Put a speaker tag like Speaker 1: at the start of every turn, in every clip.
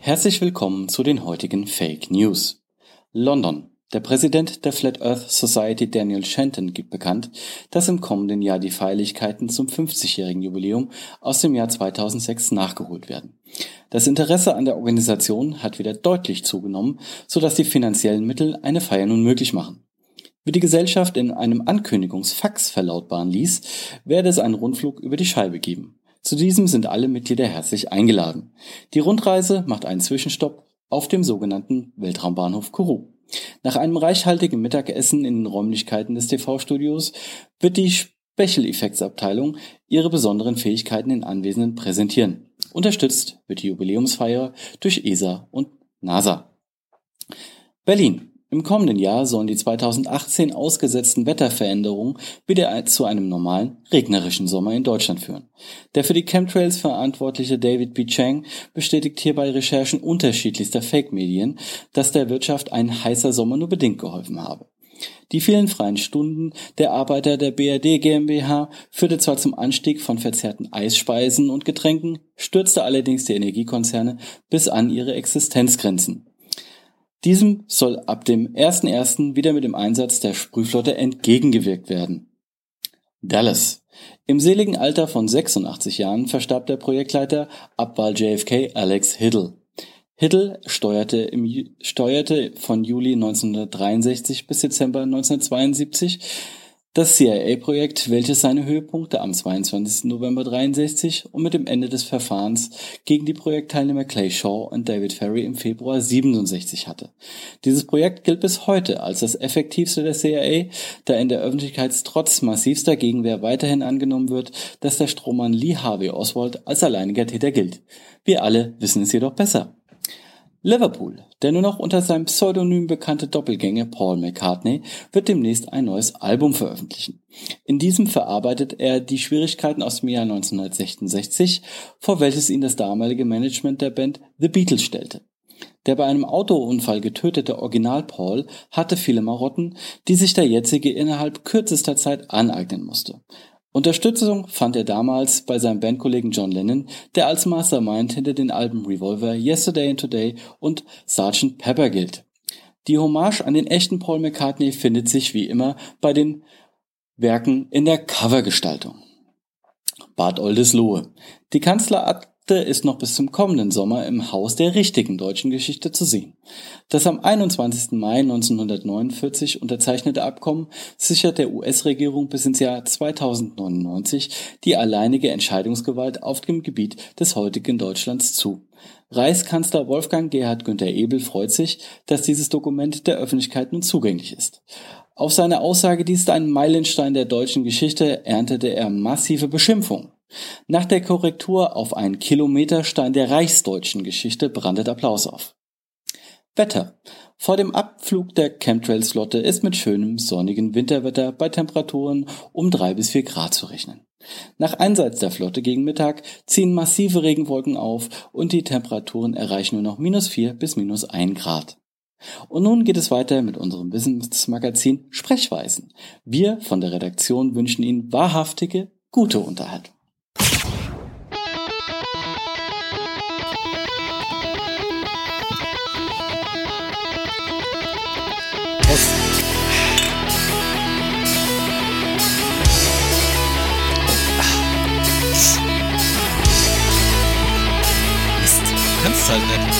Speaker 1: Herzlich willkommen zu den heutigen Fake News. London. Der Präsident der Flat Earth Society Daniel Shenton gibt bekannt, dass im kommenden Jahr die Feierlichkeiten zum 50-jährigen Jubiläum aus dem Jahr 2006 nachgeholt werden. Das Interesse an der Organisation hat wieder deutlich zugenommen, sodass die finanziellen Mittel eine Feier nun möglich machen. Wie die Gesellschaft in einem Ankündigungsfax verlautbaren ließ, werde es einen Rundflug über die Scheibe geben. Zu diesem sind alle Mitglieder herzlich eingeladen. Die Rundreise macht einen Zwischenstopp auf dem sogenannten Weltraumbahnhof Kourou. Nach einem reichhaltigen Mittagessen in den Räumlichkeiten des TV-Studios wird die Special Effects Abteilung ihre besonderen Fähigkeiten den Anwesenden präsentieren. Unterstützt wird die Jubiläumsfeier durch ESA und NASA. Berlin. Im kommenden Jahr sollen die 2018 ausgesetzten Wetterveränderungen wieder zu einem normalen, regnerischen Sommer in Deutschland führen. Der für die Chemtrails verantwortliche David B. Chang bestätigt hierbei Recherchen unterschiedlichster Fake-Medien, dass der Wirtschaft ein heißer Sommer nur bedingt geholfen habe. Die vielen freien Stunden der Arbeiter der BRD GmbH führte zwar zum Anstieg von verzerrten Eisspeisen und Getränken, stürzte allerdings die Energiekonzerne bis an ihre Existenzgrenzen. Diesem soll ab dem 1.1. wieder mit dem Einsatz der Sprühflotte entgegengewirkt werden. Dallas. Im seligen Alter von 86 Jahren verstarb der Projektleiter Abwahl JFK Alex Hiddle. Hiddle steuerte, im, steuerte von Juli 1963 bis Dezember 1972 das CIA-Projekt, welches seine Höhepunkte am 22. November 63 und mit dem Ende des Verfahrens gegen die Projektteilnehmer Clay Shaw und David Ferry im Februar 67 hatte. Dieses Projekt gilt bis heute als das effektivste der CIA, da in der Öffentlichkeit trotz massivster Gegenwehr weiterhin angenommen wird, dass der Strohmann Lee Harvey Oswald als alleiniger Täter gilt. Wir alle wissen es jedoch besser. Liverpool, der nur noch unter seinem Pseudonym bekannte Doppelgänger Paul McCartney, wird demnächst ein neues Album veröffentlichen. In diesem verarbeitet er die Schwierigkeiten aus dem Jahr 1966, vor welches ihn das damalige Management der Band The Beatles stellte. Der bei einem Autounfall getötete Original Paul hatte viele Marotten, die sich der jetzige innerhalb kürzester Zeit aneignen musste. Unterstützung fand er damals bei seinem Bandkollegen John Lennon, der als Mastermind hinter den Alben Revolver, Yesterday and Today und Sgt. Pepper gilt. Die Hommage an den echten Paul McCartney findet sich wie immer bei den Werken in der Covergestaltung. Bad Oldesloe. Die Kanzlerat ist noch bis zum kommenden Sommer im Haus der richtigen deutschen Geschichte zu sehen. Das am 21. Mai 1949 unterzeichnete Abkommen sichert der US-Regierung bis ins Jahr 2099 die alleinige Entscheidungsgewalt auf dem Gebiet des heutigen Deutschlands zu. Reichskanzler Wolfgang Gerhard Günther Ebel freut sich, dass dieses Dokument der Öffentlichkeit nun zugänglich ist. Auf seine Aussage, dies ist ein Meilenstein der deutschen Geschichte, erntete er massive Beschimpfungen. Nach der Korrektur auf einen Kilometerstein der reichsdeutschen Geschichte brandet Applaus auf. Wetter. Vor dem Abflug der Chemtrails-Flotte ist mit schönem, sonnigen Winterwetter bei Temperaturen um drei bis vier Grad zu rechnen. Nach Einsatz der Flotte gegen Mittag ziehen massive Regenwolken auf und die Temperaturen erreichen nur noch minus vier bis minus ein Grad. Und nun geht es weiter mit unserem Wissensmagazin Sprechweisen. Wir von der Redaktion wünschen Ihnen wahrhaftige, gute Unterhaltung.
Speaker 2: kannst halt nicht.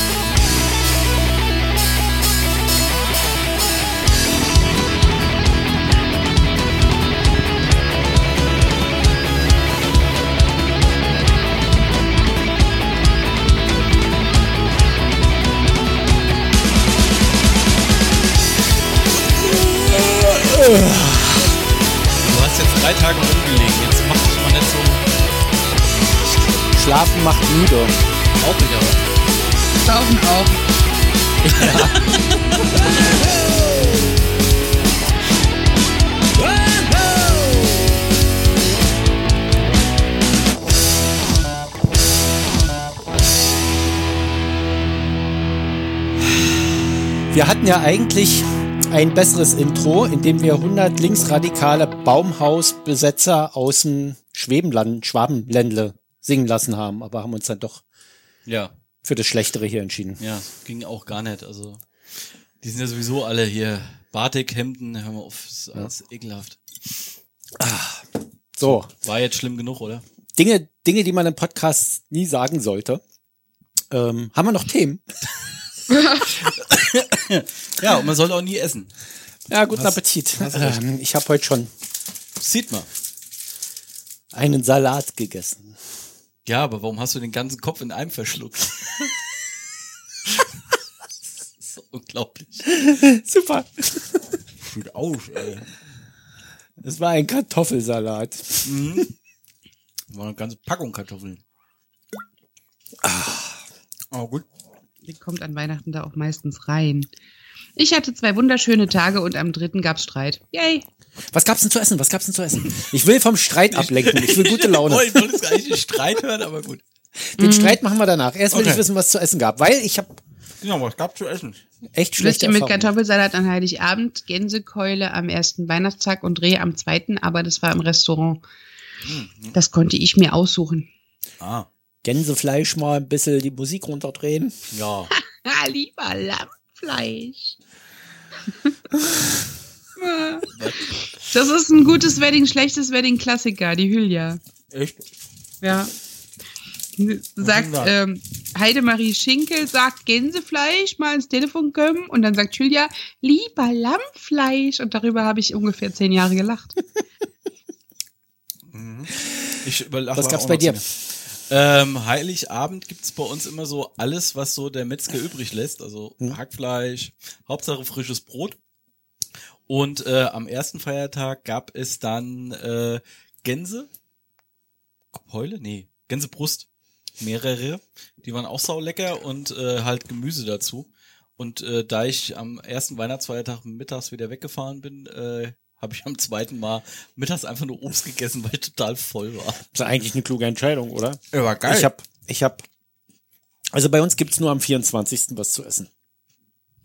Speaker 2: Du hast jetzt drei Tage rumgelegen, jetzt mach dich mal nicht so
Speaker 3: Schlafen macht müde.
Speaker 2: traurig, aber.
Speaker 4: Saufen auch.
Speaker 3: Wir hatten ja eigentlich ein besseres Intro, in dem wir 100 linksradikale Baumhausbesetzer aus dem Schwebenland, Schwabenländle singen lassen haben, aber haben uns dann doch
Speaker 2: Ja.
Speaker 3: für das Schlechtere hier entschieden.
Speaker 2: Ja, ging auch gar nicht. Also, die sind ja sowieso alle hier. Batik, Hemden, hör mal auf, ist alles ekelhaft.
Speaker 3: So,
Speaker 2: War jetzt schlimm genug, oder?
Speaker 3: Dinge, Dinge, die man im Podcast nie sagen sollte. Ähm, haben wir noch Themen?
Speaker 2: Ja, und man soll auch nie essen.
Speaker 3: Ja, guten Appetit. Ähm, ich habe heute schon
Speaker 2: Sieht man.
Speaker 3: einen Salat gegessen.
Speaker 2: Ja, aber warum hast du den ganzen Kopf in einem verschluckt? so unglaublich.
Speaker 3: Super.
Speaker 2: Gut auf, ey.
Speaker 3: Es war ein Kartoffelsalat.
Speaker 2: War eine ganze Packung Kartoffeln. Ah. Oh, gut.
Speaker 4: Die kommt an Weihnachten da auch meistens rein. Ich hatte zwei wunderschöne Tage und am dritten gab's Streit. Yay!
Speaker 3: Was gab's denn zu essen? Was gab's denn zu essen? Ich will vom Streit ablenken. Ich will gute Laune.
Speaker 2: Oh, ich wollte jetzt gar nicht den Streit hören, aber gut. Mhm.
Speaker 3: Den Streit machen wir danach. Erst will ich
Speaker 2: Okay.
Speaker 3: wissen, was zu essen gab, weil ich habe
Speaker 2: Genau, was gab zu essen?
Speaker 3: echt
Speaker 4: Würstchen
Speaker 3: schlechte
Speaker 4: mit
Speaker 3: Erfahrungen.
Speaker 4: Kartoffelsalat an Heiligabend, Gänsekeule am ersten Weihnachtstag und Reh am zweiten, aber das war im Restaurant. Das konnte ich mir aussuchen.
Speaker 2: Ah.
Speaker 3: Gänsefleisch mal ein bisschen die Musik runterdrehen.
Speaker 2: Ja.
Speaker 4: Ah, lieber Lammfleisch. das ist ein gutes Wedding, schlechtes Wedding-Klassiker, die Hülya.
Speaker 2: Echt?
Speaker 4: Ja. Sagt
Speaker 2: Wunderbar.
Speaker 4: ähm, Heidemarie Schinkel, sagt Gänsefleisch mal ins Telefon kommen und dann sagt Julia, lieber Lammfleisch. Und darüber habe ich ungefähr zehn Jahre gelacht.
Speaker 2: Ich überlache
Speaker 3: Was
Speaker 2: mal
Speaker 3: gab's
Speaker 2: auch
Speaker 3: bei
Speaker 2: noch
Speaker 3: dir?
Speaker 2: zu mir. Ähm, Heiligabend gibt's bei uns immer so alles, was so der Metzger übrig lässt. Also Hackfleisch, Hauptsache frisches Brot. Und äh, am ersten Feiertag gab es dann äh, Gänse. Heule? Nee, Gänsebrust. Mehrere. Die waren auch saulecker und äh, halt Gemüse dazu. Und äh, da ich am ersten Weihnachtsfeiertag mittags wieder weggefahren bin, äh, habe ich am zweiten Mal mittags einfach nur Obst gegessen, weil ich total voll war.
Speaker 3: Das ist eigentlich eine kluge Entscheidung, oder?
Speaker 2: Ja, war geil.
Speaker 3: Ich habe, ich habe, also bei uns gibt's nur am 24. was zu essen.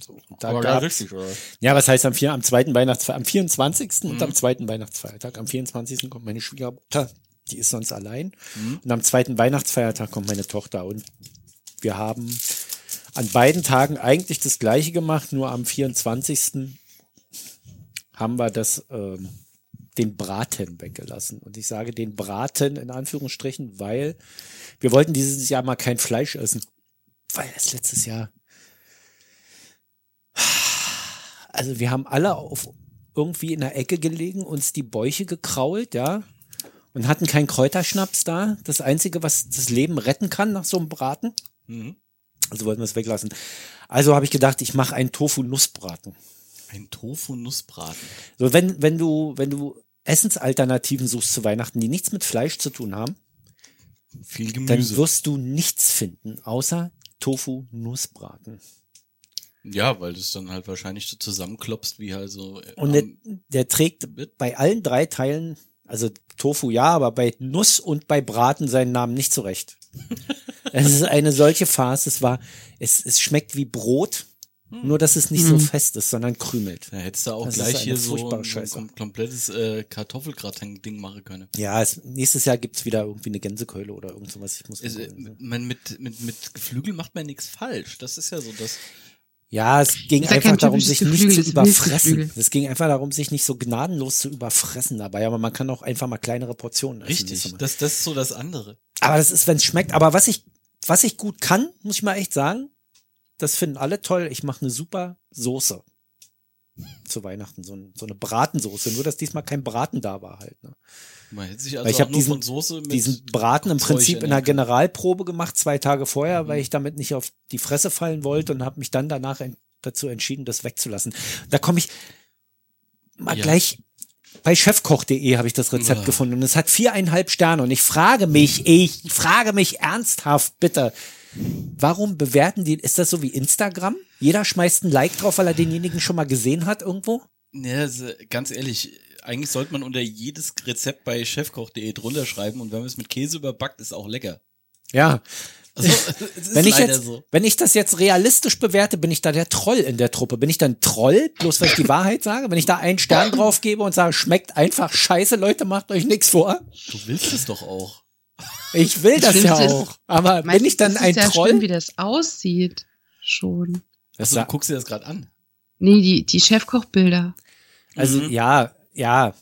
Speaker 3: So, da gab's,
Speaker 2: oder?
Speaker 3: ja, was heißt am, vier, am zweiten Weihnachtsfeiertag, am 24. und am zweiten Weihnachtsfeiertag. Am 24. kommt meine Schwiegermutter, die ist sonst allein. Und am zweiten Weihnachtsfeiertag kommt meine Tochter. Und wir haben an beiden Tagen eigentlich das gleiche gemacht, nur am 24. haben wir das, ähm, den Braten weggelassen. Und ich sage den Braten in Anführungsstrichen, weil wir wollten dieses Jahr mal kein Fleisch essen. Weil das letztes Jahr. Also wir haben alle auf irgendwie in der Ecke gelegen, uns die Bäuche gekrault, ja. Und hatten keinen Kräuterschnaps da. Das Einzige, was das Leben retten kann nach so einem Braten.
Speaker 2: Mhm.
Speaker 3: Also wollten wir es weglassen. Also habe ich gedacht, ich mache einen Tofu-Nussbraten.
Speaker 2: Ein Tofu-Nussbraten.
Speaker 3: So, wenn, wenn du, wenn du Essensalternativen suchst zu Weihnachten, die nichts mit Fleisch zu tun haben,
Speaker 2: Viel
Speaker 3: dann
Speaker 2: Gemüse.
Speaker 3: wirst du nichts finden, außer Tofu-Nussbraten.
Speaker 2: Ja, weil du es dann halt wahrscheinlich so zusammenklopst, wie halt so. äh,
Speaker 3: Und
Speaker 2: am-
Speaker 3: der, der trägt bei allen drei Teilen, also Tofu ja, aber bei Nuss und bei Braten seinen Namen nicht zurecht. es ist eine solche Farce. Es war, es, es schmeckt wie Brot,
Speaker 2: Hm.
Speaker 3: nur dass es nicht so fest ist, sondern krümelt.
Speaker 2: da hättest du auch
Speaker 3: Das ist
Speaker 2: gleich
Speaker 3: eine
Speaker 2: hier so
Speaker 3: furchtbare
Speaker 2: ein, so ein
Speaker 3: Scheiße.
Speaker 2: kom- komplettes äh, Kartoffelgratin-Ding machen können.
Speaker 3: Ja, es, nächstes Jahr gibt's wieder irgendwie eine Gänsekeule oder irgend sowas. Ich muss
Speaker 2: Es, äh, man mit, mit, mit Geflügel macht man nichts falsch. Das ist ja so das.
Speaker 3: Ja, es ging
Speaker 4: Ist ja
Speaker 3: einfach
Speaker 4: kein
Speaker 3: darum,
Speaker 4: typisches
Speaker 3: sich nicht
Speaker 4: Geflügel,
Speaker 3: zu
Speaker 4: es ist Milchgeflügel.
Speaker 3: überfressen. Es ging einfach darum, sich nicht so gnadenlos zu überfressen dabei. Aber man kann auch einfach mal kleinere Portionen essen.
Speaker 2: Richtig.
Speaker 3: Das-
Speaker 2: Das, das ist so das andere.
Speaker 3: Aber das ist, wenn es schmeckt. Aber was ich, was ich gut kann, muss ich mal echt sagen, das finden alle toll. Ich mache eine super Soße zu Weihnachten. So, ein, so eine Bratensoße. Nur, dass diesmal kein Braten da war halt. Ne?
Speaker 2: Man hätte sich
Speaker 3: Weil
Speaker 2: also
Speaker 3: ich hab
Speaker 2: auch nur
Speaker 3: diesen-
Speaker 2: von Soße mit.
Speaker 3: Diesen Braten im
Speaker 2: Zeug
Speaker 3: Prinzip in
Speaker 2: in
Speaker 3: einer
Speaker 2: der- Mhm.
Speaker 3: Generalprobe gemacht, zwei Tage vorher, weil ich damit nicht auf die Fresse fallen wollte und habe mich dann danach en dazu entschieden, das wegzulassen. Da komme ich mal
Speaker 2: Ja.
Speaker 3: gleich. Bei chefkoch.de habe ich das Rezept
Speaker 2: Ja.
Speaker 3: gefunden und es hat viereinhalb Sterne. Und ich frage mich, ich frage mich ernsthaft, bitte, warum bewerten die, ist das so wie Instagram? Jeder schmeißt ein Like drauf, weil er denjenigen schon mal gesehen hat irgendwo?
Speaker 2: Ja, das, äh, ganz ehrlich, eigentlich sollte man unter jedes Rezept bei chefkoch.de drunter schreiben und wenn man es mit Käse überbackt, ist auch lecker.
Speaker 3: Ja.
Speaker 2: Also, es ist
Speaker 3: wenn ich
Speaker 2: leider
Speaker 3: jetzt,
Speaker 2: so.
Speaker 3: wenn ich das jetzt realistisch bewerte, bin ich da der Troll in der Truppe. Bin ich dann Troll, bloß weil ich die Wahrheit sage? Wenn ich da einen Stern drauf gebe und sage, schmeckt einfach scheiße, Leute, macht euch nichts vor.
Speaker 2: Du willst es doch auch.
Speaker 3: Ich will das ja
Speaker 4: Schlimmste ist-
Speaker 3: auch. Aber
Speaker 4: Meinst
Speaker 3: bin ich
Speaker 4: du,
Speaker 3: dann
Speaker 4: das
Speaker 3: ein
Speaker 4: ist ja Schlimm, wie
Speaker 3: Troll?
Speaker 4: das aussieht. Schon.
Speaker 2: Also,
Speaker 3: Sa-
Speaker 2: du guckst dir das gerade an.
Speaker 4: Nee, die, die Chefkochbilder.
Speaker 3: Also
Speaker 2: Mhm.
Speaker 3: ja, ja.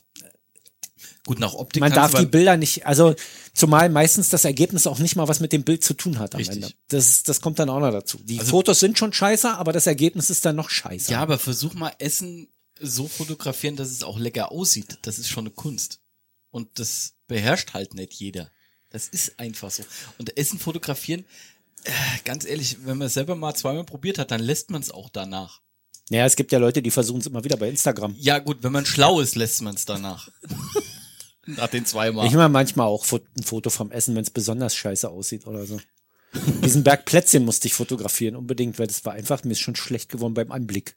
Speaker 2: Gut, nach Optik
Speaker 3: Man
Speaker 2: kannst
Speaker 3: darf
Speaker 2: du
Speaker 3: die
Speaker 2: aber-
Speaker 3: Bilder nicht, also zumal meistens das Ergebnis auch nicht mal was mit dem Bild zu tun hat am
Speaker 2: Richtig.
Speaker 3: Ende. Das, das kommt dann auch noch dazu. Die
Speaker 2: Also-
Speaker 3: Fotos sind schon scheiße, aber das Ergebnis ist dann noch scheiße.
Speaker 2: Ja, aber versuch mal Essen so fotografieren, dass es auch lecker aussieht. Das ist schon eine Kunst. Und das beherrscht halt nicht jeder. Das ist einfach so. Und Essen fotografieren, äh, ganz ehrlich, wenn man es selber mal zweimal probiert hat, dann lässt man es auch danach.
Speaker 3: Naja, es gibt ja Leute, die versuchen es immer wieder bei Instagram.
Speaker 2: Ja, gut, wenn man schlau ist, lässt man es danach. Nach den zweimal.
Speaker 3: Ich mache manchmal auch Fo- ein Foto vom Essen, wenn es besonders scheiße aussieht oder so. Diesen Berg Plätzchen musste ich fotografieren, unbedingt, weil das war einfach, mir ist schon schlecht geworden beim Anblick.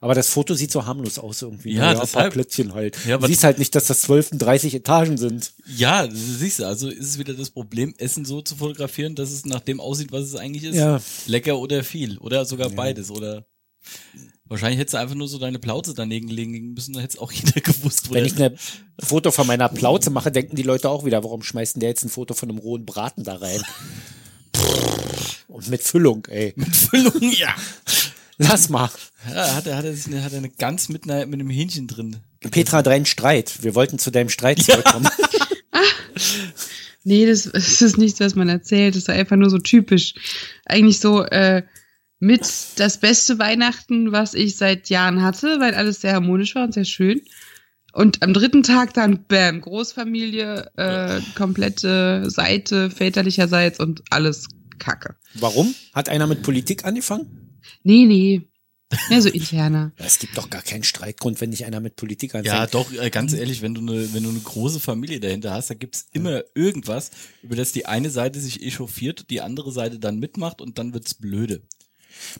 Speaker 3: Aber das Foto sieht so harmlos aus irgendwie.
Speaker 2: Ja,
Speaker 3: Naja, ein paar
Speaker 2: deshalb.
Speaker 3: Plätzchen halt.
Speaker 2: Ja,
Speaker 3: Ja,
Speaker 2: aber-
Speaker 3: du siehst halt nicht, dass das 12 und 30 Etagen sind.
Speaker 2: ja, siehst du, also ist es wieder das Problem, Essen so zu fotografieren, dass es nach dem aussieht, was es eigentlich ist.
Speaker 3: Ja.
Speaker 2: Lecker oder viel. Oder sogar beides. Oder wahrscheinlich hättest du einfach nur so deine Plauze daneben legen müssen, dann hätte es auch jeder gewusst. wo
Speaker 3: Wenn ich
Speaker 2: der-
Speaker 3: ein Foto von meiner Plauze mache, denken die Leute auch wieder, warum schmeißt denn der jetzt ein Foto von einem rohen Braten da rein? Und mit Füllung, ey.
Speaker 2: Füllung, ja.
Speaker 3: Lass mal.
Speaker 2: ja hat, er, hat, er sich eine, hat er eine Gans mit, einer, mit einem Hähnchen drin.
Speaker 3: Petra, dein Streit. Wir wollten zu deinem Streit zurückkommen.
Speaker 4: Nee, das, das ist nichts, was man erzählt. Das ist einfach nur so typisch. Eigentlich so äh, mit das beste Weihnachten, was ich seit Jahren hatte, weil alles sehr harmonisch war und sehr schön. Und am dritten Tag dann, bam, Großfamilie, äh, komplette Seite väterlicherseits und alles Kacke.
Speaker 3: Warum? Hat einer mit Politik angefangen?
Speaker 4: Nee, nee. Mehr so interner.
Speaker 3: Es gibt doch gar keinen Streitgrund, wenn nicht einer mit Politik
Speaker 2: Ja,
Speaker 3: anfängt.
Speaker 2: doch, äh, ganz ehrlich, wenn du eine, wenn du eine große Familie dahinter hast, da gibt's immer irgendwas, über das die eine Seite sich echauffiert, die andere Seite dann mitmacht und dann wird's blöde.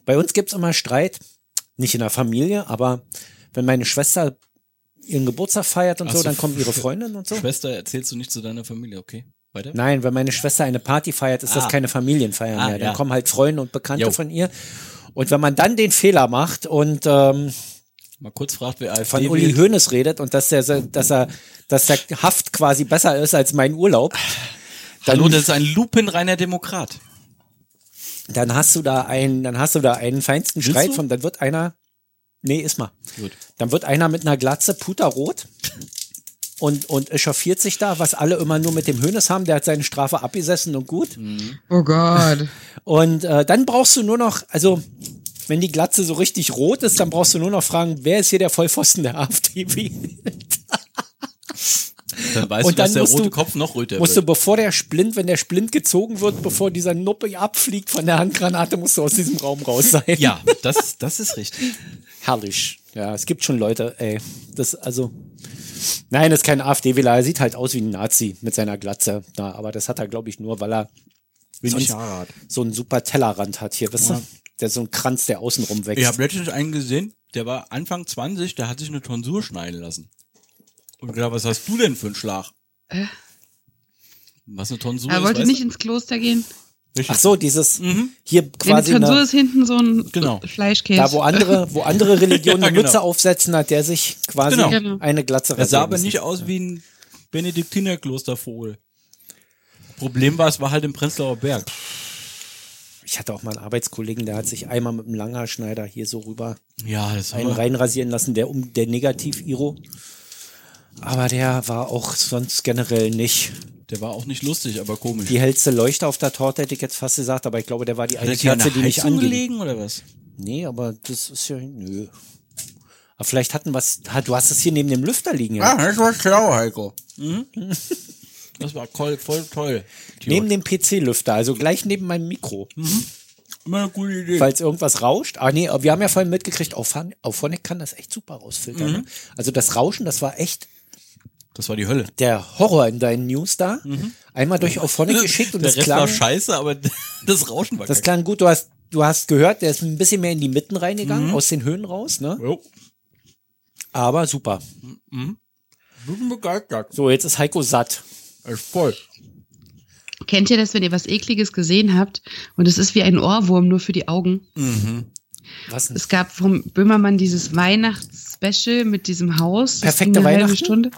Speaker 3: Bei uns gibt's immer Streit. Nicht in der Familie, aber wenn meine Schwester ihren Geburtstag feiert und
Speaker 2: Ach
Speaker 3: so,
Speaker 2: so,
Speaker 3: dann kommt ihre
Speaker 2: Sch-
Speaker 3: Freundin und so.
Speaker 2: Schwester, erzählst du nicht zu deiner Familie, okay? Weiter?
Speaker 3: Nein, wenn meine Schwester eine Party feiert, ist
Speaker 2: Ah.
Speaker 3: das keine Familienfeier
Speaker 2: Ah,
Speaker 3: mehr. Dann
Speaker 2: ja.
Speaker 3: kommen halt Freunde und Bekannte
Speaker 2: Jo.
Speaker 3: von ihr. Und wenn man dann den Fehler macht und ähm,
Speaker 2: Mal kurz fragt, wer AfD
Speaker 3: von Uli
Speaker 2: wählt.
Speaker 3: Hoeneß redet und dass der, dass er, dass der Haft quasi besser ist als mein Urlaub,
Speaker 2: Hallo, das ist ein lupenreiner Demokrat.
Speaker 3: dann hast du da einen, dann hast du da einen feinsten
Speaker 2: Findest
Speaker 3: Streit
Speaker 2: du?
Speaker 3: von, dann wird einer, nee, ist mal,
Speaker 2: Gut.
Speaker 3: dann wird einer mit einer Glatze puterrot und, und echauffiert sich da, was alle immer nur mit dem Hönes haben, der hat seine Strafe abgesessen und gut.
Speaker 4: Oh Gott.
Speaker 3: Und äh, dann brauchst du nur noch, also wenn die Glatze so richtig rot ist, dann brauchst du nur noch fragen, wer ist hier der Vollpfosten der AfD?
Speaker 2: Dann weißt
Speaker 3: Und
Speaker 2: du,
Speaker 3: dann
Speaker 2: dass der
Speaker 3: musst
Speaker 2: rote
Speaker 3: du-
Speaker 2: Kopf noch röter
Speaker 3: musst du,
Speaker 2: wird.
Speaker 3: bevor der Splint, wenn der Splint gezogen wird, bevor dieser Nuppe abfliegt von der Handgranate, musst du aus diesem Raum raus sein.
Speaker 2: Ja, das, das ist richtig.
Speaker 3: Herrlich. Ja, es gibt schon Leute, ey. Das, also. Nein, das ist kein AfD-Wähler. Er sieht halt aus wie ein Nazi mit seiner Glatze. Na, aber das hat er, glaube ich, nur, weil er sonst so einen super Tellerrand hat hier, weißt du? Der ist so ein Kranz, der außenrum wächst.
Speaker 2: Ich habe letztens einen gesehen, der war Anfang 20, der hat sich eine Tonsur schneiden lassen. Und gedacht, was hast du denn für einen Schlag? Was eine Tonsur
Speaker 4: Äh? Er
Speaker 2: ist,
Speaker 4: wollte
Speaker 2: weißt
Speaker 4: nicht ins Kloster gehen.
Speaker 2: du?
Speaker 3: Ach so, dieses
Speaker 2: Mhm.
Speaker 3: hier
Speaker 4: Nee, Eine
Speaker 3: quasi
Speaker 4: Tonsur
Speaker 3: eine,
Speaker 4: ist hinten so ein
Speaker 2: Genau.
Speaker 4: Fleischkäse.
Speaker 3: da, wo andere, wo andere Religionen
Speaker 2: Ja,
Speaker 3: eine
Speaker 2: genau.
Speaker 3: Mütze aufsetzen, hat der sich quasi
Speaker 2: Genau.
Speaker 4: Genau.
Speaker 3: eine Glatze
Speaker 2: Er sah
Speaker 3: rasieren
Speaker 2: aber
Speaker 3: lassen.
Speaker 2: nicht aus wie ein Benediktinerklostervogel. Problem war, es war halt im Prenzlauer Berg.
Speaker 3: Ich hatte auch mal einen Arbeitskollegen, der hat sich einmal mit einem Langhaarschneider hier so rüber
Speaker 2: Ja, das
Speaker 3: einen
Speaker 2: war.
Speaker 3: reinrasieren lassen, der um der Negativ-Iro. Aber der war auch sonst generell nicht
Speaker 2: Der war auch nicht lustig, aber komisch.
Speaker 3: die hellste Leuchte auf der Torte, hätte ich jetzt fast gesagt, aber ich glaube, der war die
Speaker 2: Hat
Speaker 3: eine
Speaker 2: er hier
Speaker 3: Kerze,
Speaker 2: eine
Speaker 3: die nicht
Speaker 2: Heizung
Speaker 3: anging.
Speaker 2: gelegen oder was?
Speaker 3: Nee, aber das ist ja, nö. Aber vielleicht hatten was, ha, du hast es hier neben dem Lüfter liegen, ja.
Speaker 2: das war schlau, Heiko. Das war voll, voll toll.
Speaker 3: neben dem PC-Lüfter, also gleich neben meinem Mikro.
Speaker 2: Hm. Immer eine gute Idee.
Speaker 3: Falls irgendwas rauscht. Ah, nee, wir haben ja vorhin mitgekriegt, auf, Han- auf Honeck kann das echt super rausfiltern.
Speaker 2: Mhm.
Speaker 3: ne? Also das Rauschen, das war echt
Speaker 2: das war die Hölle.
Speaker 3: der Horror in deinen News da. Einmal durch auf Honeck geschickt und
Speaker 2: Mhm. Also,
Speaker 3: das
Speaker 2: Der Rest
Speaker 3: klang.
Speaker 2: war scheiße, aber das Rauschen war
Speaker 3: Das
Speaker 2: kacke.
Speaker 3: klang gut, du hast, du hast gehört, der ist ein bisschen mehr in die Mitten reingegangen,
Speaker 4: Mhm.
Speaker 3: aus den Höhen raus, ne?
Speaker 2: Jo.
Speaker 3: Aber super.
Speaker 2: Bisschen begeistert.
Speaker 3: So, jetzt ist Heiko satt.
Speaker 2: Ist voll.
Speaker 4: Kennt ihr das, wenn ihr was Ekliges gesehen habt und es ist wie ein Ohrwurm nur für die Augen?
Speaker 3: Was denn?
Speaker 4: Es gab vom Böhmermann dieses Weihnachtsspecial mit diesem Haus. das
Speaker 3: Perfekte
Speaker 4: ging eine halbe
Speaker 3: Weihnachten?
Speaker 4: Stunde.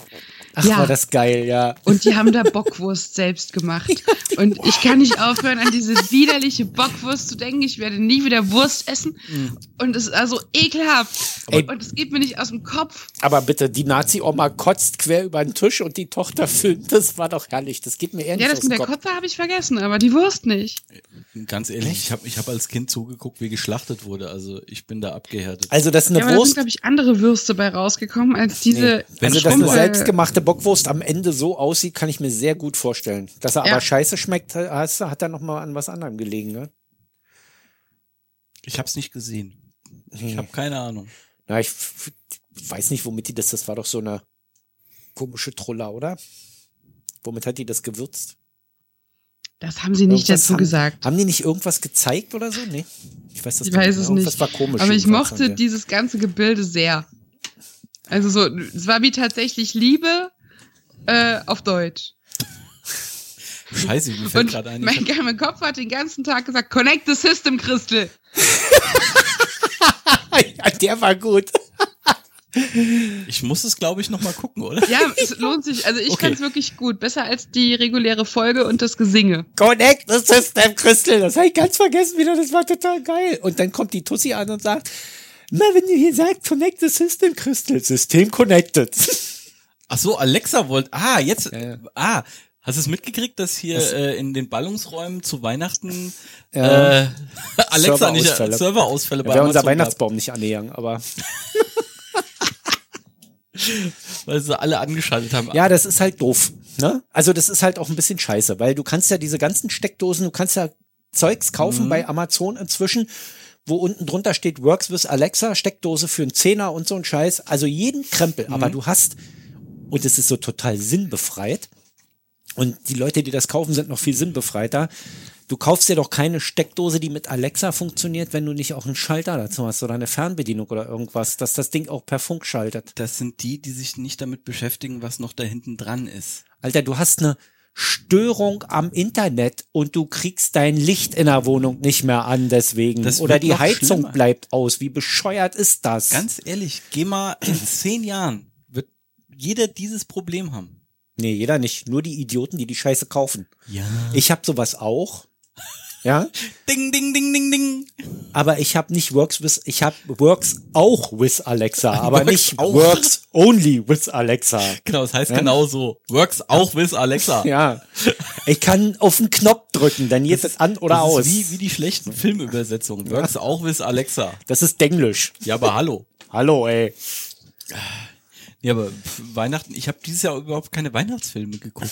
Speaker 3: Ach,
Speaker 4: Ja.
Speaker 3: war das geil, ja.
Speaker 4: Und die haben da Bockwurst selbst gemacht. Und ich kann nicht aufhören, an diese widerliche Bockwurst zu denken. Ich werde nie wieder Wurst essen. Und es ist also ekelhaft.
Speaker 3: Ey.
Speaker 4: Und es geht mir nicht aus dem Kopf.
Speaker 3: Aber bitte, die Nazi-Oma kotzt quer über den Tisch und die Tochter filmt. Das war doch herrlich. Das geht mir ehrlich
Speaker 4: Ja, das
Speaker 3: aus
Speaker 4: mit
Speaker 3: dem
Speaker 4: der
Speaker 3: Kopf.
Speaker 4: Kotze habe ich vergessen, aber die Wurst nicht.
Speaker 2: Ganz ehrlich, ich habe ich hab als Kind zugeguckt, wie geschlachtet wurde. Also ich bin da abgehärtet.
Speaker 3: Also das ist
Speaker 4: Ja,
Speaker 3: eine
Speaker 4: aber da sind,
Speaker 3: Wurst.
Speaker 4: glaube ich, andere Würste bei rausgekommen, als diese.
Speaker 2: Wenn
Speaker 3: also,
Speaker 2: es
Speaker 3: dass eine
Speaker 2: Schrumpel-
Speaker 3: selbstgemachte Bockwurst am Ende so aussieht, kann ich mir sehr gut vorstellen. Dass er
Speaker 4: Ja.
Speaker 3: aber scheiße schmeckt, hast, du- hat er nochmal an was anderem gelegen, ne?
Speaker 2: Ich habe es nicht gesehen. Ich
Speaker 3: Hm.
Speaker 2: habe keine Ahnung.
Speaker 3: Na, ich f- weiß nicht, womit die das, das war doch so eine komische Troller, oder? Womit hat die das gewürzt?
Speaker 4: Das haben sie nicht
Speaker 3: Irgendwas
Speaker 4: dazu
Speaker 3: haben-
Speaker 4: gesagt.
Speaker 3: Haben die nicht irgendwas gezeigt oder so? Nee. Ich weiß das
Speaker 4: Ich
Speaker 3: gar
Speaker 4: weiß es
Speaker 3: mehr. Irgendwas
Speaker 4: nicht.
Speaker 3: war komisch.
Speaker 4: Aber ich
Speaker 3: jedenfalls
Speaker 4: mochte
Speaker 3: haben wir-
Speaker 4: dieses ganze Gebilde sehr. Also so, es war wie tatsächlich Liebe äh, auf Deutsch.
Speaker 2: Scheiße, mir fällt
Speaker 4: Und
Speaker 2: gerade ein.
Speaker 4: mein,
Speaker 2: Ich
Speaker 4: mein Kopf hat den ganzen Tag gesagt, connect the system, Christel.
Speaker 3: ja, der war gut.
Speaker 2: hab, ich muss es, glaube ich, nochmal gucken, oder?
Speaker 4: Ja, es lohnt sich. Also ich
Speaker 2: Okay.
Speaker 4: kann es wirklich gut. Besser als die reguläre Folge und das Gesinge.
Speaker 3: Connect the System, Crystal. Das habe ich ganz vergessen wieder. Das war total geil. Und dann kommt die Tussi an und sagt, na, wenn du hier sagst, Connect the System, Crystal. System connected.
Speaker 2: Ach so, Alexa wollte. Ah, jetzt.
Speaker 3: Ja, ja.
Speaker 2: Ah, hast du es mitgekriegt, dass hier
Speaker 3: Was?
Speaker 2: äh, in den Ballungsräumen zu Weihnachten
Speaker 3: Ja.
Speaker 2: äh, Alexa nicht
Speaker 3: Serverausfälle.
Speaker 2: Serverausfälle bei
Speaker 3: Wäre unser
Speaker 2: Amazon gab,
Speaker 3: Weihnachtsbaum nicht angegangen, aber.
Speaker 2: weil sie alle angeschaltet haben?
Speaker 3: Ja, das ist halt doof. Ne? Also das ist halt auch ein bisschen scheiße, weil du kannst ja diese ganzen Steckdosen, du kannst ja Zeugs kaufen bei Amazon inzwischen, wo unten drunter steht Works with Alexa, Steckdose für einen Zehner und so ein Scheiß. Also jeden Krempel, aber du hast, und es ist so total sinnbefreit, und die Leute, die das kaufen, sind noch viel sinnbefreiter. Du kaufst dir doch keine Steckdose, die mit Alexa funktioniert, wenn du nicht auch einen Schalter dazu hast oder eine Fernbedienung oder irgendwas, dass das Ding auch per Funk schaltet.
Speaker 2: Das sind die, die sich nicht damit beschäftigen, was noch da hinten dran ist.
Speaker 3: Alter, du hast eine Störung am Internet und du kriegst dein Licht in der Wohnung nicht mehr an deswegen.
Speaker 2: Das
Speaker 3: Oder
Speaker 2: wird
Speaker 3: die
Speaker 2: noch
Speaker 3: Heizung
Speaker 2: schlimmer.
Speaker 3: bleibt aus. Wie bescheuert ist das?
Speaker 2: Ganz ehrlich, geh mal in zehn Jahren wird jeder dieses Problem haben.
Speaker 3: nee, jeder nicht. Nur die Idioten, die die Scheiße kaufen.
Speaker 2: Ja.
Speaker 3: Ich habe sowas auch. Ja,
Speaker 2: Ding, ding, ding, ding, ding.
Speaker 3: aber ich habe nicht Works with, ich habe Works auch with Alexa, aber
Speaker 2: Works
Speaker 3: nicht
Speaker 2: auch.
Speaker 3: Works only with Alexa.
Speaker 2: Genau, das heißt genauso. Works auch with Alexa.
Speaker 3: Ja, ich kann auf den Knopf drücken, dann geht es an oder
Speaker 2: das
Speaker 3: aus.
Speaker 2: Ist wie, wie die schlechten Filmübersetzungen. Works auch with Alexa.
Speaker 3: das ist Denglisch.
Speaker 2: Ja, aber hallo.
Speaker 3: Hallo, ey.
Speaker 2: Ja, aber pf, Weihnachten, ich habe dieses Jahr überhaupt keine Weihnachtsfilme geguckt.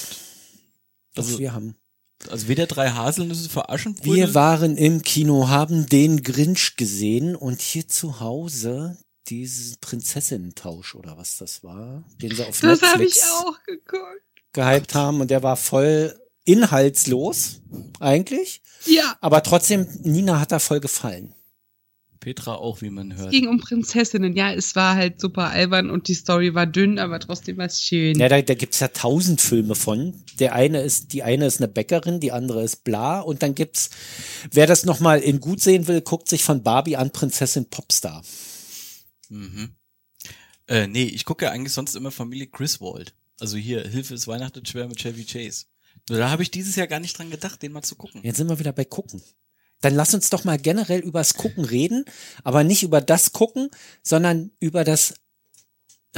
Speaker 3: Doch,
Speaker 2: Also-
Speaker 3: wir haben.
Speaker 2: Also weder drei Haselnüsse für Aschenbrödel.
Speaker 3: Wir waren im Kino, haben den Grinch gesehen und hier zu Hause diesen Prinzessinnentausch oder was das war, den sie auf
Speaker 4: Das habe ich
Speaker 3: Netflix
Speaker 4: auch geguckt.
Speaker 3: gehypt haben und der war voll inhaltslos eigentlich,
Speaker 4: Ja.
Speaker 3: aber trotzdem Nina hat da voll gefallen.
Speaker 2: Petra auch, wie man
Speaker 4: Es
Speaker 2: hört.
Speaker 4: ging um Prinzessinnen. Ja, es war halt super albern und die Story war dünn, aber trotzdem war es schön.
Speaker 3: Ja, da, da gibt's ja tausend Filme von. Der eine ist, die eine ist eine Bäckerin, die andere ist bla und dann gibt's, wer das nochmal in gut sehen will, guckt sich von Barbie an Prinzessin Popstar.
Speaker 2: Mhm. Äh, nee, ich gucke ja eigentlich sonst immer Familie Griswold. Also hier, Hilfe ist Weihnachten schwer mit Chevy Chase. Nur da habe ich dieses Jahr gar nicht dran gedacht, den mal zu gucken.
Speaker 3: Jetzt sind wir wieder bei Gucken. Dann lass uns doch mal generell übers Gucken reden, aber nicht über das Gucken, sondern über das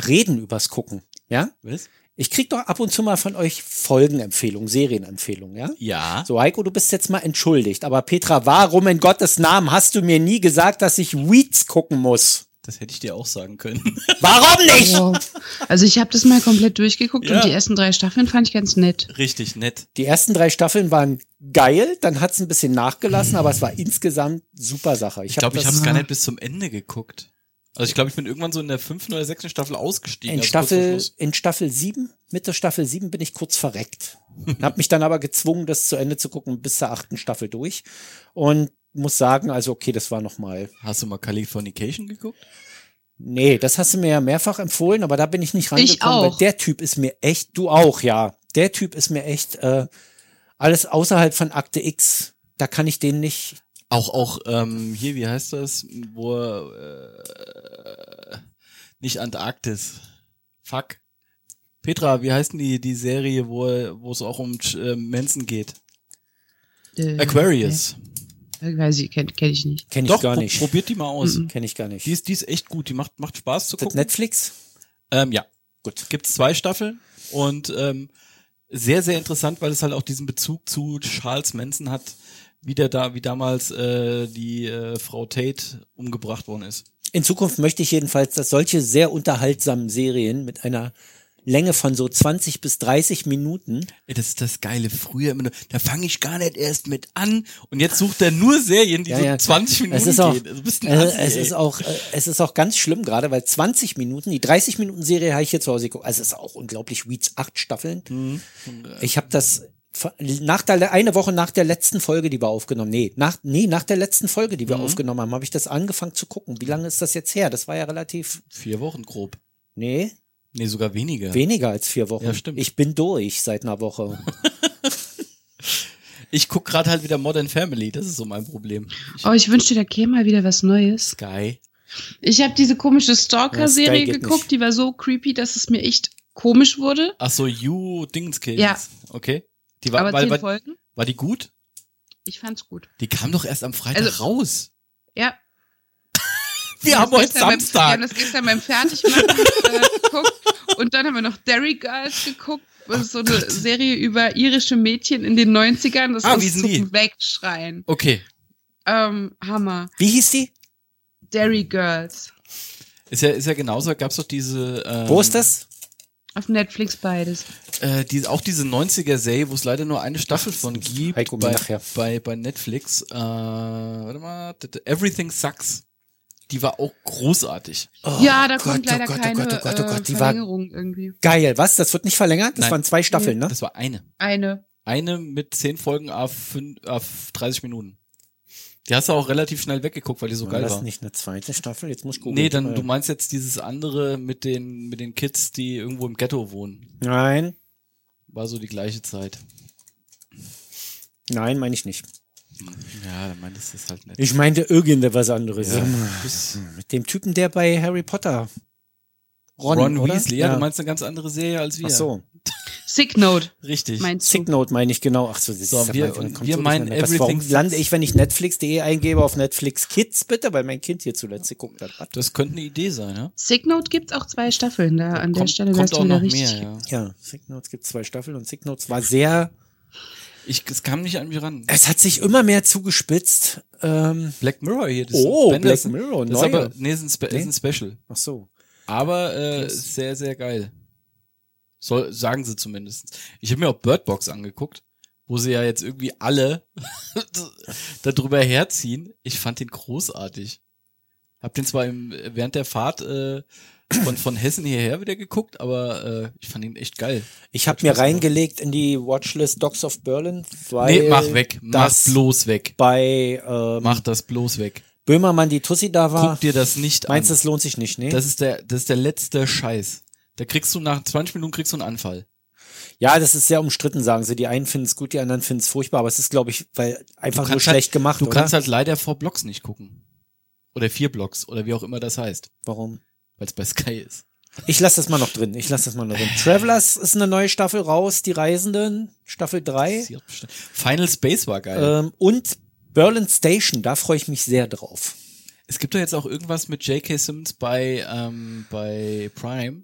Speaker 3: Reden übers Gucken. Ja?
Speaker 2: Was?
Speaker 3: Ich krieg doch ab und zu mal von euch Folgenempfehlungen, Serienempfehlungen, ja?
Speaker 2: Ja.
Speaker 3: So, Heiko, du bist jetzt mal entschuldigt. Aber Petra, warum in Gottes Namen hast du mir nie gesagt, dass ich Weeds gucken muss?
Speaker 2: Das hätte ich dir auch sagen können.
Speaker 3: Warum nicht?
Speaker 4: Wow. Also ich habe das mal komplett durchgeguckt
Speaker 2: Ja.
Speaker 4: und die ersten drei Staffeln fand ich ganz nett.
Speaker 2: Richtig nett.
Speaker 3: Die ersten drei Staffeln waren geil, dann hat's ein bisschen nachgelassen, aber es war insgesamt super Sache.
Speaker 2: Ich glaube, ich
Speaker 3: das-
Speaker 2: habe es gar nicht bis zum Ende geguckt. Also ich glaube, ich bin irgendwann so in der fünften oder sechsten Staffel ausgestiegen.
Speaker 3: In
Speaker 2: also kurz vor
Speaker 3: Staffel,
Speaker 2: Schluss.
Speaker 3: in Staffel 7, Mitte Staffel 7 bin ich kurz verreckt. Hab mich dann aber gezwungen, das zu Ende zu gucken, bis zur achten Staffel durch. Und muss sagen, also okay, das war nochmal.
Speaker 2: Hast du mal Californication geguckt?
Speaker 3: Nee, das hast du mir ja mehrfach empfohlen, aber da bin ich nicht rangekommen,
Speaker 4: auch.
Speaker 3: weil der Typ ist mir echt, du auch, ja. Der Typ ist mir echt äh, alles außerhalb von Akte X. Da kann ich den nicht.
Speaker 2: Auch, auch, ähm, hier, wie heißt das? Wo, er, äh, nicht Antarktis. Fuck. Petra, wie heißt denn die, die Serie, wo wo es auch um äh, Mensen geht?
Speaker 4: Äh,
Speaker 2: Aquarius.
Speaker 4: äh, Weiß ich, kenne kenn ich nicht.
Speaker 3: Kenne ich
Speaker 2: Doch,
Speaker 3: gar
Speaker 2: pro-
Speaker 3: nicht.
Speaker 2: probiert die mal aus.
Speaker 3: Kenne ich gar nicht.
Speaker 2: Die, ist, die ist echt gut, die macht, macht Spaß zu
Speaker 3: Ist das
Speaker 2: gucken.
Speaker 3: Netflix?
Speaker 2: Ähm, ja, gut. Gibt's zwei Staffeln und ähm, sehr, sehr interessant, weil es halt auch diesen Bezug zu Charles Manson hat, wie der da, wie damals äh, die äh, Frau Tate umgebracht worden ist.
Speaker 3: In Zukunft möchte ich jedenfalls, dass solche sehr unterhaltsamen Serien mit einer Länge von so 20 bis 30 Minuten
Speaker 2: Ey, Das ist das Geile. Früher immer nur, da fange ich gar nicht erst mit an. Und jetzt sucht er nur Serien, die
Speaker 3: Ja,
Speaker 2: so
Speaker 3: ja.
Speaker 2: 20 Minuten
Speaker 3: es ist auch,
Speaker 2: gehen. Also Du bist ein
Speaker 3: äh,
Speaker 2: Assi,
Speaker 3: es
Speaker 2: ey.
Speaker 3: ist auch, äh, es ist auch ganz schlimm gerade, weil 20 Minuten, die 30 Minuten Serie habe ich hier zu Hause geguckt. Also es ist auch unglaublich, Weeds acht Staffeln.
Speaker 2: Mhm.
Speaker 3: Ich habe das ver- nach der eine Woche nach der letzten Folge, die wir aufgenommen, nee, nach nee, nach der letzten Folge, die wir
Speaker 2: Mhm.
Speaker 3: aufgenommen haben, habe ich das angefangen zu gucken. Wie lange ist das jetzt her? Das war ja relativ
Speaker 2: Vier Wochen grob.
Speaker 3: nee,
Speaker 2: Nee, sogar weniger.
Speaker 3: weniger als vier Wochen.
Speaker 2: Ja, stimmt.
Speaker 3: Ich bin durch seit einer Woche.
Speaker 2: ich guck gerade halt wieder Modern Family. Das ist so mein Problem.
Speaker 4: Oh, ich wünschte, da käme mal wieder was Neues.
Speaker 2: Sky.
Speaker 4: Ich habe diese komische
Speaker 3: Ja, Sky
Speaker 4: Stalker-Serie
Speaker 3: geht
Speaker 4: geguckt,
Speaker 3: nicht.
Speaker 4: die war so creepy, dass es mir echt komisch wurde.
Speaker 2: Ach so, You Dingenskins.
Speaker 4: Ja.
Speaker 2: Okay. Die war,
Speaker 4: aber
Speaker 2: war,
Speaker 4: zehn
Speaker 2: war,
Speaker 4: Folgen,
Speaker 2: war die gut?
Speaker 4: ich fand's gut.
Speaker 2: Die kam doch erst am Freitag
Speaker 4: Also-
Speaker 2: raus.
Speaker 4: Ja.
Speaker 2: Wir haben
Speaker 4: das
Speaker 2: heute
Speaker 4: gestern beim- Wir haben
Speaker 2: Samstag.
Speaker 4: das gestern beim Fertigmachen äh, geguckt und dann haben wir noch Derry Girls geguckt. Das ist so eine Serie über irische Mädchen in den 90ern. Das
Speaker 2: Ah,
Speaker 4: ist
Speaker 2: wie sind
Speaker 4: zum
Speaker 2: die?
Speaker 4: Wegschreien.
Speaker 2: Okay.
Speaker 4: Ähm, Hammer.
Speaker 3: Wie hieß die?
Speaker 4: Derry Girls.
Speaker 2: Ist ja, ist ja genauso. Gab's doch diese. Ähm,
Speaker 3: Wo ist das?
Speaker 4: Auf Netflix beides.
Speaker 2: Äh, die, auch diese 90er-Serie, wo es leider nur eine Staffel von gibt
Speaker 3: Heiko, mir
Speaker 2: bei,
Speaker 3: nachher.
Speaker 2: bei, bei Netflix. Äh, warte mal, t- t- Everything Sucks. Die war auch großartig.
Speaker 3: Oh
Speaker 4: ja, da
Speaker 3: Gott,
Speaker 4: kommt
Speaker 3: oh
Speaker 4: leider
Speaker 3: Gott, oh
Speaker 4: keine
Speaker 3: Gott, oh Gott, oh Gott,
Speaker 4: äh,
Speaker 3: die war-
Speaker 4: Verlängerung irgendwie.
Speaker 3: Geil, was? Das wird nicht verlängert? Das
Speaker 2: Nein.
Speaker 3: waren zwei Staffeln, ne?
Speaker 2: Das war eine.
Speaker 4: Eine.
Speaker 2: Eine mit 10 Folgen auf, 5, auf 30 Minuten. Die hast du auch relativ schnell weggeguckt, weil die so
Speaker 3: War
Speaker 2: geil
Speaker 3: das
Speaker 2: war.
Speaker 3: nicht eine zweite Staffel? Jetzt muss ich gucken.
Speaker 2: Nee, dann
Speaker 3: Äh,
Speaker 2: du meinst jetzt dieses andere mit den mit den Kids, die irgendwo im Ghetto wohnen.
Speaker 3: Äh, Nein,
Speaker 2: War so die gleiche Zeit.
Speaker 3: nein, meine ich nicht.
Speaker 2: Ja, dann meintest du es halt nicht.
Speaker 3: Ich meinte irgendetwas anderes.
Speaker 2: Ja.
Speaker 3: Ähm,
Speaker 2: Bis-
Speaker 3: Mit dem Typen, der bei Harry Potter.
Speaker 2: Ron,
Speaker 3: Ron, oder?
Speaker 2: Weasley, ja, du meinst eine ganz andere Serie als wir.
Speaker 3: Ach so.
Speaker 4: Sick Note,
Speaker 2: Richtig.
Speaker 4: meinst
Speaker 3: Sick
Speaker 4: du?
Speaker 3: Note meine ich genau. Ach so, das
Speaker 2: So,
Speaker 3: ist ja
Speaker 2: wir-
Speaker 3: mein- kommt
Speaker 2: wir
Speaker 3: so
Speaker 2: meinen
Speaker 3: durcheinander. Was, Warum
Speaker 2: Everything-
Speaker 3: lande ich, wenn ich Netflix.de eingebe, auf Netflix Kids bitte? Weil mein Kind hier zuletzt geguckt hat. Was?
Speaker 2: Das könnte eine Idee sein, ja?
Speaker 4: Sick Note gibt's auch zwei Staffeln da. An der
Speaker 2: kommt,
Speaker 4: Stelle wärst
Speaker 2: kommt
Speaker 4: du wieder
Speaker 2: auch noch
Speaker 4: richtig.
Speaker 2: mehr, ja.
Speaker 3: Ja, Sick Notes gibt zwei Staffeln und Sick Notes war sehr.
Speaker 2: Ich, es kam nicht an mich ran.
Speaker 3: Es hat sich immer mehr zugespitzt. Ähm,
Speaker 2: Black Mirror hier. Das
Speaker 3: Oh,
Speaker 2: Ben, das
Speaker 3: Black Mirror,
Speaker 2: das ist
Speaker 3: neue.
Speaker 2: aber, nee, ist ein, Spe
Speaker 3: Nee.
Speaker 2: ist ein Special.
Speaker 3: ach so.
Speaker 2: Aber äh, ist sehr, sehr geil. Soll, sagen sie zumindest. Ich habe mir auch Bird Box angeguckt, wo sie ja jetzt irgendwie alle darüber herziehen. Ich fand den großartig. Hab den zwar im, während der Fahrt äh, von, von Hessen hierher wieder geguckt, aber äh, ich fand ihn echt geil.
Speaker 3: Ich habe mir reingelegt in die Watchlist Dogs of Berlin, weil
Speaker 2: Nee, mach weg. Mach
Speaker 3: das
Speaker 2: bloß weg.
Speaker 3: bei ähm,
Speaker 2: Mach das bloß weg.
Speaker 3: Böhmermann die Tussi da war.
Speaker 2: Guck dir das nicht
Speaker 3: Meinst du,
Speaker 2: an.
Speaker 3: es lohnt sich nicht, ne?
Speaker 2: Das ist der, das ist der letzte Scheiß. Da kriegst du nach 20 Minuten kriegst du einen Anfall.
Speaker 3: ja, das ist sehr umstritten, sagen sie. Die einen finden es gut, die anderen finden es furchtbar, aber es ist, glaube ich, weil einfach nur
Speaker 2: kannst
Speaker 3: schlecht
Speaker 2: halt,
Speaker 3: gemacht,
Speaker 2: Du
Speaker 3: oder?
Speaker 2: kannst halt leider vor Blocks nicht gucken. Oder vier Blocks oder wie auch immer das heißt,
Speaker 3: Warum?
Speaker 2: weil es bei Sky ist.
Speaker 3: Ich lasse das mal noch drin. Ich lasse das mal noch drin. Travelers ist eine neue Staffel raus, die Reisenden, Staffel 3.
Speaker 2: Sie hat bestimmt- Final Space war geil.
Speaker 3: Ähm, und Berlin Station, da freue ich mich sehr drauf.
Speaker 2: Es gibt doch jetzt auch irgendwas mit J.K. Simmons bei, ähm, bei Prime,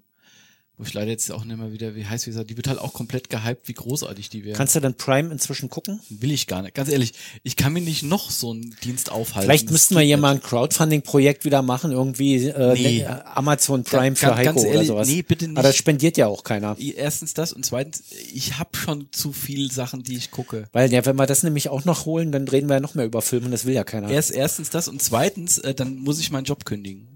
Speaker 2: wo ich leider jetzt auch nicht mehr wieder, wie heißt wie gesagt, die wird halt auch komplett gehypt, wie großartig die wäre.
Speaker 3: Kannst du dann Prime inzwischen gucken?
Speaker 2: Will ich gar nicht. Ganz ehrlich, ich kann mir nicht noch so einen Dienst aufhalten.
Speaker 3: Vielleicht
Speaker 2: Das
Speaker 3: müssten wir
Speaker 2: geht
Speaker 3: hier
Speaker 2: nicht.
Speaker 3: mal ein Crowdfunding-Projekt wieder machen, irgendwie äh,
Speaker 2: Nee.
Speaker 3: ne- Amazon Prime
Speaker 2: Ganz-
Speaker 3: für Heiko
Speaker 2: ganz
Speaker 3: oder
Speaker 2: ehrlich,
Speaker 3: sowas.
Speaker 2: nee, bitte nicht.
Speaker 3: Aber das spendiert ja auch keiner.
Speaker 2: Erstens das und zweitens, ich habe schon zu viel Sachen, die ich gucke.
Speaker 3: Weil ja, wenn wir das nämlich auch noch holen, dann reden wir ja noch mehr über Filme und das will ja keiner.
Speaker 2: Erst erstens das und zweitens, äh, dann muss ich meinen Job kündigen.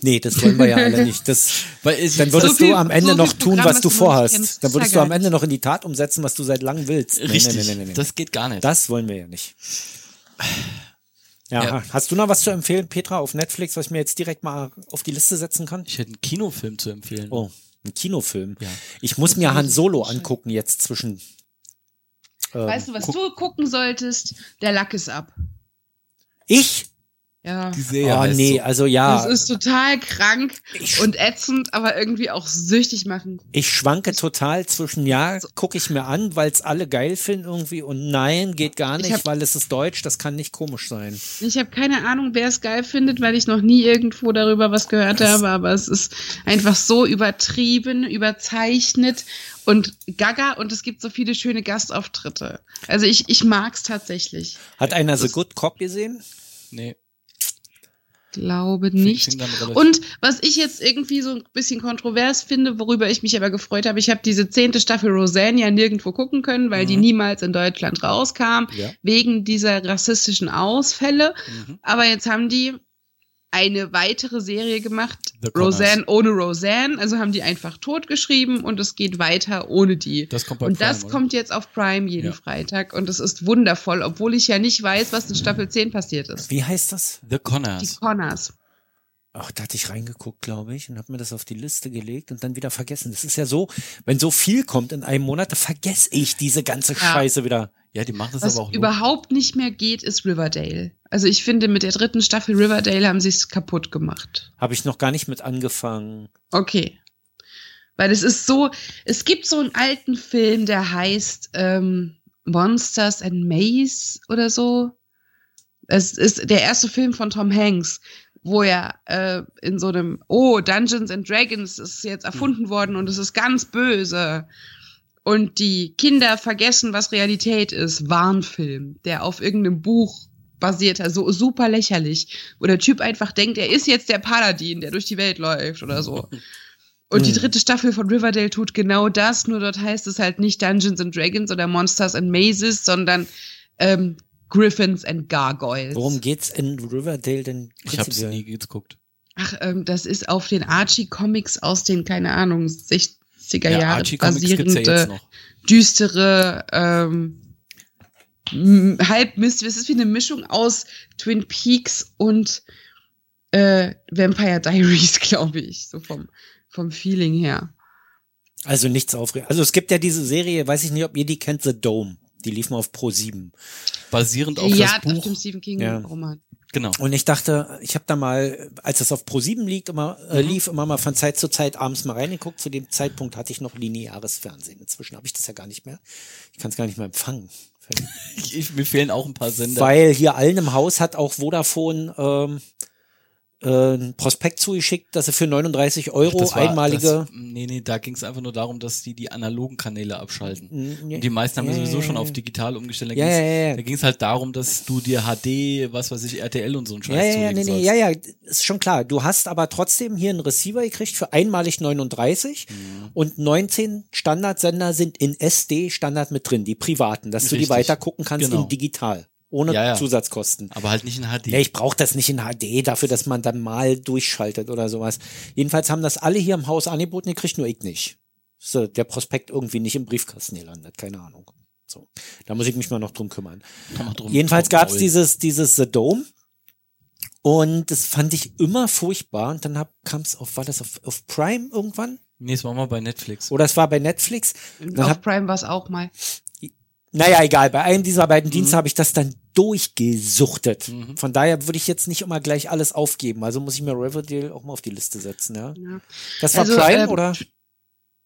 Speaker 3: nee, das wollen wir ja alle nicht. Das,
Speaker 2: Weil ich,
Speaker 3: dann würdest
Speaker 4: viel-
Speaker 3: du am Ende
Speaker 4: so viel
Speaker 3: noch tun,
Speaker 4: Programm,
Speaker 3: was
Speaker 4: was
Speaker 3: du
Speaker 4: du noch nicht
Speaker 3: vorhast.
Speaker 4: kennst.
Speaker 3: Dann würdest
Speaker 4: Ist ja
Speaker 3: du am
Speaker 4: geil.
Speaker 3: Ende noch in die Tat umsetzen, was du seit langem willst. Nee,
Speaker 2: richtig,
Speaker 3: Nee, nee, nee, nee. Das,
Speaker 2: das geht gar nicht.
Speaker 3: das wollen wir ja nicht. Ja,
Speaker 2: Ja.
Speaker 3: Hast du noch was zu empfehlen, Petra, auf Netflix, was ich mir jetzt direkt mal auf die Liste setzen kann?
Speaker 2: ich hätte einen Kinofilm zu empfehlen.
Speaker 3: Oh, ein Kinofilm.
Speaker 2: Ja.
Speaker 3: Ich muss mir Han Solo angucken jetzt zwischen. Ähm,
Speaker 4: Weißt du, was du gucken solltest? Der Lack ist ab.
Speaker 3: ich?
Speaker 4: Ja.
Speaker 2: Die Serie
Speaker 3: oh
Speaker 2: heißt
Speaker 3: nee,
Speaker 2: so.
Speaker 3: also ja.
Speaker 4: Das ist total krank
Speaker 3: Ich-
Speaker 4: und ätzend, aber irgendwie auch süchtig machen.
Speaker 3: Ich schwanke total zwischen, ja, gucke ich mir an, weil es alle geil finden irgendwie und nein, geht gar
Speaker 4: Ich
Speaker 3: nicht,
Speaker 4: hab-
Speaker 3: weil es ist deutsch, das kann nicht komisch sein.
Speaker 4: Ich habe keine Ahnung, wer es geil findet, weil ich noch nie irgendwo darüber was gehört habe, aber es ist einfach so übertrieben, überzeichnet und gaga und es gibt so viele schöne Gastauftritte. Also ich, ich mag's tatsächlich.
Speaker 3: Hat einer The Good Cop gesehen?
Speaker 2: Nee,
Speaker 4: Glaube
Speaker 2: fing-
Speaker 4: nicht.
Speaker 2: fing dann relativ-
Speaker 4: Und was ich jetzt irgendwie so ein bisschen kontrovers finde, worüber ich mich aber gefreut habe, ich habe diese zehnte Staffel Roseanne ja nirgendwo gucken können, weil die
Speaker 2: Mhm.
Speaker 4: niemals in Deutschland rauskam,
Speaker 3: Ja.
Speaker 4: wegen dieser rassistischen Ausfälle.
Speaker 2: Mhm.
Speaker 4: Aber jetzt haben die eine weitere Serie gemacht,
Speaker 2: The Conners.
Speaker 4: Roseanne ohne Roseanne, also haben die einfach totgeschrieben und es geht weiter ohne die.
Speaker 2: Das kommt bei
Speaker 4: Und
Speaker 2: Prime,
Speaker 4: das
Speaker 2: oder?
Speaker 4: kommt jetzt auf Prime jeden
Speaker 2: Ja.
Speaker 4: Freitag und es ist wundervoll, obwohl ich ja nicht weiß, was in Staffel 10 passiert ist.
Speaker 3: Wie heißt das?
Speaker 2: The
Speaker 4: Die
Speaker 2: Connors.
Speaker 4: Connors.
Speaker 3: Ach, da hatte ich reingeguckt, glaube ich, und habe mir das auf die Liste gelegt und dann wieder vergessen. Das ist ja so, wenn so viel kommt in einem Monat, dann vergesse ich diese ganze Scheiße wieder.
Speaker 2: Ja, die machen das
Speaker 4: Was
Speaker 2: aber auch nur.
Speaker 4: überhaupt nicht mehr geht, ist Riverdale. Also ich finde, mit der dritten Staffel Riverdale haben sie es kaputt gemacht.
Speaker 3: Habe ich noch gar nicht mit angefangen.
Speaker 4: Okay. Weil es ist so, es gibt so einen alten Film, der heißt ähm, Monsters and Maze oder so. Es ist der erste Film von Tom Hanks, wo er äh, in so einem, oh, Dungeons and Dragons ist jetzt erfunden worden und es ist ganz böse. Und die Kinder vergessen, was Realität ist. Warnfilm, der auf irgendeinem Buch basiert, also super lächerlich. Wo der Typ einfach denkt, er ist jetzt der Paladin, der durch die Welt läuft oder so. Und die
Speaker 3: Mhm.
Speaker 4: dritte Staffel von Riverdale tut genau das, nur dort heißt es halt nicht Dungeons and Dragons oder Monsters and Mazes, sondern ähm, Griffins and Gargoyles.
Speaker 3: Worum geht's in Riverdale denn?
Speaker 2: Ich habe sie
Speaker 3: prinzipiell?
Speaker 2: nie geguckt.
Speaker 4: Ach, ähm, das ist auf den Archie-Comics aus den, keine Ahnung, 60er Jahren
Speaker 2: Archie Comics gibt's
Speaker 4: basierende,
Speaker 2: ja jetzt noch.
Speaker 4: düstere, ähm, m- halb Mist. Es ist wie eine Mischung aus Twin Peaks und äh, Vampire Diaries, glaube ich, so vom, vom Feeling her.
Speaker 3: Also nichts aufregend. Also es gibt ja diese Serie, weiß ich nicht, ob ihr die kennt, The Dome. Die liefen auf Pro 7.
Speaker 2: Basierend auf
Speaker 4: Ja,
Speaker 2: das
Speaker 4: auf
Speaker 2: Buch.
Speaker 4: dem Stephen
Speaker 3: Ja.
Speaker 4: King-Roman.
Speaker 2: Genau.
Speaker 3: Und ich dachte, ich habe da mal, als das auf Pro 7 liegt, immer, äh,
Speaker 2: Mhm.
Speaker 3: lief, immer mal von Zeit zu Zeit abends mal reingeguckt. Zu dem Zeitpunkt hatte ich noch lineares Fernsehen. Inzwischen habe ich das ja gar nicht mehr. Ich kann es gar nicht mehr empfangen.
Speaker 2: Ich, ich, mir fehlen auch ein paar Sender.
Speaker 3: Weil hier allen im Haus hat auch Vodafone ähm, äh, einen Prospekt zugeschickt, dass sie für 39 Euro
Speaker 2: Das war-
Speaker 3: einmalige.
Speaker 2: Das, nee, nee, da ging es einfach nur darum, dass die die analogen Kanäle abschalten.
Speaker 3: Nee.
Speaker 2: Und die meisten haben
Speaker 3: Ja,
Speaker 2: sowieso
Speaker 3: ja,
Speaker 2: schon
Speaker 3: ja,
Speaker 2: auf
Speaker 3: ja.
Speaker 2: digital umgestellt. Da
Speaker 3: Äh. Ja,
Speaker 2: ging's-
Speaker 3: ja, ja, ja.
Speaker 2: Da ging es halt darum, dass du dir HD, was weiß ich, RTL und so einen Scheiß
Speaker 3: Ja, ja, ja,
Speaker 2: zulegen
Speaker 3: nee, nee,
Speaker 2: sollst.
Speaker 3: ja, ja, ist schon klar. Du hast aber trotzdem hier einen Receiver gekriegt für einmalig 39
Speaker 2: Mhm.
Speaker 3: und 19 Standardsender sind in SD Standard mit drin, die privaten, dass du die
Speaker 2: Richtig.
Speaker 3: weiter gucken kannst
Speaker 2: Genau.
Speaker 3: in digital, ohne
Speaker 2: Ja, ja.
Speaker 3: Zusatzkosten.
Speaker 2: Aber halt nicht in HD.
Speaker 3: Ja, ich brauche das nicht in HD dafür, dass man dann mal durchschaltet oder sowas. Jedenfalls haben das alle hier im Haus angeboten, die kriegt nur ich nicht. So, der Prospekt irgendwie nicht im Briefkasten gelandet, keine Ahnung. So, da muss ich mich mal noch drum kümmern.
Speaker 2: Komm mal drum-
Speaker 3: Jedenfalls
Speaker 2: drum
Speaker 3: gab's
Speaker 2: heulen.
Speaker 3: dieses, dieses The Dome. Und das fand ich immer furchtbar. Und dann kam es auf, war das auf, auf Prime irgendwann?
Speaker 2: Nee, das machen wir bei Netflix.
Speaker 3: Oder es war bei Netflix?
Speaker 4: Und
Speaker 3: Dann
Speaker 4: auf
Speaker 3: hab-
Speaker 4: Prime war es auch mal.
Speaker 3: Naja, egal. Bei einem dieser beiden
Speaker 2: Mhm.
Speaker 3: Dienste habe ich das dann durchgesuchtet. Von daher würde ich jetzt nicht immer gleich alles aufgeben. Also muss ich mir Riverdale auch mal auf die Liste setzen, ja.
Speaker 4: Ja.
Speaker 3: Das war
Speaker 4: Also,
Speaker 3: Prime,
Speaker 4: ähm,
Speaker 3: oder?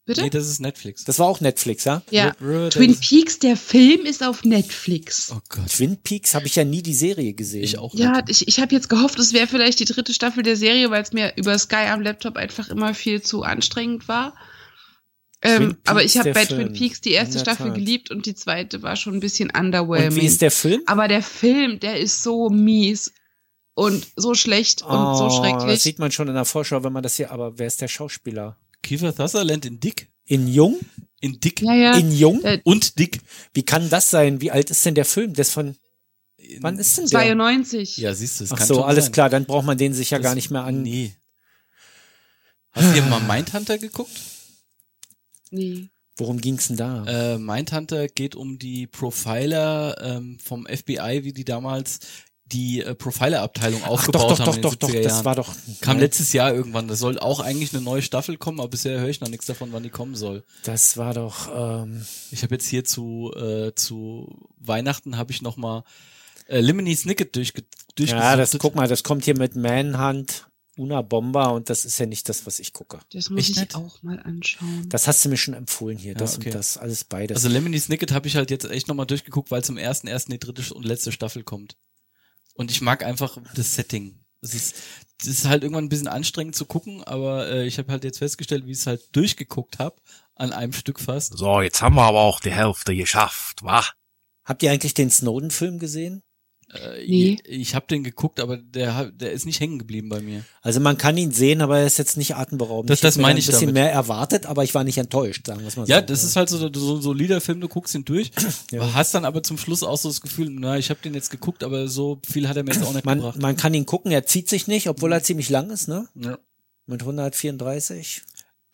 Speaker 4: Bitte?
Speaker 2: Nee, das ist Netflix.
Speaker 3: Das war auch Netflix, ja?
Speaker 4: ja.
Speaker 2: Red- Red-
Speaker 4: Twin
Speaker 2: das-
Speaker 4: Peaks, der Film ist auf Netflix.
Speaker 2: Oh Gott.
Speaker 3: Twin Peaks habe ich ja nie die Serie gesehen.
Speaker 2: Ich auch
Speaker 4: Ja,
Speaker 2: nicht.
Speaker 4: ich, ich habe jetzt gehofft, es wäre vielleicht die dritte Staffel der Serie, weil es mir über Sky am Laptop einfach immer viel zu anstrengend war.
Speaker 3: Twin
Speaker 4: Ähm, aber
Speaker 3: Peaks,
Speaker 4: ich habe
Speaker 3: der
Speaker 4: bei
Speaker 3: Film.
Speaker 4: Twin Peaks die
Speaker 3: In
Speaker 4: erste
Speaker 3: der
Speaker 4: Staffel
Speaker 3: Tat.
Speaker 4: geliebt und die zweite war schon ein bisschen
Speaker 3: Und wie
Speaker 4: underwhelming.
Speaker 3: ist der Film?
Speaker 4: aber der Film, der ist so mies und so schlecht und
Speaker 2: Oh,
Speaker 4: so
Speaker 3: Das
Speaker 4: schrecklich.
Speaker 3: Oh, sieht man schon in der Vorschau, wenn man das hier, aber wer ist der Schauspieler?
Speaker 2: Kiefer Sutherland in Dick.
Speaker 3: In Jung?
Speaker 2: In Dick.
Speaker 4: Ja, ja.
Speaker 3: In Jung?
Speaker 4: Äh,
Speaker 2: Und Dick.
Speaker 3: Wie kann das sein? Wie alt ist denn der Film? Das von
Speaker 2: In-
Speaker 3: wann ist denn der?
Speaker 4: 92.
Speaker 2: Ja, siehst du, das
Speaker 3: Ach
Speaker 2: kann
Speaker 3: so,
Speaker 2: schon
Speaker 3: alles
Speaker 2: sein.
Speaker 3: klar, dann braucht man den sich ja
Speaker 2: Das-
Speaker 3: gar nicht mehr an.
Speaker 2: Nee. Hast du dir mal Mindhunter geguckt?
Speaker 4: Nee.
Speaker 3: Worum ging's denn da?
Speaker 2: Äh, Mindhunter geht um die Profiler ähm, vom FBI, wie die damals die äh, Profiler-Abteilung
Speaker 3: Ach
Speaker 2: aufgebaut
Speaker 3: doch, doch,
Speaker 2: haben
Speaker 3: doch, doch,
Speaker 2: in den
Speaker 3: doch,
Speaker 2: 70er
Speaker 3: das
Speaker 2: Jahren.
Speaker 3: war doch.
Speaker 2: Kam
Speaker 3: ja,
Speaker 2: letztes Jahr irgendwann. Das soll auch eigentlich eine neue Staffel kommen, aber bisher höre ich noch nichts davon, wann die kommen soll.
Speaker 3: das war doch. Ähm,
Speaker 2: Ich habe jetzt hier zu, äh, zu Weihnachten habe ich noch mal äh, Limony Snicket durchge
Speaker 3: Ja,
Speaker 2: durchgesuchtet.
Speaker 3: das guck mal, das kommt hier mit Manhunt, Una Bomber und das ist ja nicht das, was ich gucke.
Speaker 4: Das muss
Speaker 2: Echt
Speaker 4: ich
Speaker 2: nett?
Speaker 4: auch mal anschauen.
Speaker 3: Das hast du mir schon empfohlen hier,
Speaker 2: Ja,
Speaker 3: das
Speaker 2: okay.
Speaker 3: und das, alles beides.
Speaker 2: Also Lemony Snicket habe ich halt jetzt echt nochmal durchgeguckt, weil zum ersten, ersten die dritte und letzte Staffel kommt. Und ich mag einfach das Setting. Es ist, das ist halt irgendwann ein bisschen anstrengend zu gucken, aber äh, ich habe halt jetzt festgestellt, wie ich es halt durchgeguckt habe, an einem Stück fast.
Speaker 5: So, jetzt haben wir aber auch die Hälfte geschafft, wa?
Speaker 3: Habt ihr eigentlich den Snowden-Film gesehen?
Speaker 2: Äh,
Speaker 4: Nee.
Speaker 2: Ich, ich habe den geguckt, aber der, ha- der ist nicht hängen geblieben bei mir.
Speaker 3: Also man kann ihn sehen, aber er ist jetzt nicht atemberaubend.
Speaker 2: Das-
Speaker 3: Ich hab
Speaker 2: das
Speaker 3: mir
Speaker 2: meine
Speaker 3: ein
Speaker 2: ich
Speaker 3: bisschen
Speaker 2: damit.
Speaker 3: mehr erwartet, aber ich war nicht enttäuscht, sagen wir es mal
Speaker 2: Ja,
Speaker 3: so.
Speaker 2: das ist halt so, so ein solider Film, du guckst ihn durch,
Speaker 3: äh, Ja.
Speaker 2: hast dann aber zum Schluss auch so das Gefühl, na, ich habe den jetzt geguckt, aber so viel hat er mir jetzt auch nicht
Speaker 3: man,
Speaker 2: gebracht.
Speaker 3: man kann ihn gucken, er zieht sich nicht, obwohl er ziemlich lang ist, ne?
Speaker 2: Ja.
Speaker 3: Mit 134.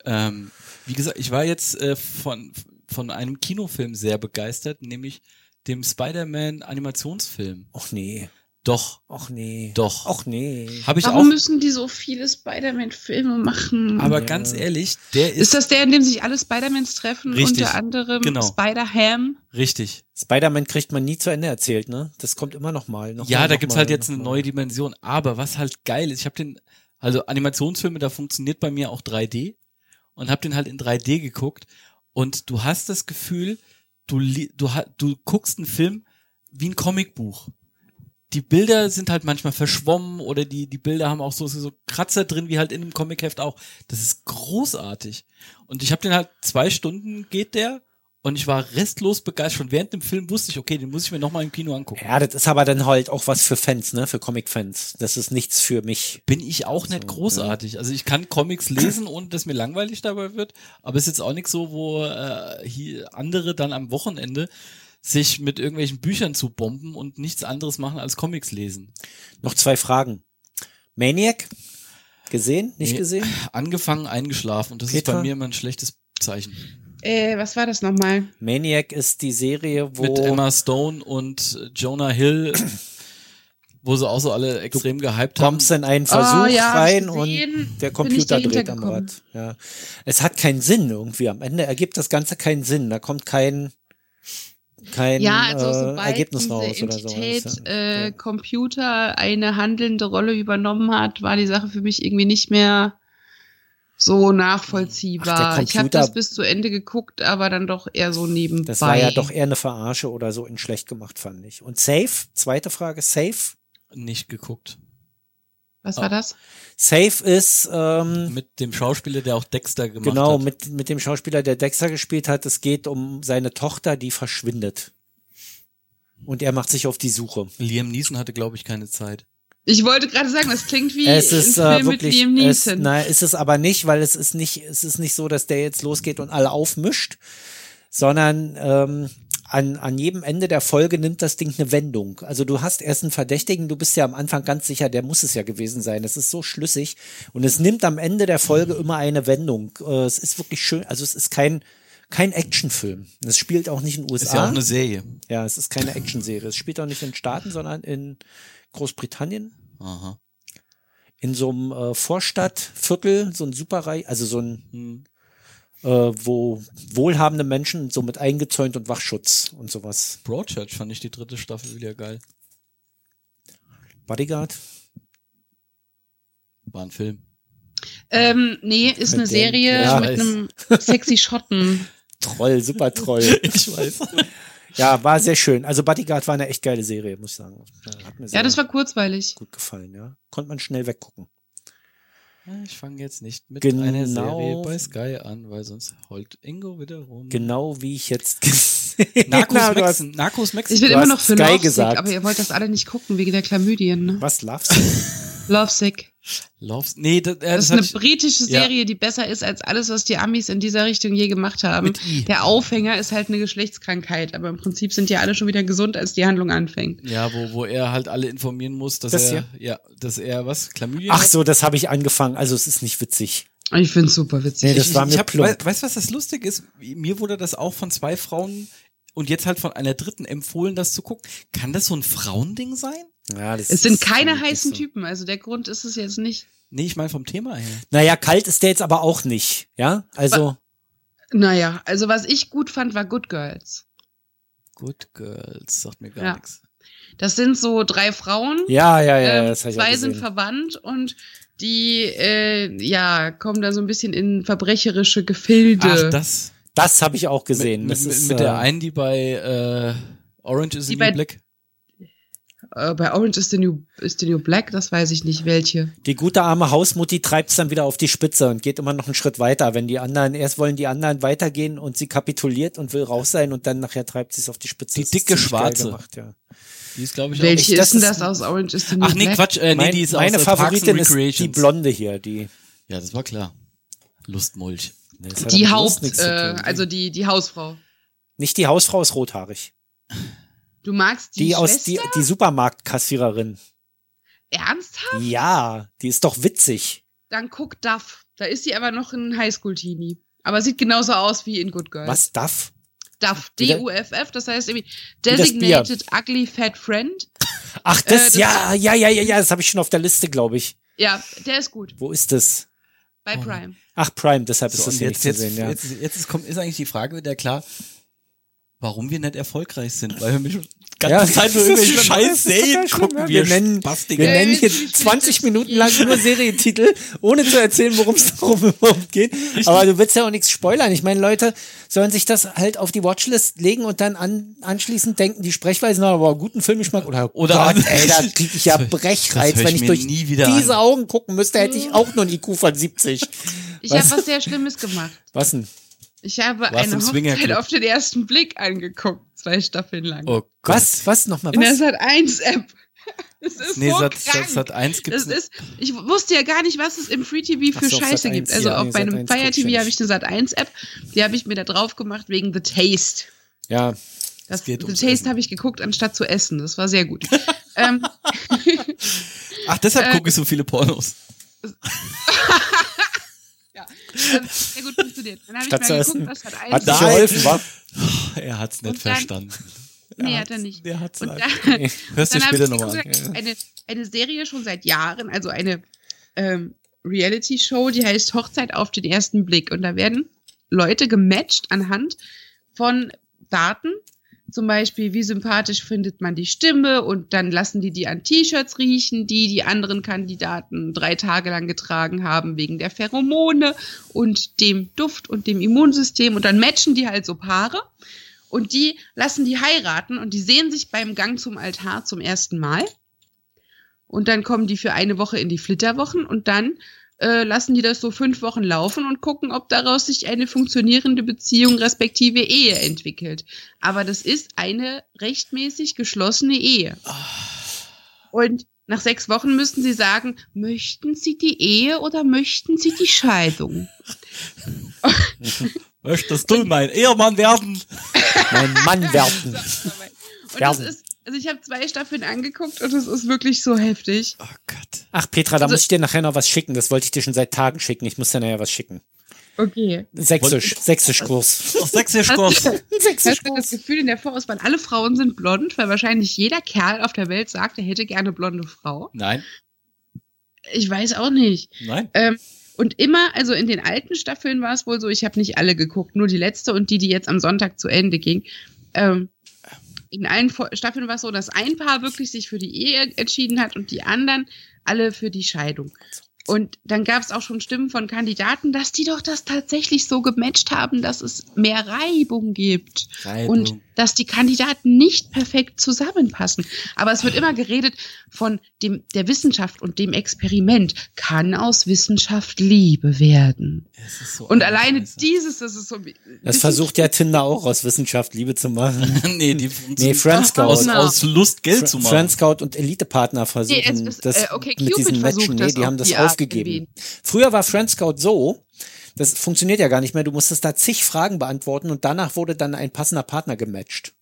Speaker 2: Ähm, wie gesagt, ich war jetzt äh, von, von einem Kinofilm sehr begeistert, nämlich dem Spider-Man Animationsfilm.
Speaker 3: Och nee,
Speaker 2: Doch,
Speaker 3: och nee.
Speaker 2: doch.
Speaker 3: Och nee.
Speaker 2: Habe ich
Speaker 4: Warum
Speaker 2: auch.
Speaker 4: müssen die so viele Spider-Man-Filme machen?
Speaker 2: Aber
Speaker 3: Ja.
Speaker 2: ganz ehrlich, der ist,
Speaker 4: ist das der, in dem sich alle Spider-Mans treffen?
Speaker 2: Richtig.
Speaker 4: Unter anderem
Speaker 2: Genau.
Speaker 4: Spider-Ham.
Speaker 2: richtig.
Speaker 3: Spider-Man kriegt man nie zu Ende erzählt, ne? Das kommt immer noch mal. Noch
Speaker 2: ja,
Speaker 3: mal,
Speaker 2: da
Speaker 3: noch
Speaker 2: gibt's
Speaker 3: mal,
Speaker 2: halt jetzt
Speaker 3: noch
Speaker 2: eine
Speaker 3: mal.
Speaker 2: neue Dimension. Aber was halt geil ist, ich habe den, also Animationsfilme, da funktioniert bei mir auch 3D und habe den halt in 3D geguckt und du hast das Gefühl, du li- du ha- du guckst einen Film wie ein Comicbuch. Die Bilder sind halt manchmal verschwommen oder die die Bilder haben auch so so Kratzer drin wie halt in einem Comicheft auch. Das ist großartig. Und ich habe den halt zwei Stunden geht der und ich war restlos begeistert. Schon während dem Film wusste ich, okay, den muss ich mir noch mal im Kino angucken.
Speaker 3: Ja, das ist aber dann halt auch was für Fans, ne? Für Comic-Fans. Das ist nichts für mich.
Speaker 2: bin ich auch nicht
Speaker 3: So,
Speaker 2: großartig. Also ich kann Comics lesen, ohne dass mir langweilig dabei wird, aber es ist jetzt auch nicht so, wo äh, hier andere dann am Wochenende sich mit irgendwelchen Büchern zu bomben und nichts anderes machen als Comics lesen.
Speaker 3: Noch zwei Fragen. Maniac? Gesehen? Nicht
Speaker 2: Nee.
Speaker 3: gesehen?
Speaker 2: Angefangen, eingeschlafen und das ist
Speaker 3: Peter?
Speaker 2: bei mir immer ein schlechtes Zeichen.
Speaker 4: Äh, was war das nochmal?
Speaker 3: Maniac ist die Serie, wo.
Speaker 2: Mit Emma Stone und äh, Jonah Hill, wo sie auch so alle extrem gehypt haben.
Speaker 3: kommst in einen Versuch
Speaker 4: Oh, ja, hab ich
Speaker 3: rein
Speaker 4: gesehen.
Speaker 3: und der
Speaker 4: Bin
Speaker 3: Computer
Speaker 4: nicht dahinter
Speaker 3: dreht am
Speaker 4: gekommen.
Speaker 3: Rad. Ja. Es hat keinen Sinn irgendwie. Am Ende ergibt das Ganze keinen Sinn. Da kommt kein, kein
Speaker 4: ja, also
Speaker 3: äh,
Speaker 4: sobald
Speaker 3: Ergebnis
Speaker 4: diese
Speaker 3: raus oder so.
Speaker 4: Entität äh,
Speaker 3: Ja.
Speaker 4: Computer eine handelnde Rolle übernommen hat, war die Sache für mich irgendwie nicht mehr so nachvollziehbar.
Speaker 3: Ach, der
Speaker 4: ich habe
Speaker 3: Computer-
Speaker 4: das bis zu Ende geguckt, aber dann doch eher so nebenbei.
Speaker 3: Das war ja doch eher eine Verarsche oder so in schlecht gemacht, fand ich. Und Safe, zweite Frage, Safe.
Speaker 2: Nicht geguckt.
Speaker 4: Was war das?
Speaker 3: Safe ist, ähm,
Speaker 2: Mit dem Schauspieler, der auch Dexter gemacht
Speaker 3: genau,
Speaker 2: hat.
Speaker 3: mit, mit dem Schauspieler, der Dexter gespielt hat, es geht um seine Tochter, die verschwindet. Und er macht sich auf die Suche.
Speaker 2: Liam Neeson hatte, glaube ich, keine Zeit.
Speaker 4: Ich wollte gerade sagen, das klingt wie
Speaker 3: es ist
Speaker 4: ein
Speaker 3: äh,
Speaker 4: Film
Speaker 3: wirklich,
Speaker 4: mit Liam
Speaker 3: es,
Speaker 4: Neeson.
Speaker 3: nein, ist es aber nicht, weil es ist nicht, es ist nicht so, dass der jetzt losgeht und alle aufmischt, sondern ähm, an, an jedem Ende der Folge nimmt das Ding eine Wendung. Also du hast erst einen Verdächtigen, du bist ja am Anfang ganz sicher, der muss es ja gewesen sein. Es ist so schlüssig und es nimmt am Ende der Folge immer eine Wendung. Äh, es ist wirklich schön, also es ist kein kein Actionfilm. Es spielt auch nicht in den USA.
Speaker 2: Ist ja auch eine Serie.
Speaker 3: ja, es ist keine Actionserie. Es spielt auch nicht in Staaten, sondern in Großbritannien
Speaker 2: Aha.
Speaker 3: in so einem äh, Vorstadtviertel, so ein superreich, also so ein,
Speaker 2: Hm.
Speaker 3: äh, wo wohlhabende Menschen so mit eingezäunt und Wachschutz und sowas.
Speaker 2: Broadchurch fand ich die dritte Staffel wieder geil.
Speaker 3: Bodyguard?
Speaker 2: War ein Film.
Speaker 4: Ähm, nee, ist eine
Speaker 3: Mit dem-
Speaker 4: Serie
Speaker 3: Ja,
Speaker 4: mit
Speaker 3: weiß.
Speaker 4: einem sexy Schotten.
Speaker 3: Troll, super Troll.
Speaker 2: Ich weiß.
Speaker 3: ja, war sehr schön. Also Bodyguard war eine echt geile Serie, muss ich sagen. Hat mir sehr
Speaker 4: Ja, das war kurzweilig.
Speaker 3: gut gefallen, ja. Konnte man schnell weggucken.
Speaker 2: Ich fange jetzt nicht mit
Speaker 3: Genau.
Speaker 2: einer Serie bei Sky an, weil sonst heult Ingo wieder rum.
Speaker 3: Genau wie ich jetzt gesehen
Speaker 2: Narcos,
Speaker 3: habe. Du hast-
Speaker 2: Mexi Narcos Mexi
Speaker 4: Genau, Ich bin
Speaker 3: Du
Speaker 4: immer
Speaker 3: hast
Speaker 4: noch für
Speaker 3: Sky
Speaker 4: Lovesick,
Speaker 3: gesagt.
Speaker 4: aber ihr wollt das alle nicht gucken wegen der Chlamydien, ne?
Speaker 3: Was lovest du?
Speaker 4: Lovesick.
Speaker 2: Loves. Nee, das, äh,
Speaker 4: Das
Speaker 2: das,
Speaker 4: ist eine
Speaker 2: das hab ich
Speaker 4: britische
Speaker 2: ja.
Speaker 4: Serie, die besser ist als alles, was die Amis in dieser Richtung je gemacht haben.
Speaker 2: mit I.
Speaker 4: Der Aufhänger ist halt eine Geschlechtskrankheit, aber im Prinzip sind ja alle schon wieder gesund, als die Handlung anfängt.
Speaker 2: Ja, wo, wo er halt alle informieren muss, dass
Speaker 3: Das
Speaker 2: er, ja, dass er was, Chlamydien
Speaker 3: Ach
Speaker 2: hat?
Speaker 3: so, das habe ich angefangen. Also es ist nicht witzig.
Speaker 4: Ich find's super
Speaker 3: Nee,
Speaker 4: witzig.
Speaker 3: das war mir
Speaker 2: ich hab,
Speaker 3: plump.
Speaker 2: wei- Weißt du, was das lustig ist? Mir wurde das auch von zwei Frauen und jetzt halt von einer dritten empfohlen, das zu gucken. Kann das so ein Frauending sein?
Speaker 3: Ja, das
Speaker 4: es sind
Speaker 3: ist
Speaker 4: keine
Speaker 3: wirklich
Speaker 4: heißen
Speaker 3: so.
Speaker 4: Typen, also der Grund ist es jetzt nicht.
Speaker 2: Nee, ich meine vom Thema her.
Speaker 3: Naja, kalt ist der jetzt aber auch nicht, ja? Also,
Speaker 4: Naja, also was ich gut fand, war Good Girls.
Speaker 2: Good Girls, sagt mir gar
Speaker 4: Ja.
Speaker 2: nichts.
Speaker 4: Das sind so drei Frauen.
Speaker 3: Ja, ja, ja,
Speaker 4: ähm,
Speaker 3: Äh, das habe ich auch
Speaker 4: zwei sind
Speaker 3: gesehen.
Speaker 4: verwandt und die äh, ja kommen da so ein bisschen in verbrecherische Gefilde.
Speaker 2: Ach, das.
Speaker 3: Das habe ich auch gesehen.
Speaker 2: Mit,
Speaker 3: das
Speaker 2: mit,
Speaker 3: ist,
Speaker 2: mit der
Speaker 3: äh,
Speaker 2: einen, die bei äh, Orange is the
Speaker 4: Die
Speaker 2: New
Speaker 4: bei-
Speaker 2: Black.
Speaker 4: äh, bei Orange is the New is the New Black, das weiß ich nicht welche.
Speaker 3: Die gute arme Hausmutti treibt's dann wieder auf die Spitze und geht immer noch einen Schritt weiter. Wenn die anderen, erst wollen die anderen weitergehen und sie kapituliert und will raus sein und dann nachher treibt sie es auf die Spitze.
Speaker 2: Die
Speaker 3: Das ist
Speaker 2: dicke
Speaker 3: ziemlich geil
Speaker 2: Schwarze.
Speaker 3: Gemacht, ja.
Speaker 2: Die ist, glaube ich, auch.
Speaker 4: Welche
Speaker 3: echt, das
Speaker 4: ist denn
Speaker 3: ist
Speaker 4: das
Speaker 3: ein-
Speaker 4: aus Orange is the New
Speaker 2: Ach nee,
Speaker 4: Black?
Speaker 2: Quatsch, äh, nee,
Speaker 3: Mein,
Speaker 2: die ist
Speaker 3: meine
Speaker 2: aus äh,
Speaker 3: Favoritin
Speaker 2: Parks and
Speaker 3: ist die
Speaker 2: Recreations.
Speaker 3: Blonde hier, die.
Speaker 2: Ja, das war klar. Lustmulch. Nee, das
Speaker 3: Das
Speaker 2: hat-
Speaker 3: hat
Speaker 4: Die
Speaker 3: mit
Speaker 4: Haupt,
Speaker 3: Lust nichts zu
Speaker 4: äh,
Speaker 3: tun.
Speaker 4: also die die Hausfrau.
Speaker 3: Nicht die Hausfrau ist rothaarig.
Speaker 4: Du magst
Speaker 3: Die,
Speaker 4: die,
Speaker 3: aus,
Speaker 4: Schwester?
Speaker 3: die, die Supermarktkassiererin.
Speaker 4: Ernsthaft?
Speaker 3: Ja, die ist doch witzig.
Speaker 4: Dann guck Duff. Da ist sie aber noch ein Highschool-Teenie. Aber sieht genauso aus wie in Good Girls.
Speaker 3: Was darf?
Speaker 4: Duff,
Speaker 3: Wie der-
Speaker 4: D-U-F-F, das heißt irgendwie
Speaker 3: das Bier.
Speaker 4: Designated Ugly Fat Friend.
Speaker 3: Ach,
Speaker 4: Äh,
Speaker 3: das,
Speaker 4: das-
Speaker 3: ja, ja, ja, ja, ja, das habe ich schon auf der Liste, glaube ich.
Speaker 4: Ja, der ist gut.
Speaker 3: Wo ist das?
Speaker 4: Bei
Speaker 2: Oh.
Speaker 4: Prime.
Speaker 3: Ach, Prime, deshalb ist
Speaker 2: So,
Speaker 3: das
Speaker 2: und
Speaker 3: hier
Speaker 2: jetzt,
Speaker 3: nicht
Speaker 2: jetzt,
Speaker 3: zu sehen, ja.
Speaker 2: jetzt, jetzt ist, kommt, ist eigentlich die Frage wieder klar, warum wir nicht erfolgreich sind, weil wir mich schon
Speaker 3: Ja,
Speaker 2: ganz ja, Zeit
Speaker 3: das
Speaker 2: nur
Speaker 3: ist
Speaker 2: irgendwelche
Speaker 3: schon-
Speaker 2: scheiß
Speaker 3: das ist
Speaker 2: Serien
Speaker 3: total schlimm,
Speaker 2: gucken.
Speaker 3: ja.
Speaker 2: Wir,
Speaker 3: Wir nennen-
Speaker 2: Spastiker.
Speaker 3: Wir nennen hier
Speaker 4: Äh,
Speaker 3: 20 Minuten lang nur Serientitel, ohne zu erzählen, worum es darum überhaupt geht. Aber du willst ja auch nichts spoilern. Ich meine, Leute sollen sich das halt auf die Watchlist legen und dann an, anschließend denken, die Sprechweisen haben aber guten Filmgeschmack oder, oh
Speaker 2: Oder
Speaker 3: Gott,
Speaker 2: an-
Speaker 3: ey, da kriege ich ja
Speaker 2: Das-
Speaker 3: Brechreiz.
Speaker 2: das
Speaker 3: Wenn
Speaker 2: hör ich
Speaker 3: ich
Speaker 2: mir
Speaker 3: durch
Speaker 2: nie wieder
Speaker 3: diese
Speaker 2: an.
Speaker 3: Augen gucken müsste, hätte ich auch nur einen IQ von 70.
Speaker 4: Ich
Speaker 3: Was?
Speaker 4: habe was sehr Schlimmes gemacht.
Speaker 3: Was denn?
Speaker 4: Ich habe
Speaker 2: Warst
Speaker 4: eine
Speaker 2: im
Speaker 4: Hochzeit
Speaker 2: Swingerclub.
Speaker 4: auf den ersten Blick angeguckt, zwei Staffeln lang.
Speaker 2: Oh Gott.
Speaker 3: Was? Was? Nochmal
Speaker 4: In der
Speaker 3: was?
Speaker 4: Sat 1 App. Das ist
Speaker 2: Nee,
Speaker 4: so
Speaker 2: Sat,
Speaker 4: krank.
Speaker 2: Sat, Sat 1 gibt's
Speaker 4: das ist, ich wusste ja gar nicht, was es im Free TV für
Speaker 3: Ach so, auf
Speaker 4: Scheiße
Speaker 3: Sat.1
Speaker 4: gibt. Also
Speaker 3: hier,
Speaker 4: auf
Speaker 3: nee,
Speaker 4: meinem
Speaker 3: Sat.1 guck
Speaker 4: Fire
Speaker 3: ich
Speaker 4: TV
Speaker 3: ja
Speaker 4: habe ich eine Sat 1 App, die habe ich mir da drauf gemacht wegen The Taste.
Speaker 3: Ja.
Speaker 4: Das,
Speaker 2: geht
Speaker 4: The
Speaker 2: ums
Speaker 4: Taste
Speaker 2: Essen.
Speaker 4: habe ich geguckt, anstatt zu essen. Das war sehr gut. ähm,
Speaker 2: Ach, deshalb
Speaker 4: äh,
Speaker 2: gucke ich so viele Pornos.
Speaker 4: ja, ähm, sehr gut funktioniert. Dann habe ich
Speaker 3: Statt
Speaker 4: mal
Speaker 3: zu
Speaker 4: geguckt,
Speaker 3: essen.
Speaker 4: was Sat 1
Speaker 3: Hat
Speaker 4: so-
Speaker 3: nicht geholfen, wa?
Speaker 2: Er hat's nicht
Speaker 4: Und dann-
Speaker 2: verstanden.
Speaker 4: Nee, hat er nicht.
Speaker 2: Der hat's halt
Speaker 4: Und
Speaker 2: nicht.
Speaker 4: dann,
Speaker 2: Hörst du
Speaker 4: dann hab
Speaker 2: später
Speaker 4: ich
Speaker 2: nochmal an.
Speaker 4: gesagt, eine, eine Serie schon seit Jahren, also eine ähm, Reality-Show, die heißt Hochzeit auf den ersten Blick. Und da werden Leute gematcht anhand von Daten. Zum Beispiel, wie sympathisch findet man die Stimme und dann lassen die die an T-Shirts riechen, die die anderen Kandidaten drei Tage lang getragen haben wegen der Pheromone und dem Duft und dem Immunsystem und dann matchen die halt so Paare und die lassen die heiraten und die sehen sich beim Gang zum Altar zum ersten Mal. Und dann kommen die für eine Woche in die Flitterwochen und dann äh, lassen die das so fünf Wochen laufen und gucken, ob daraus sich eine funktionierende Beziehung respektive Ehe entwickelt. Aber das ist eine rechtmäßig geschlossene Ehe. Und nach sechs Wochen müssen sie sagen, möchten sie die Ehe oder möchten sie die Scheidung?
Speaker 2: Möchtest du mein Ehemann werden?
Speaker 3: Mein Mann werfen.
Speaker 4: Und das
Speaker 3: Werden.
Speaker 4: ist, also ich habe zwei Staffeln angeguckt und es ist wirklich so heftig.
Speaker 2: Oh Gott.
Speaker 3: Ach, Petra, da
Speaker 4: Also-
Speaker 3: muss ich dir nachher noch was schicken. Das wollte ich dir schon seit Tagen schicken. Ich muss dir nachher was schicken.
Speaker 4: Okay.
Speaker 3: Sächsisch, Sächsisch-Kurs.
Speaker 2: Aus Sächsisch-Kurs.
Speaker 4: Ich
Speaker 3: Sächsisch
Speaker 4: habe das Gefühl in der Vorauswahl, alle Frauen sind blond, weil wahrscheinlich jeder Kerl auf der Welt sagt, er hätte gerne blonde Frau.
Speaker 2: Nein,
Speaker 4: Ich weiß auch nicht.
Speaker 2: nein.
Speaker 4: Ähm, und immer, also in den alten Staffeln war es wohl so, ich habe nicht alle geguckt, nur die letzte und die, die jetzt am Sonntag zu Ende ging. Ähm, in allen Fo- Staffeln war es so, dass ein Paar wirklich sich für die Ehe entschieden hat und die anderen alle für die Scheidung. Und dann gab es auch schon Stimmen von Kandidaten, dass die doch das tatsächlich so gematcht haben, dass es mehr Reibung gibt
Speaker 2: Also
Speaker 4: und dass die Kandidaten nicht perfekt zusammenpassen. Aber es wird immer geredet von dem, der Wissenschaft und dem Experiment. Kann aus Wissenschaft Liebe werden?
Speaker 2: Es ist so
Speaker 4: Und
Speaker 2: eine
Speaker 4: alleine
Speaker 2: Scheiße.
Speaker 4: dieses, das ist so.
Speaker 3: Das versucht ja Tinder auch aus Wissenschaft Liebe zu machen.
Speaker 2: nee, die funktioniert
Speaker 3: Nee, Friend Scout.
Speaker 2: aus,
Speaker 4: Partner.
Speaker 2: aus Lust Geld zu machen.
Speaker 3: Friend Scout und Elite-Partner versuchen
Speaker 4: Nee, es ist,
Speaker 3: das
Speaker 4: äh, okay,
Speaker 3: mit
Speaker 4: Cupid
Speaker 3: diesen
Speaker 4: versucht
Speaker 3: Matchen.
Speaker 4: das
Speaker 3: Nee, die
Speaker 4: auf
Speaker 3: haben das
Speaker 4: die Art
Speaker 3: aufgegeben.
Speaker 4: irgendwie.
Speaker 3: Früher war Friend Scout so, das funktioniert ja gar nicht mehr. Du musstest da zig Fragen beantworten und danach wurde dann ein passender Partner gematcht.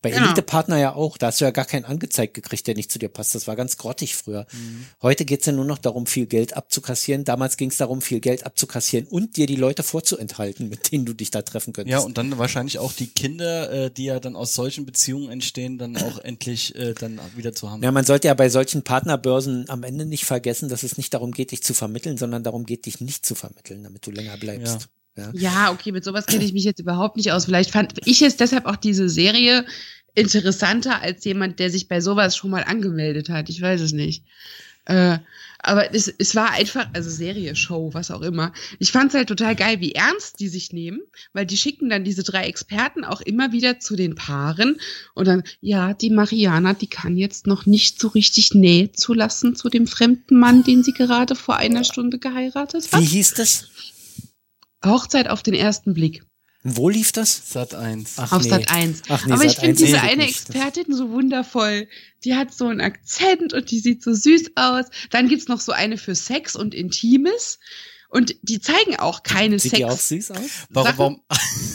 Speaker 3: Bei
Speaker 4: Genau.
Speaker 3: Elite-Partner ja auch. Da hast du ja gar keinen angezeigt gekriegt, der nicht zu dir passt. Das war ganz grottig früher.
Speaker 2: Mhm.
Speaker 3: Heute geht's ja nur noch darum, viel Geld abzukassieren. Damals ging's darum, viel Geld abzukassieren und dir die Leute vorzuenthalten, mit denen du dich da treffen könntest.
Speaker 2: Ja, und dann wahrscheinlich auch die Kinder, äh, die ja dann aus solchen Beziehungen entstehen, dann auch endlich äh, dann wieder zu haben.
Speaker 3: Ja, man sollte ja bei solchen Partnerbörsen am Ende nicht vergessen, dass es nicht darum geht, dich zu vermitteln, sondern darum geht, dich nicht zu vermitteln, damit du länger bleibst. Ja.
Speaker 4: Ja, okay, mit sowas kenne ich mich jetzt überhaupt nicht aus. Vielleicht fand ich jetzt deshalb auch diese Serie interessanter als jemand, der sich bei sowas schon mal angemeldet hat. Ich weiß es nicht. Äh, aber es, es war einfach, also Serie, Show, was auch immer. Ich fand es halt total geil, wie ernst die sich nehmen, weil die schicken dann diese drei Experten auch immer wieder zu den Paaren und dann, ja, die Mariana, die kann jetzt noch nicht so richtig Nähe zulassen zu dem fremden Mann, den sie gerade vor einer Stunde geheiratet
Speaker 3: Wie
Speaker 4: hat.
Speaker 3: hieß das?
Speaker 4: Hochzeit auf den ersten Blick.
Speaker 3: Wo lief das?
Speaker 2: Sat 1.
Speaker 3: Ach,
Speaker 4: auf
Speaker 3: nee.
Speaker 4: Sat 1.
Speaker 3: Ach nee,
Speaker 4: Aber ich
Speaker 3: Sat.1
Speaker 4: finde diese
Speaker 3: lief
Speaker 4: eine
Speaker 3: nicht.
Speaker 4: Expertin so wundervoll. Die hat so einen Akzent und die sieht so süß aus. Dann gibt's noch so eine für Sex und Intimes. Und die zeigen auch keine
Speaker 3: Sieht die auch
Speaker 4: Sex.
Speaker 3: süß aus?
Speaker 2: Warum,
Speaker 4: Sachen-
Speaker 2: warum?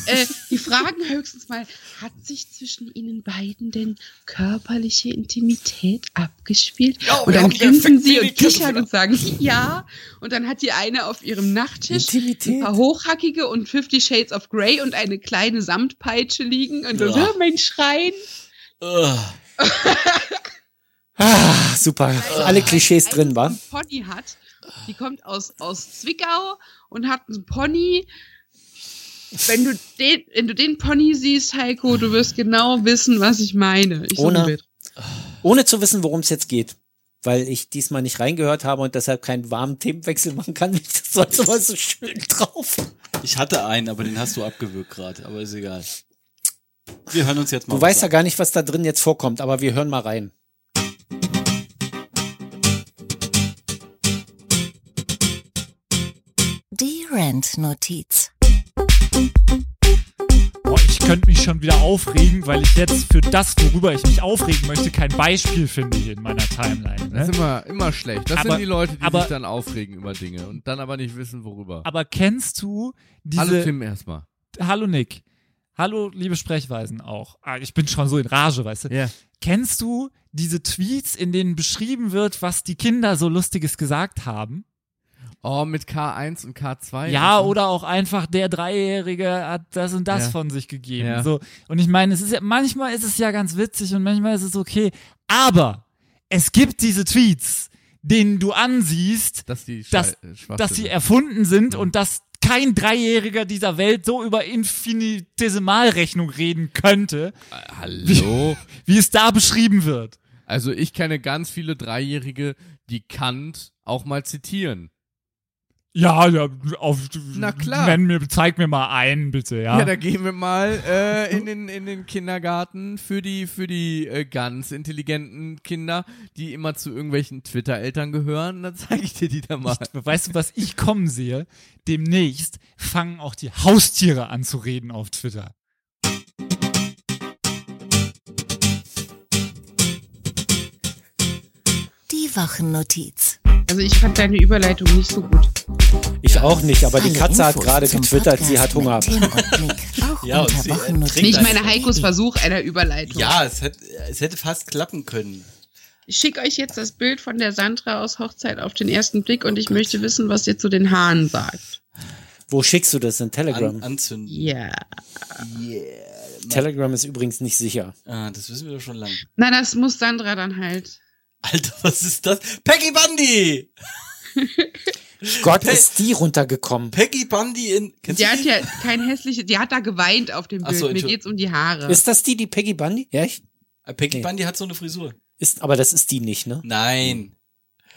Speaker 4: Äh, die fragen höchstens mal, hat sich zwischen ihnen beiden denn körperliche Intimität abgespielt? und dann grinsen sie und kichern und sagen ja. Und dann hat die eine auf ihrem Nachttisch ein
Speaker 3: Intimität.
Speaker 4: paar hochhackige und Fifty Shades of Grey und eine kleine Samtpeitsche liegen und so,
Speaker 2: Ja.
Speaker 4: hör mein Schreien.
Speaker 2: Ugh.
Speaker 3: Ah, super. Alle Klischees drin, war.
Speaker 4: Ein Pony hat. Die kommt aus, aus Zwickau und hat einen Pony. Wenn du den, wenn du den Pony siehst, Heiko, du wirst genau wissen, was ich meine. Ich
Speaker 3: Ohne.
Speaker 4: suche ein Bild.
Speaker 3: Ohne zu wissen, worum es jetzt geht. Weil ich diesmal nicht reingehört habe und deshalb keinen warmen Themenwechsel machen kann. Das war immer so schön drauf.
Speaker 2: Ich hatte einen, aber den hast du abgewürgt gerade, aber ist egal. Wir hören uns jetzt mal.
Speaker 3: Du weißt ja gar nicht, was da drin jetzt vorkommt, aber wir hören mal rein.
Speaker 6: Die Rent-Notiz.
Speaker 7: Boah, ich könnte mich schon wieder aufregen, weil ich jetzt für das, worüber ich mich aufregen möchte, kein Beispiel finde hier in meiner Timeline.
Speaker 8: Das
Speaker 7: Ne?
Speaker 8: ist immer, immer schlecht. Das
Speaker 7: Aber-
Speaker 8: sind die Leute, die
Speaker 7: aber-
Speaker 8: sich dann aufregen über Dinge und dann aber nicht wissen, worüber.
Speaker 7: Aber kennst du diese.
Speaker 8: Hallo Tim erstmal.
Speaker 7: Hallo Nick. Hallo, liebe Sprechweisen auch. Ah, ich bin schon so in Rage, weißt du.
Speaker 8: Ja.
Speaker 7: Kennst du diese Tweets, in denen beschrieben wird, was die Kinder so Lustiges gesagt haben?
Speaker 8: Oh, mit K1 und K2.
Speaker 7: Ja,
Speaker 8: Also-
Speaker 7: oder auch einfach der Dreijährige hat das und das
Speaker 8: Ja.
Speaker 7: von sich gegeben.
Speaker 8: Ja.
Speaker 7: So. Und ich meine, es ist ja, manchmal ist es ja ganz witzig und manchmal ist es okay. Aber es gibt diese Tweets, denen du ansiehst,
Speaker 8: Dass die,
Speaker 7: dass-
Speaker 8: Schei- äh, schwach
Speaker 7: dass
Speaker 8: sind.
Speaker 7: sie erfunden sind und dass kein Dreijähriger dieser Welt so über Infinitesimalrechnung reden könnte,
Speaker 8: Hallo?
Speaker 7: wie es da beschrieben wird.
Speaker 8: Also ich kenne ganz viele Dreijährige, die Kant auch mal zitieren.
Speaker 7: Ja, ja, auf,
Speaker 8: Na klar.
Speaker 7: Nenn mir, zeig mir mal einen, bitte, ja.
Speaker 8: Ja, da gehen wir mal äh, in, den, in den Kindergarten für die, für die äh, ganz intelligenten Kinder, die immer zu irgendwelchen Twitter-Eltern gehören. Dann zeige ich dir die da mal.
Speaker 7: Ich, weißt du, was ich kommen sehe? Demnächst fangen auch die Haustiere an zu reden auf Twitter.
Speaker 6: Die Wochennotiz.
Speaker 4: Also ich fand deine Überleitung nicht so gut.
Speaker 3: Ich auch nicht, aber die
Speaker 6: Alle
Speaker 3: Katze hat
Speaker 6: Infos
Speaker 3: gerade
Speaker 6: zum
Speaker 3: getwittert, sie hat Hunger.
Speaker 6: Podcast mit Tim und Nick. Auch
Speaker 2: Ja, und
Speaker 6: unter
Speaker 2: sie, äh,
Speaker 6: Wochennotiz.
Speaker 2: trinkt
Speaker 4: Ich meine Heikos Versuch einer Überleitung.
Speaker 2: Ja, es hätte, es hätte fast klappen können.
Speaker 4: Ich schicke euch jetzt das Bild von der Sandra aus Hochzeit auf den ersten Blick und ich möchte wissen, was ihr zu den Haaren sagt.
Speaker 3: Wo schickst du das? In Telegram?
Speaker 2: An, anzünden.
Speaker 4: Ja.
Speaker 3: Telegram ist übrigens nicht sicher.
Speaker 2: Ah, das wissen wir doch schon lange.
Speaker 4: Na, das muss Sandra dann halt.
Speaker 2: Alter, was ist das? Peggy Bundy!
Speaker 3: Gott, ist die runtergekommen.
Speaker 2: Peggy Bundy in. Kennst
Speaker 4: Die
Speaker 2: du
Speaker 4: hat
Speaker 2: die?
Speaker 4: ja kein hässliches, die hat da geweint auf dem
Speaker 2: Ach
Speaker 4: Bild.
Speaker 2: so,
Speaker 4: Mir
Speaker 2: Entschuldigung.
Speaker 4: geht's um die Haare.
Speaker 3: Ist das die, die Peggy Bundy? Ja, ich,
Speaker 2: Ah, Peggy
Speaker 3: Nee.
Speaker 2: Bundy hat so eine Frisur.
Speaker 3: ist, aber das ist die nicht, ne?
Speaker 2: Nein.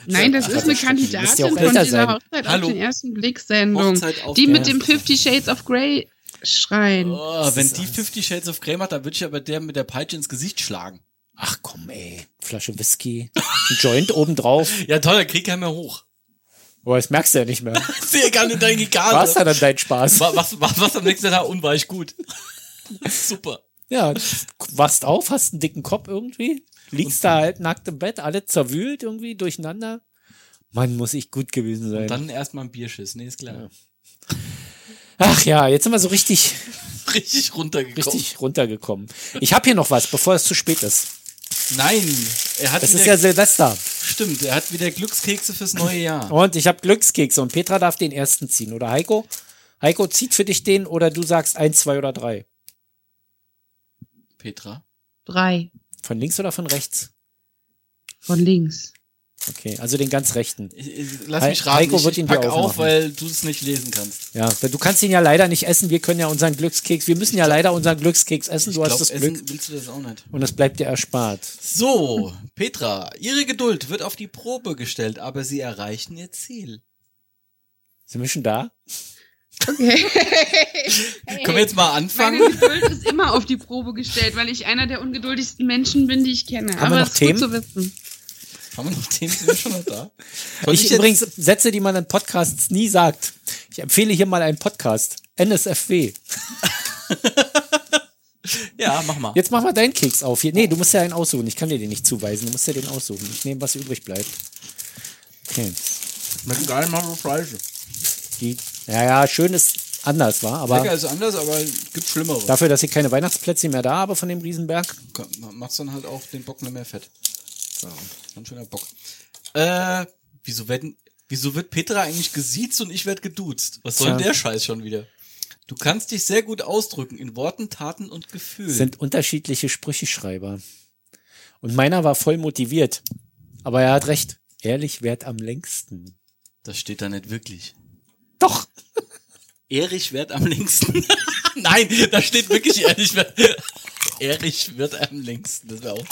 Speaker 4: Nein, das
Speaker 2: Ach,
Speaker 4: ist eine
Speaker 3: das stimmt. Die
Speaker 4: Kandidatin
Speaker 3: müsste ja auch
Speaker 4: von
Speaker 3: älter
Speaker 4: dieser
Speaker 3: sein.
Speaker 4: Hochzeit
Speaker 2: Hallo.
Speaker 4: auf den ersten Blick-Sendung.
Speaker 2: Hochzeit auf
Speaker 4: Die
Speaker 2: der-
Speaker 4: mit dem Fifty Shades of Grey schreien.
Speaker 2: Oh, wenn die
Speaker 3: alles.
Speaker 2: 50 Shades of Grey macht, dann würde ich aber der mit der Peitsche ins Gesicht schlagen.
Speaker 3: Ach komm, ey. Flasche Whisky, ein Joint obendrauf.
Speaker 2: Ja, toll, dann krieg keiner mehr hoch.
Speaker 3: Aber das merkst du ja nicht mehr.
Speaker 2: Sehr gerne dein
Speaker 3: War es
Speaker 2: Gegane.
Speaker 3: ja dann dein Spaß?
Speaker 2: Was, was, was, was am nächsten Tag unweich gut. Super.
Speaker 3: Ja, wachst auf, hast einen dicken Kopf irgendwie, liegst da halb nackt im Bett, alle zerwühlt irgendwie, durcheinander. Mann, muss ich gut gewesen sein.
Speaker 2: Und dann erstmal ein Bierschiss. Nee, ist klar.
Speaker 3: Ach ja, jetzt sind wir so richtig,
Speaker 2: Richtig runtergekommen.
Speaker 3: richtig runtergekommen. Ich habe hier noch was, bevor es zu spät ist.
Speaker 2: Nein, er hat
Speaker 3: Es ist
Speaker 2: wieder,
Speaker 3: ja Silvester
Speaker 2: stimmt, er hat wieder Glückskekse fürs neue Jahr.
Speaker 3: und ich habe Glückskekse und Petra darf den ersten ziehen, oder Heiko? Heiko zieht für dich den oder du sagst eins, zwei oder drei.
Speaker 2: Petra.
Speaker 4: Drei.
Speaker 3: Von links oder von rechts?
Speaker 4: Von links.
Speaker 3: Okay, also den ganz rechten.
Speaker 2: Ich, ich, lass
Speaker 3: Hei-
Speaker 2: mich raten,
Speaker 3: Heiko
Speaker 2: ich,
Speaker 3: wird
Speaker 2: ich
Speaker 3: ihn
Speaker 2: pack
Speaker 3: dir
Speaker 2: auf,
Speaker 3: aufmachen.
Speaker 2: weil du es nicht lesen kannst.
Speaker 3: Ja, weil du kannst ihn ja leider nicht essen. Wir können ja unseren Glückskeks, wir müssen ja leider unseren Glückskeks essen. Du
Speaker 2: ich
Speaker 3: hast
Speaker 2: glaub,
Speaker 3: das
Speaker 2: Essen
Speaker 3: Glück
Speaker 2: willst du das auch nicht.
Speaker 3: und das bleibt dir erspart.
Speaker 2: So, Petra, Ihre Geduld wird auf die Probe gestellt, aber Sie erreichen Ihr Ziel.
Speaker 3: Sind wir schon da?
Speaker 4: Okay.
Speaker 2: Können wir jetzt mal
Speaker 4: Meine
Speaker 2: anfangen?
Speaker 4: Geduld ist immer auf die Probe gestellt, weil ich einer der ungeduldigsten Menschen bin, die ich kenne.
Speaker 3: Haben wir
Speaker 4: Aber
Speaker 3: noch
Speaker 4: es ist
Speaker 3: Themen?
Speaker 4: gut zu wissen.
Speaker 2: Haben wir noch Themen? Sind wir schon noch da? Soll
Speaker 3: Ich,
Speaker 2: jetzt-
Speaker 3: übrigens Sätze, die man in Podcasts nie sagt. Ich empfehle hier mal einen Podcast. NSFW.
Speaker 2: Ja, mach mal.
Speaker 3: Jetzt mach mal deinen Keks auf. Hier. Nee, du musst ja einen aussuchen. Ich kann dir den nicht zuweisen. Du musst ja den aussuchen. Ich nehme, was übrig bleibt. Okay.
Speaker 2: Schmeckt gar nicht mal so Fleisch.
Speaker 3: Die, ja, ja, schön ist anders, war, aber
Speaker 2: Lecker ist anders, aber gibt Schlimmere.
Speaker 3: dafür, dass ich keine Weihnachtsplätzchen mehr da habe von dem Riesenberg.
Speaker 2: Macht's dann halt auch den Bock nicht mehr fett. So, ein schöner Bock. Äh, wieso werden, wieso wird Petra eigentlich gesiezt und ich werd geduzt? Was soll denn
Speaker 3: Tja.
Speaker 2: der Scheiß schon wieder? Du kannst dich sehr gut ausdrücken in Worten, Taten und Gefühlen.
Speaker 3: Sind unterschiedliche Sprücheschreiber. Und meiner war voll motiviert. Aber er hat recht. Ehrlich währt am längsten.
Speaker 2: das steht da nicht wirklich.
Speaker 3: Doch!
Speaker 2: Erich wird am längsten. Nein, da steht wirklich Erich wird. Erich wird am längsten. Das wär auch.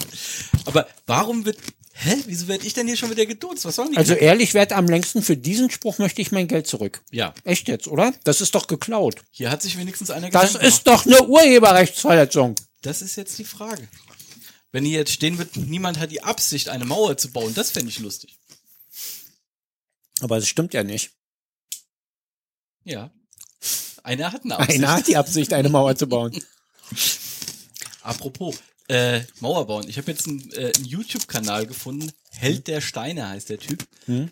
Speaker 2: Aber warum wird. Hä? Wieso werd ich denn hier schon wieder geduzt? Was sollen die?
Speaker 3: Also ehrlich währt am längsten. Für diesen Spruch möchte ich mein Geld zurück.
Speaker 2: ja,
Speaker 3: Echt jetzt, oder? Das ist doch geklaut.
Speaker 2: hier hat sich wenigstens einer
Speaker 3: Das
Speaker 2: Gedanken
Speaker 3: ist doch eine Urheberrechtsverletzung.
Speaker 2: Das ist jetzt die Frage. Wenn hier jetzt stehen wird, niemand hat die Absicht, eine Mauer zu bauen, das fände ich lustig.
Speaker 3: Aber es stimmt ja nicht.
Speaker 2: Ja. Einer hat eine Absicht.
Speaker 3: Einer hat die Absicht, eine Mauer zu bauen.
Speaker 2: Apropos, äh, Mauer bauen. Ich habe jetzt einen, äh, einen YouTube-Kanal gefunden. Held der Steine heißt der Typ.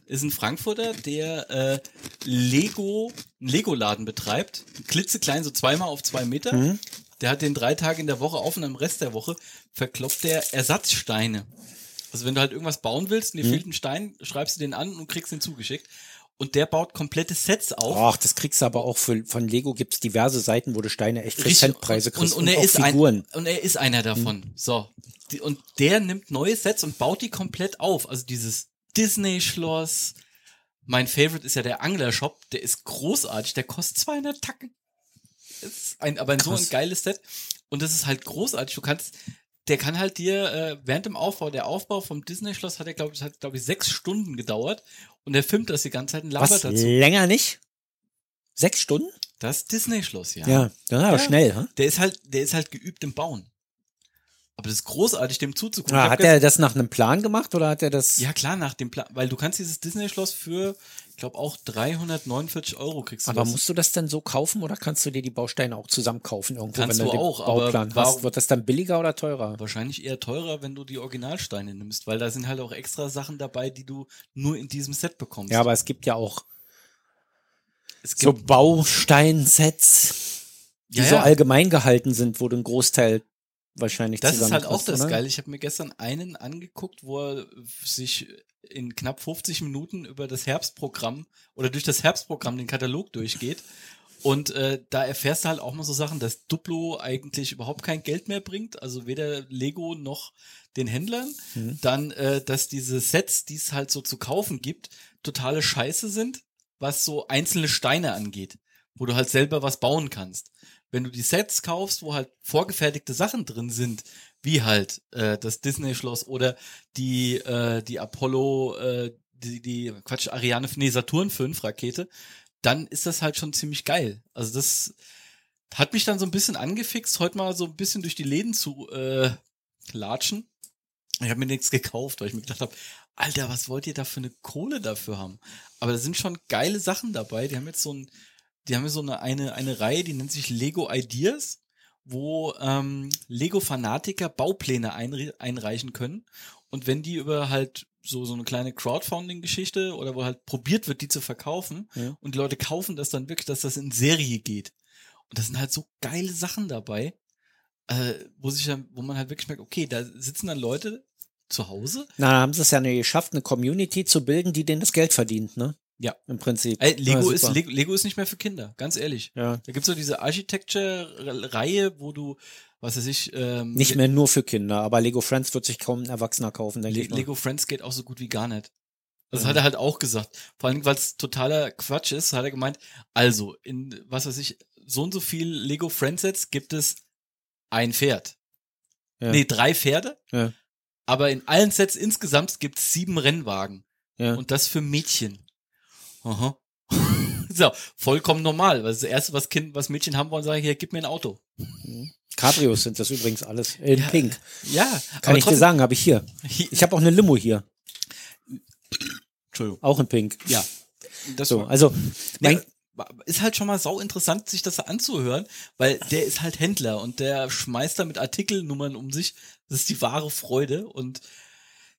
Speaker 2: Ist ein Frankfurter, der äh, Lego, einen Lego-Laden betreibt. Klitzeklein, so zweimal auf zwei Meter. Der hat den drei Tage in der Woche auf und am Rest der Woche verkloppt der Ersatzsteine. Also wenn du halt irgendwas bauen willst und
Speaker 3: Mhm.
Speaker 2: dir fehlt ein Stein, schreibst du den an und kriegst ihn zugeschickt. Und der baut komplette Sets auf.
Speaker 3: Ach, das kriegst du aber auch für, von Lego gibt's diverse Seiten, wo du Steine echt für Centpreise kriegst
Speaker 2: und, und, er
Speaker 3: auch
Speaker 2: ist
Speaker 3: Figuren.
Speaker 2: Ein, und er ist einer
Speaker 3: Mhm.
Speaker 2: davon. So. Die, und der nimmt neue Sets und baut die komplett auf. Also dieses Disney-Schloss. Mein Favorite ist ja der Angler-Shop. Der ist großartig. Der kostet 200 Tacken. Das ist ein, aber so ein
Speaker 3: Krass.
Speaker 2: geiles Set. Und das ist halt großartig. Du kannst, der kann halt dir äh, während dem Aufbau, der Aufbau vom Disney-Schloss hat ja, glaube ich, hat, glaube ich, sechs Stunden gedauert. Und der filmt das die ganze Zeit und labert
Speaker 3: Was,
Speaker 2: dazu.
Speaker 3: länger nicht? Sechs Stunden?
Speaker 2: Das Disney-Schloss, ja.
Speaker 3: Ja, ja, aber schnell. Hm?
Speaker 2: Der ist halt, der ist halt geübt im Bauen. Aber das ist großartig, dem zuzugucken. Ich
Speaker 3: Ah,
Speaker 2: hab
Speaker 3: hat
Speaker 2: gest-
Speaker 3: er das nach einem Plan gemacht oder hat er das?
Speaker 2: ja klar, nach dem Plan, weil du kannst dieses Disney-Schloss für, ich glaube auch 349 Euro kriegst du
Speaker 3: aber
Speaker 2: das.
Speaker 3: musst du das dann so kaufen oder kannst du dir die Bausteine auch zusammen kaufen irgendwo,
Speaker 2: Kannst
Speaker 3: wenn du,
Speaker 2: du
Speaker 3: den
Speaker 2: auch, aber
Speaker 3: Bauplan
Speaker 2: warum-
Speaker 3: hast? Wird das dann billiger oder teurer?
Speaker 2: Wahrscheinlich eher teurer, wenn du die Originalsteine nimmst, weil da sind halt auch extra Sachen dabei, die du nur in diesem Set bekommst.
Speaker 3: Ja, aber es gibt ja auch
Speaker 2: es
Speaker 3: so
Speaker 2: gibt,
Speaker 3: Bausteinsets, die
Speaker 2: Ja,
Speaker 3: so
Speaker 2: ja.
Speaker 3: allgemein gehalten sind, wo du einen Großteil wahrscheinlich
Speaker 2: das ist halt
Speaker 3: zusammenkriegst, ne?
Speaker 2: auch das
Speaker 3: oder?
Speaker 2: Geile. Ich habe mir gestern einen angeguckt, wo er sich in knapp 50 Minuten über das Herbstprogramm oder durch das Herbstprogramm den Katalog durchgeht. Und äh, da erfährst du halt auch mal so Sachen, dass Duplo eigentlich überhaupt kein Geld mehr bringt, also weder Lego noch den Händlern. Dann, äh, dass diese Sets, die es halt so zu kaufen gibt, totale Scheiße sind, was so einzelne Steine angeht, wo du halt selber was bauen kannst. Wenn du die Sets kaufst, wo halt vorgefertigte Sachen drin sind, wie halt äh, das Disney-Schloss oder die, äh, die Apollo, äh, die, die, Quatsch, Ariane, nee, Saturn 5 Rakete, dann ist das halt schon ziemlich geil. Also das hat mich dann so ein bisschen angefixt, heute mal so ein bisschen durch die Läden zu äh, latschen. Ich habe mir nichts gekauft, weil ich mir gedacht habe, Alter, was wollt ihr da für eine Kohle dafür haben? Aber da sind schon geile Sachen dabei. Die haben jetzt so ein, die haben so eine, eine, eine Reihe, die nennt sich Lego Ideas, wo ähm, Lego-Fanatiker Baupläne einre einreichen können. Und wenn die über halt so, so eine kleine Crowdfunding-Geschichte oder wo halt probiert wird, die zu verkaufen
Speaker 3: Ja.
Speaker 2: und die Leute kaufen das dann wirklich, dass das in Serie geht. Und das sind halt so geile Sachen dabei, äh, wo sich dann, wo man halt wirklich merkt, okay, da sitzen dann Leute zu Hause.
Speaker 3: Na, haben sie es ja nicht geschafft, eine Community zu bilden, die denen das Geld verdient, ne?
Speaker 2: Ja.
Speaker 3: Im Prinzip.
Speaker 2: Ey, Äh, Lego,
Speaker 3: Ja,
Speaker 2: ist,
Speaker 3: super.
Speaker 2: Lego, Lego ist nicht mehr für Kinder, ganz ehrlich.
Speaker 3: Ja.
Speaker 2: Da gibt's so diese Architecture-Reihe, wo du, was weiß ich, ähm,
Speaker 3: Nicht mehr nur für Kinder, aber Lego Friends wird sich kaum ein Erwachsener kaufen, denke
Speaker 2: Le
Speaker 3: ich mal.
Speaker 2: Lego Friends geht auch so gut wie gar nicht. Das hat er halt auch gesagt. Vor allem, weil es totaler Quatsch ist, hat er gemeint, also, in, was weiß ich, so und so viel Lego Friendsets gibt es ein Pferd.
Speaker 3: Ja.
Speaker 2: Nee, drei Pferde.
Speaker 3: Ja.
Speaker 2: Aber in allen Sets insgesamt gibt es sieben Rennwagen.
Speaker 3: Ja.
Speaker 2: Und das für Mädchen. Aha. so, vollkommen normal. Weil das Erste, was, kind, was Mädchen haben wollen, sagen, hier, gib mir ein Auto.
Speaker 3: Cabrios sind das übrigens alles. In
Speaker 2: Ja,
Speaker 3: Pink.
Speaker 2: Ja,
Speaker 3: Kann ich dir sagen, habe ich hier. Ich habe auch eine Limo hier,
Speaker 2: Entschuldigung.
Speaker 3: auch in Pink.
Speaker 2: Ja. Das
Speaker 3: So,
Speaker 2: war-
Speaker 3: also mein,
Speaker 2: Nee, ist halt schon mal sau interessant, sich das anzuhören, weil der ist halt Händler und der schmeißt da mit Artikelnummern um sich. Das ist die wahre Freude. Und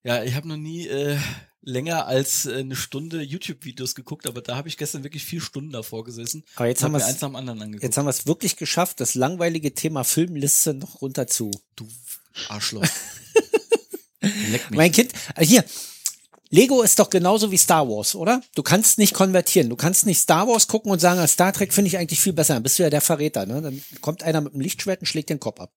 Speaker 2: ja, ich habe noch nie äh, länger als äh, eine Stunde YouTube-Videos geguckt, aber da habe ich gestern wirklich vier Stunden davor gesessen.
Speaker 3: aber jetzt
Speaker 2: und hab
Speaker 3: haben
Speaker 2: mir eins
Speaker 3: wir
Speaker 2: nach dem anderen angeguckt.
Speaker 3: jetzt haben wir es wirklich geschafft, das langweilige Thema Filmliste noch runter zu.
Speaker 2: du Arschloch. Leck mich.
Speaker 3: Mein Kind, äh, hier. Lego ist doch genauso wie Star Wars, oder? Du kannst nicht konvertieren. Du kannst nicht Star Wars gucken und sagen, ah, Star Trek finde ich eigentlich viel besser. Dann bist du ja der Verräter, ne? Dann kommt einer mit einem Lichtschwert und schlägt den Kopf ab.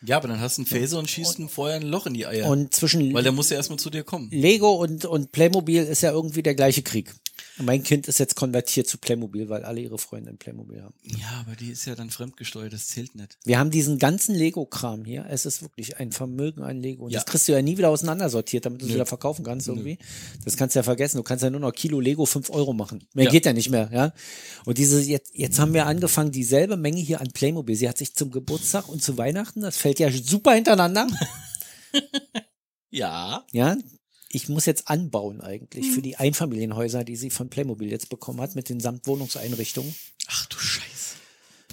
Speaker 2: ja, aber dann hast du einen Phaser und schießt ihm vorher ein Loch in die Eier.
Speaker 3: Und zwischen
Speaker 2: weil der muss ja erstmal zu dir kommen.
Speaker 3: Lego und, und Playmobil ist ja irgendwie der gleiche Krieg. Und mein Kind ist jetzt konvertiert zu Playmobil, weil alle ihre Freunde ein Playmobil haben.
Speaker 2: Ja, aber die ist ja dann fremdgesteuert, das zählt nicht.
Speaker 3: Wir haben diesen ganzen Lego-Kram hier. Es ist wirklich ein Vermögen an Lego. Und
Speaker 2: Ja.
Speaker 3: das kriegst du ja nie wieder auseinandersortiert, damit du es wieder verkaufen kannst irgendwie. Das kannst du ja vergessen. Du kannst ja nur noch Kilo Lego 5 Euro machen. Mehr
Speaker 2: Ja.
Speaker 3: geht ja nicht mehr, ja. Und diese, jetzt, jetzt haben wir angefangen, dieselbe Menge hier an Playmobil. Sie hat sich zum Geburtstag und zu Weihnachten, das fällt ja super hintereinander.
Speaker 2: Ja.
Speaker 3: Ja, ich muss jetzt anbauen eigentlich
Speaker 2: Hm.
Speaker 3: für die Einfamilienhäuser, die sie von Playmobil jetzt bekommen hat, mit den Samtwohnungseinrichtungen.
Speaker 2: Ach du Scheiße.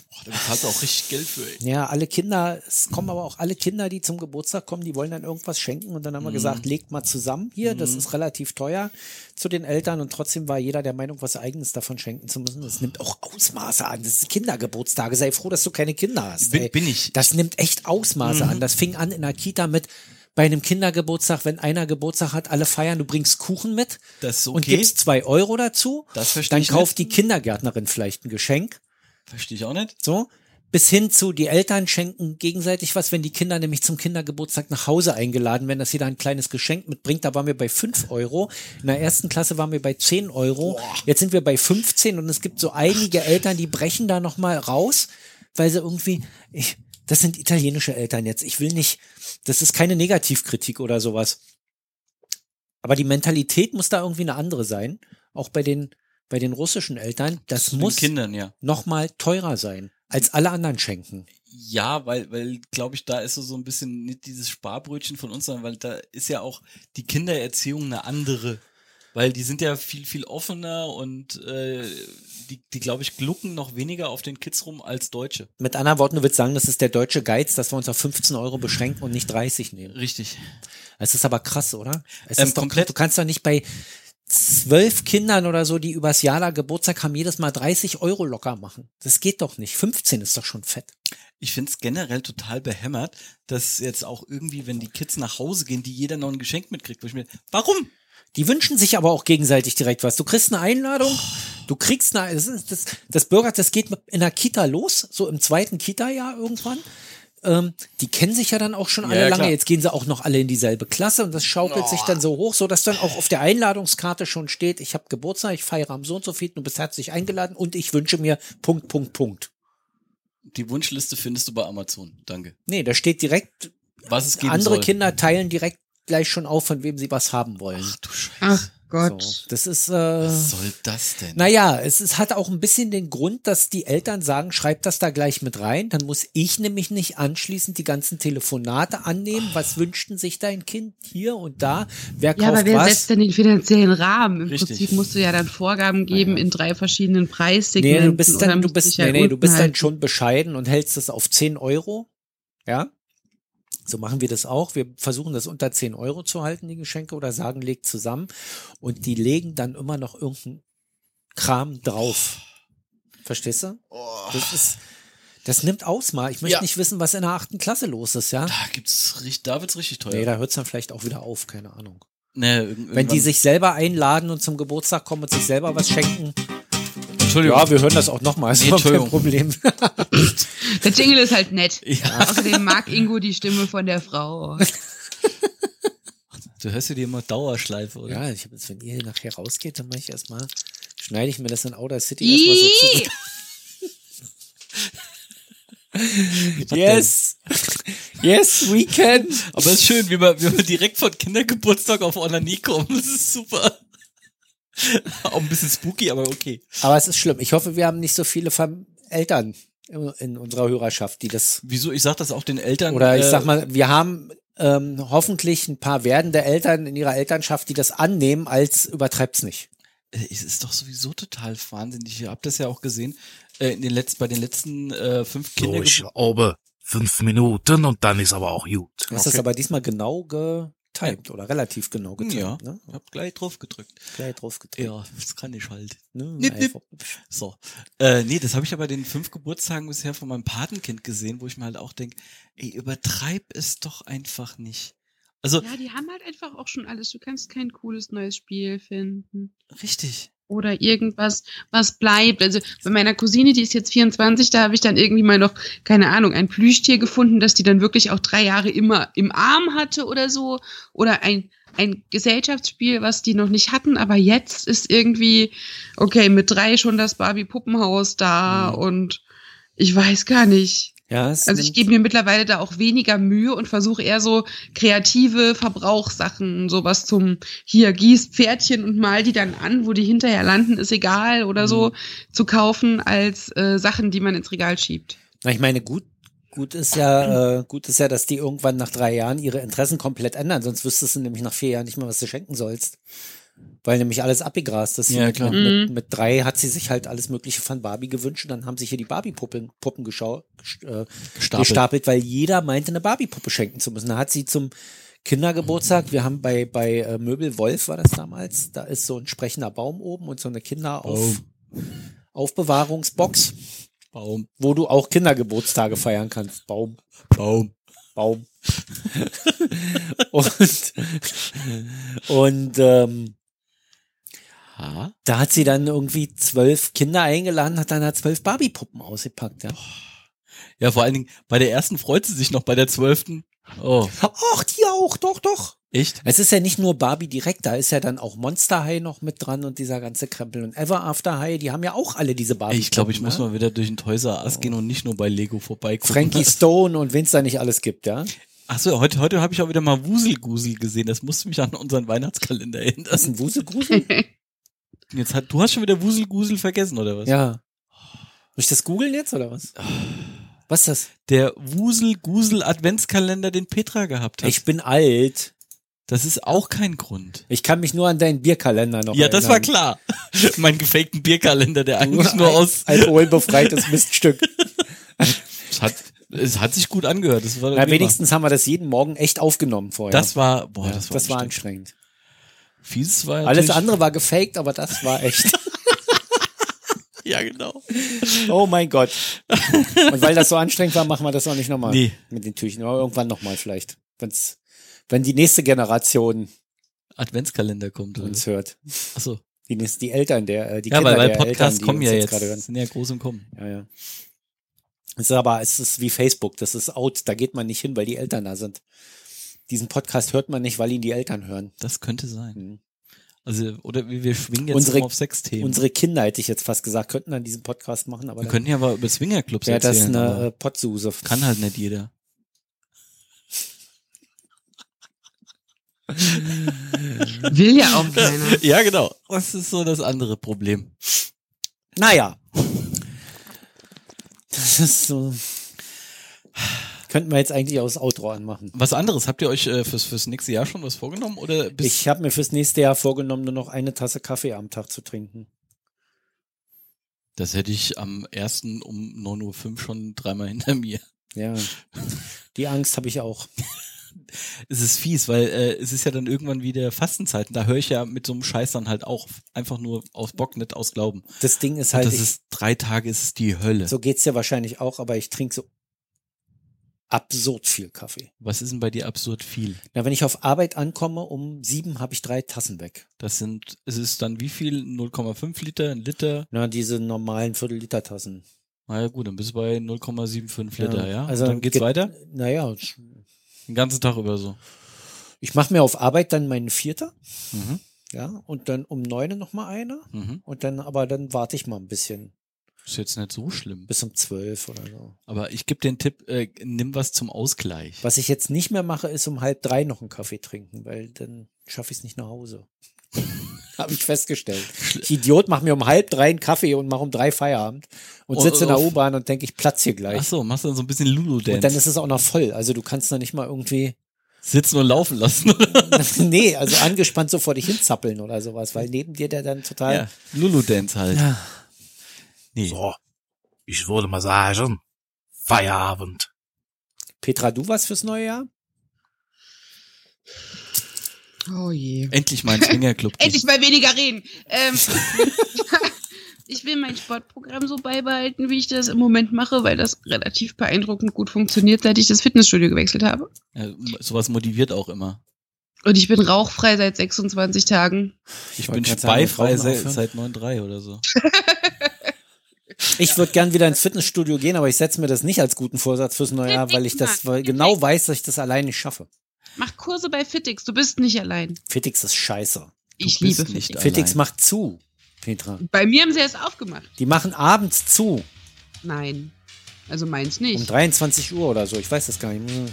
Speaker 2: Boah, da bezahlst du auch richtig Geld für, ey.
Speaker 3: Ja, alle Kinder, es kommen aber auch alle Kinder, die zum Geburtstag kommen, die wollen dann irgendwas schenken und dann
Speaker 2: Mhm.
Speaker 3: haben wir gesagt, legt mal zusammen hier, das ist relativ teuer zu den Eltern und trotzdem war jeder der Meinung, was eigenes davon schenken zu müssen. Das nimmt auch Ausmaße an. Das ist Kindergeburtstage. Sei froh, dass du keine Kinder hast.
Speaker 2: Bin-
Speaker 3: ey.
Speaker 2: bin ich. Mhm.
Speaker 3: Das nimmt echt Ausmaße an. Das fing an in der Kita mit bei einem Kindergeburtstag, wenn einer Geburtstag hat, alle feiern, du bringst Kuchen mit.
Speaker 2: Das ist
Speaker 3: und
Speaker 2: okay.
Speaker 3: gibst zwei Euro dazu.
Speaker 2: Das verstehe
Speaker 3: Dann
Speaker 2: ich
Speaker 3: kauft
Speaker 2: nicht.
Speaker 3: die Kindergärtnerin vielleicht ein Geschenk.
Speaker 2: Verstehe ich auch nicht.
Speaker 3: So. Bis hin zu, die Eltern schenken gegenseitig was, wenn die Kinder nämlich zum Kindergeburtstag nach Hause eingeladen werden, dass jeder ein kleines Geschenk mitbringt. Da waren wir bei 5 Euro. In der ersten Klasse waren wir bei 10 Euro. Jetzt sind wir bei 15 und es gibt so einige Eltern, die brechen da nochmal raus, weil sie irgendwie, ich, das sind italienische Eltern jetzt. Ich will nicht, das ist keine Negativkritik oder sowas. Aber die Mentalität muss da irgendwie eine andere sein. Auch bei den, bei den russischen Eltern. Das
Speaker 2: Mit
Speaker 3: muss
Speaker 2: den Kindern, ja.
Speaker 3: nochmal teurer sein als alle anderen Schenken.
Speaker 2: Ja, weil, weil, glaube ich, da ist so, so ein bisschen nicht dieses Sparbrötchen von uns, sondern weil da ist ja auch die Kindererziehung eine andere. Weil die sind ja viel, viel offener und äh, die, die glaube ich, glucken noch weniger auf den Kids rum als Deutsche.
Speaker 3: Mit anderen Worten, du würdest sagen, das ist der deutsche Geiz, dass wir uns auf 15 Euro beschränken und nicht 30 nehmen.
Speaker 2: Richtig.
Speaker 3: Es ist aber krass, oder? Es
Speaker 2: Ähm,
Speaker 3: ist doch,
Speaker 2: komplett.
Speaker 3: Du kannst doch nicht bei zwölf Kindern oder so, die übers Jahr da Geburtstag haben, jedes Mal 30 Euro locker machen. Das geht doch nicht. 15 ist doch schon fett.
Speaker 2: Ich finde es generell total behämmert, dass jetzt auch irgendwie, wenn die Kids nach Hause gehen, die jeder noch ein Geschenk mitkriegt. Wo ich mir, warum?
Speaker 3: Die wünschen sich aber auch gegenseitig direkt was. Du kriegst eine Einladung, du kriegst eine, das, ist, das, das Bürger, das geht mit- in der Kita los, so im zweiten Kita-Jahr irgendwann. Ähm, die kennen sich ja dann auch schon alle
Speaker 2: ja,
Speaker 3: lange.
Speaker 2: klar.
Speaker 3: Jetzt gehen sie auch noch alle in dieselbe Klasse und das schaukelt sich dann so hoch, so dass dann auch auf der Einladungskarte schon steht, ich habe Geburtstag, ich feiere am so und so viel, du bist herzlich eingeladen und ich wünsche mir Punkt, Punkt, Punkt.
Speaker 2: Die Wunschliste findest du bei Amazon. Danke.
Speaker 3: Nee, da steht direkt,
Speaker 2: Was es geben
Speaker 3: andere
Speaker 2: soll.
Speaker 3: Kinder teilen direkt gleich schon auf, von wem sie was haben wollen.
Speaker 2: Ach du Scheiße.
Speaker 4: Ach Gott.
Speaker 3: so, das ist, äh,
Speaker 2: Was soll das denn?
Speaker 3: Naja, es ist, hat auch ein bisschen den Grund, dass die Eltern sagen, schreibt das da gleich mit rein. Dann muss ich nämlich nicht anschließend die ganzen Telefonate annehmen. Was wünschten sich dein Kind hier und da? Wer
Speaker 4: Ja,
Speaker 3: kauft
Speaker 4: aber wer
Speaker 3: was?
Speaker 4: setzt denn den finanziellen Rahmen? Im
Speaker 2: Richtig.
Speaker 4: Prinzip musst du ja dann Vorgaben geben in drei verschiedenen
Speaker 3: Ah Nee,
Speaker 4: Preissegmenten.
Speaker 3: du bist
Speaker 4: oder
Speaker 3: dann, du
Speaker 4: musst
Speaker 3: bist,
Speaker 4: dich ja
Speaker 3: nee, nee, du
Speaker 4: unten
Speaker 3: bist dann
Speaker 4: halten.
Speaker 3: schon bescheiden und hältst es auf 10 Euro. Ja? So machen wir das auch. Wir versuchen das unter 10 Euro zu halten, die Geschenke, oder sagen, legt zusammen. Und die legen dann immer noch irgendeinen Kram drauf. Verstehst du? Das ist, das nimmt Ausmaß. Ich möchte
Speaker 2: Oh. Ja.
Speaker 3: nicht wissen, was in der achten Klasse los ist, ja?
Speaker 2: Da gibt's richtig, da wird's richtig teuer.
Speaker 3: Nee, da hört's dann vielleicht auch wieder auf, keine Ahnung.
Speaker 2: Nee, irgend-
Speaker 3: Wenn die
Speaker 2: Ne, irgendwann-
Speaker 3: sich selber einladen und zum Geburtstag kommen und sich selber was schenken,
Speaker 2: Entschuldigung.
Speaker 3: ja, wir hören das auch nochmal, ist
Speaker 2: Nee,
Speaker 3: überhaupt kein
Speaker 2: Entschuldigung.
Speaker 3: Problem.
Speaker 4: Der Jingle ist halt nett.
Speaker 2: Ja.
Speaker 4: Außerdem mag Ingo die Stimme von der Frau.
Speaker 2: Du hörst dir die immer Dauerschleife, oder?
Speaker 3: Ja, ich hab jetzt, wenn ihr nachher rausgeht, dann mache ich erstmal, schneide ich mir das in Outer City erstmal
Speaker 4: Ih!
Speaker 3: so zusammen. Yes! yes, we can!
Speaker 2: Aber es ist schön, wie man, wie man direkt von Kindergeburtstag auf Onanie kommt. Das ist super. Auch ein bisschen spooky, aber okay.
Speaker 3: Aber es ist schlimm. Ich hoffe, wir haben nicht so viele Fam Eltern in- in unserer Hörerschaft, die das.
Speaker 2: Wieso? Ich sag das auch den Eltern.
Speaker 3: Oder ich
Speaker 2: äh,
Speaker 3: sag mal, wir haben ähm, hoffentlich ein paar werdende Eltern in ihrer Elternschaft, die das annehmen, als übertreibt's nicht.
Speaker 2: äh, Es ist doch sowieso total wahnsinnig. Ihr habt das ja auch gesehen. Äh, in den letzten, bei den letzten äh, fünf
Speaker 5: So, ich
Speaker 2: Kindergeburtstagen.
Speaker 5: glaube, fünf Minuten und dann ist aber auch gut.
Speaker 3: Du hast das aber diesmal genau getimed oder relativ genau getimed.
Speaker 2: Ja.
Speaker 3: Ne?
Speaker 2: Ich hab gleich drauf gedrückt.
Speaker 3: Gleich drauf gedreht.
Speaker 2: Ja, das kann ich halt.
Speaker 3: Ne?
Speaker 2: Nip, nip.
Speaker 3: Einfach-
Speaker 2: So. Äh, nee, das habe ich ja bei den fünf Geburtstagen bisher von meinem Patenkind gesehen, wo ich mir halt auch denke, ey, übertreib es doch einfach nicht. Also,
Speaker 4: Ja, die haben halt einfach auch schon alles. Du kannst kein cooles neues Spiel finden.
Speaker 2: richtig.
Speaker 4: Oder irgendwas, was bleibt. Also bei meiner Cousine, die ist jetzt 24, da habe ich dann irgendwie mal noch, keine Ahnung, ein Plüschtier gefunden, das die dann wirklich auch drei Jahre immer im Arm hatte oder so. Oder ein, ein Gesellschaftsspiel, was die noch nicht hatten, aber jetzt ist irgendwie, okay, mit drei schon das Barbie-Puppenhaus da und ich weiß gar nicht.
Speaker 3: Ja, es
Speaker 4: Also ich
Speaker 3: nimmt-
Speaker 4: gebe mir mittlerweile da auch weniger Mühe und versuche eher so kreative Verbrauchssachen, sowas zum hier gieß Pferdchen und mal die dann an, wo die hinterher landen, ist egal oder so zu kaufen als äh, Sachen, die man ins Regal schiebt.
Speaker 3: Na, ich meine, gut, gut ist ja, äh, gut ist ja, dass die irgendwann nach drei Jahren ihre Interessen komplett ändern, sonst wüsstest du nämlich nach vier Jahren nicht mehr, was du schenken sollst. Weil nämlich alles abgegrast ist.
Speaker 2: Ja,
Speaker 3: Mit-
Speaker 2: klar.
Speaker 3: Mit,
Speaker 4: Mhm.
Speaker 3: mit drei hat sie sich halt alles Mögliche von Barbie gewünscht und dann haben sich hier die Barbie-Puppen Puppen geschau, gest- äh,
Speaker 2: Gestapelt.
Speaker 3: gestapelt, weil jeder meinte, eine Barbie-Puppe schenken zu müssen. Da hat sie zum Kindergeburtstag, wir haben bei, bei äh, Möbel Wolf war das damals, da ist so ein sprechender Baum oben und so eine Kinderauf, Aufbewahrungsbox
Speaker 2: Baum,
Speaker 3: wo du auch Kindergeburtstage feiern kannst. Baum,
Speaker 2: Baum.
Speaker 3: Baum. und und ähm,
Speaker 2: Ha?
Speaker 3: da hat sie dann irgendwie zwölf Kinder eingeladen, hat dann da zwölf Barbie-Puppen ausgepackt. Ja.
Speaker 2: Ja, vor allen Dingen, bei der ersten freut sie sich noch, bei der zwölften. Oh,
Speaker 3: Ach, die auch, doch, doch.
Speaker 2: echt?
Speaker 3: Es ist ja nicht nur Barbie direkt, da ist ja dann auch Monster High noch mit dran und dieser ganze Krempel und Ever After High, die haben ja auch alle diese Barbie.
Speaker 2: Ey, ich glaube, ich muss
Speaker 3: ja?
Speaker 2: mal wieder durch den Toys R Us gehen und nicht nur bei Lego vorbeigucken.
Speaker 3: Oh.
Speaker 2: ne?
Speaker 3: Frankie Stone und wen's da nicht alles gibt, ja.
Speaker 2: Achso, heute, heute habe ich auch wieder mal Wuselgusel gesehen. Das musste mich an unseren Weihnachtskalender
Speaker 3: Das ist
Speaker 2: erinnern.
Speaker 3: ein Wusegrusel.
Speaker 2: Jetzt hat, du hast schon wieder Wuselgusel vergessen, oder was?
Speaker 3: ja. Muss ich das googeln jetzt oder was? Was ist das?
Speaker 2: Der Wusel-Gusel-Adventskalender, den Petra gehabt hat.
Speaker 3: Ich bin alt.
Speaker 2: das ist auch kein Grund.
Speaker 3: Ich kann mich nur an deinen Bierkalender noch
Speaker 2: Ja,
Speaker 3: erinnern.
Speaker 2: das war klar. mein gefakten Bierkalender, der eigentlich nur aus.
Speaker 3: Alkoholbefreites Miststück.
Speaker 2: Es hat, es hat sich gut angehört. Das war
Speaker 3: Na, wenigstens haben wir das jeden Morgen echt aufgenommen vorher.
Speaker 2: Das war, boah,
Speaker 3: ja,
Speaker 2: das war, anstrengend.
Speaker 3: anstrengend.
Speaker 2: Fieses war
Speaker 3: Alles
Speaker 2: natürlich-
Speaker 3: andere war gefaked, aber das war echt.
Speaker 2: Ja, genau.
Speaker 3: Oh mein Gott. Und weil das so anstrengend war, machen wir das auch nicht nochmal.
Speaker 2: Nee.
Speaker 3: Mit den Türchen. Aber irgendwann nochmal vielleicht. Wenn's, wenn die nächste Generation
Speaker 2: Adventskalender kommt. oder?
Speaker 3: uns hört.
Speaker 2: Achso.
Speaker 3: Also Die, nächste- die Eltern der, äh, die
Speaker 2: Mhm. Ja,
Speaker 3: Kinder
Speaker 2: weil, weil
Speaker 3: der Eltern,
Speaker 2: Podcasts
Speaker 3: die
Speaker 2: kommen
Speaker 3: uns
Speaker 2: ja
Speaker 3: gerade hören.
Speaker 2: jetzt. Sind ja groß im Kommen.
Speaker 3: Ja, ja. Es ist aber, es ist wie Facebook, das ist out, da geht man nicht hin, weil die Eltern da sind. Diesen Podcast hört man nicht, weil ihn die Eltern hören.
Speaker 2: Das könnte sein.
Speaker 3: Mhm.
Speaker 2: Also, oder wir wir schwingen jetzt
Speaker 3: Unsere-
Speaker 2: immer auf Sexthemen.
Speaker 3: Unsere Kinder, hätte ich jetzt fast gesagt, könnten dann diesen Podcast machen, aber
Speaker 2: wir
Speaker 3: dann
Speaker 2: könnten ja mal über Swingerclubs
Speaker 3: wäre das
Speaker 2: erzählen.
Speaker 3: eine
Speaker 2: aber
Speaker 3: äh, Potsuse.
Speaker 2: kann halt nicht jeder.
Speaker 4: Will ja auch keiner.
Speaker 2: Ja, genau. Das ist so das andere Problem.
Speaker 3: Naja. Das ist so. Könnten wir jetzt eigentlich auch das Outro anmachen.
Speaker 2: Was anderes? Habt ihr euch äh, fürs, fürs nächste Jahr schon was vorgenommen? Oder bis
Speaker 3: Ich habe mir fürs nächste Jahr vorgenommen, nur noch eine Tasse Kaffee am Tag zu trinken.
Speaker 2: Das hätte ich am 1. um 9.05 Uhr schon dreimal hinter mir.
Speaker 3: Ja. Die Angst habe ich auch.
Speaker 2: Es ist fies, weil äh, es ist ja dann irgendwann wieder Fastenzeiten. Da höre ich ja mit so einem Scheiß dann halt auch. Einfach nur aus Bock, nicht aus Glauben.
Speaker 3: Das Ding ist halt,
Speaker 2: das
Speaker 3: ich,
Speaker 2: ist drei Tage ist es die Hölle.
Speaker 3: So geht's ja wahrscheinlich auch, aber ich trinke so absurd viel Kaffee.
Speaker 2: Was ist denn bei dir absurd viel?
Speaker 3: Na, wenn ich auf Arbeit ankomme, um sieben habe ich drei Tassen weg.
Speaker 2: Das sind, es ist dann wie viel? 0,5 Liter, ein Liter?
Speaker 3: Na, diese normalen Viertel-Liter-Tassen.
Speaker 2: Na ja, gut, dann bist du bei 0,75 Liter, ja?
Speaker 3: Also
Speaker 2: dann geht's
Speaker 3: ge-
Speaker 2: weiter?
Speaker 3: Naja,
Speaker 2: Den ganzen Tag über so.
Speaker 3: Ich mache mir auf Arbeit dann meinen Vierter. Ja, und dann um neune nochmal eine.
Speaker 2: Mhm.
Speaker 3: Und dann, aber dann warte ich mal ein bisschen.
Speaker 2: Ist jetzt nicht so schlimm.
Speaker 3: Bis um zwölf oder so.
Speaker 2: Aber ich gebe den Tipp, äh, nimm was zum Ausgleich.
Speaker 3: Was ich jetzt nicht mehr mache, ist um halb drei noch einen Kaffee trinken, weil dann schaffe ich es nicht nach Hause. Habe ich festgestellt. Ich Idiot, mach mir um halb drei einen Kaffee und mach um drei Feierabend und
Speaker 2: Und-
Speaker 3: sitze in der
Speaker 2: auf-
Speaker 3: U-Bahn und denke, ich platz hier gleich.
Speaker 2: Ach so, machst dann so ein bisschen Lulu-Dance.
Speaker 3: und dann ist es auch noch voll. Also du kannst da nicht mal irgendwie,
Speaker 2: Sitzen und laufen lassen.
Speaker 3: nee, also angespannt so vor dich hinzappeln oder sowas, weil neben dir der dann total,
Speaker 2: ja, Lulu-Dance halt. Nee.
Speaker 5: So, ich würde mal sagen, Feierabend.
Speaker 3: Petra, du was fürs neue Jahr?
Speaker 4: Oh je.
Speaker 2: Endlich mal ein Swingerclub.
Speaker 4: Endlich mal weniger reden. Ähm, ich will mein Sportprogramm so beibehalten, wie ich das im Moment mache, weil das relativ beeindruckend gut funktioniert, seit ich das Fitnessstudio gewechselt habe.
Speaker 2: Äh, sowas motiviert auch immer.
Speaker 4: Und ich bin rauchfrei seit 26 Tagen.
Speaker 2: Ich
Speaker 3: wollte
Speaker 2: bin
Speaker 3: gerade sagen, wir
Speaker 2: speifrei
Speaker 3: brauchen
Speaker 2: se-
Speaker 3: aufhören.
Speaker 2: seit 9.3 oder so.
Speaker 3: Ich würde gern wieder ins Fitnessstudio gehen, aber ich setze mir das nicht als guten Vorsatz fürs neue Jahr, weil ich das weil genau weiß, dass ich das alleine nicht schaffe.
Speaker 4: Mach Kurse bei Fittix, du bist nicht allein.
Speaker 3: Fittix ist scheiße.
Speaker 4: Ich
Speaker 2: Du bist
Speaker 4: liebe
Speaker 2: nicht
Speaker 4: Fittix.
Speaker 3: Fittix
Speaker 2: allein.
Speaker 3: macht zu, Petra.
Speaker 4: Bei mir haben sie es aufgemacht.
Speaker 3: Die machen abends zu.
Speaker 4: Nein. Also meins
Speaker 3: Um
Speaker 4: nicht.
Speaker 3: 23 Uhr oder so. Ich weiß das gar nicht. Hm.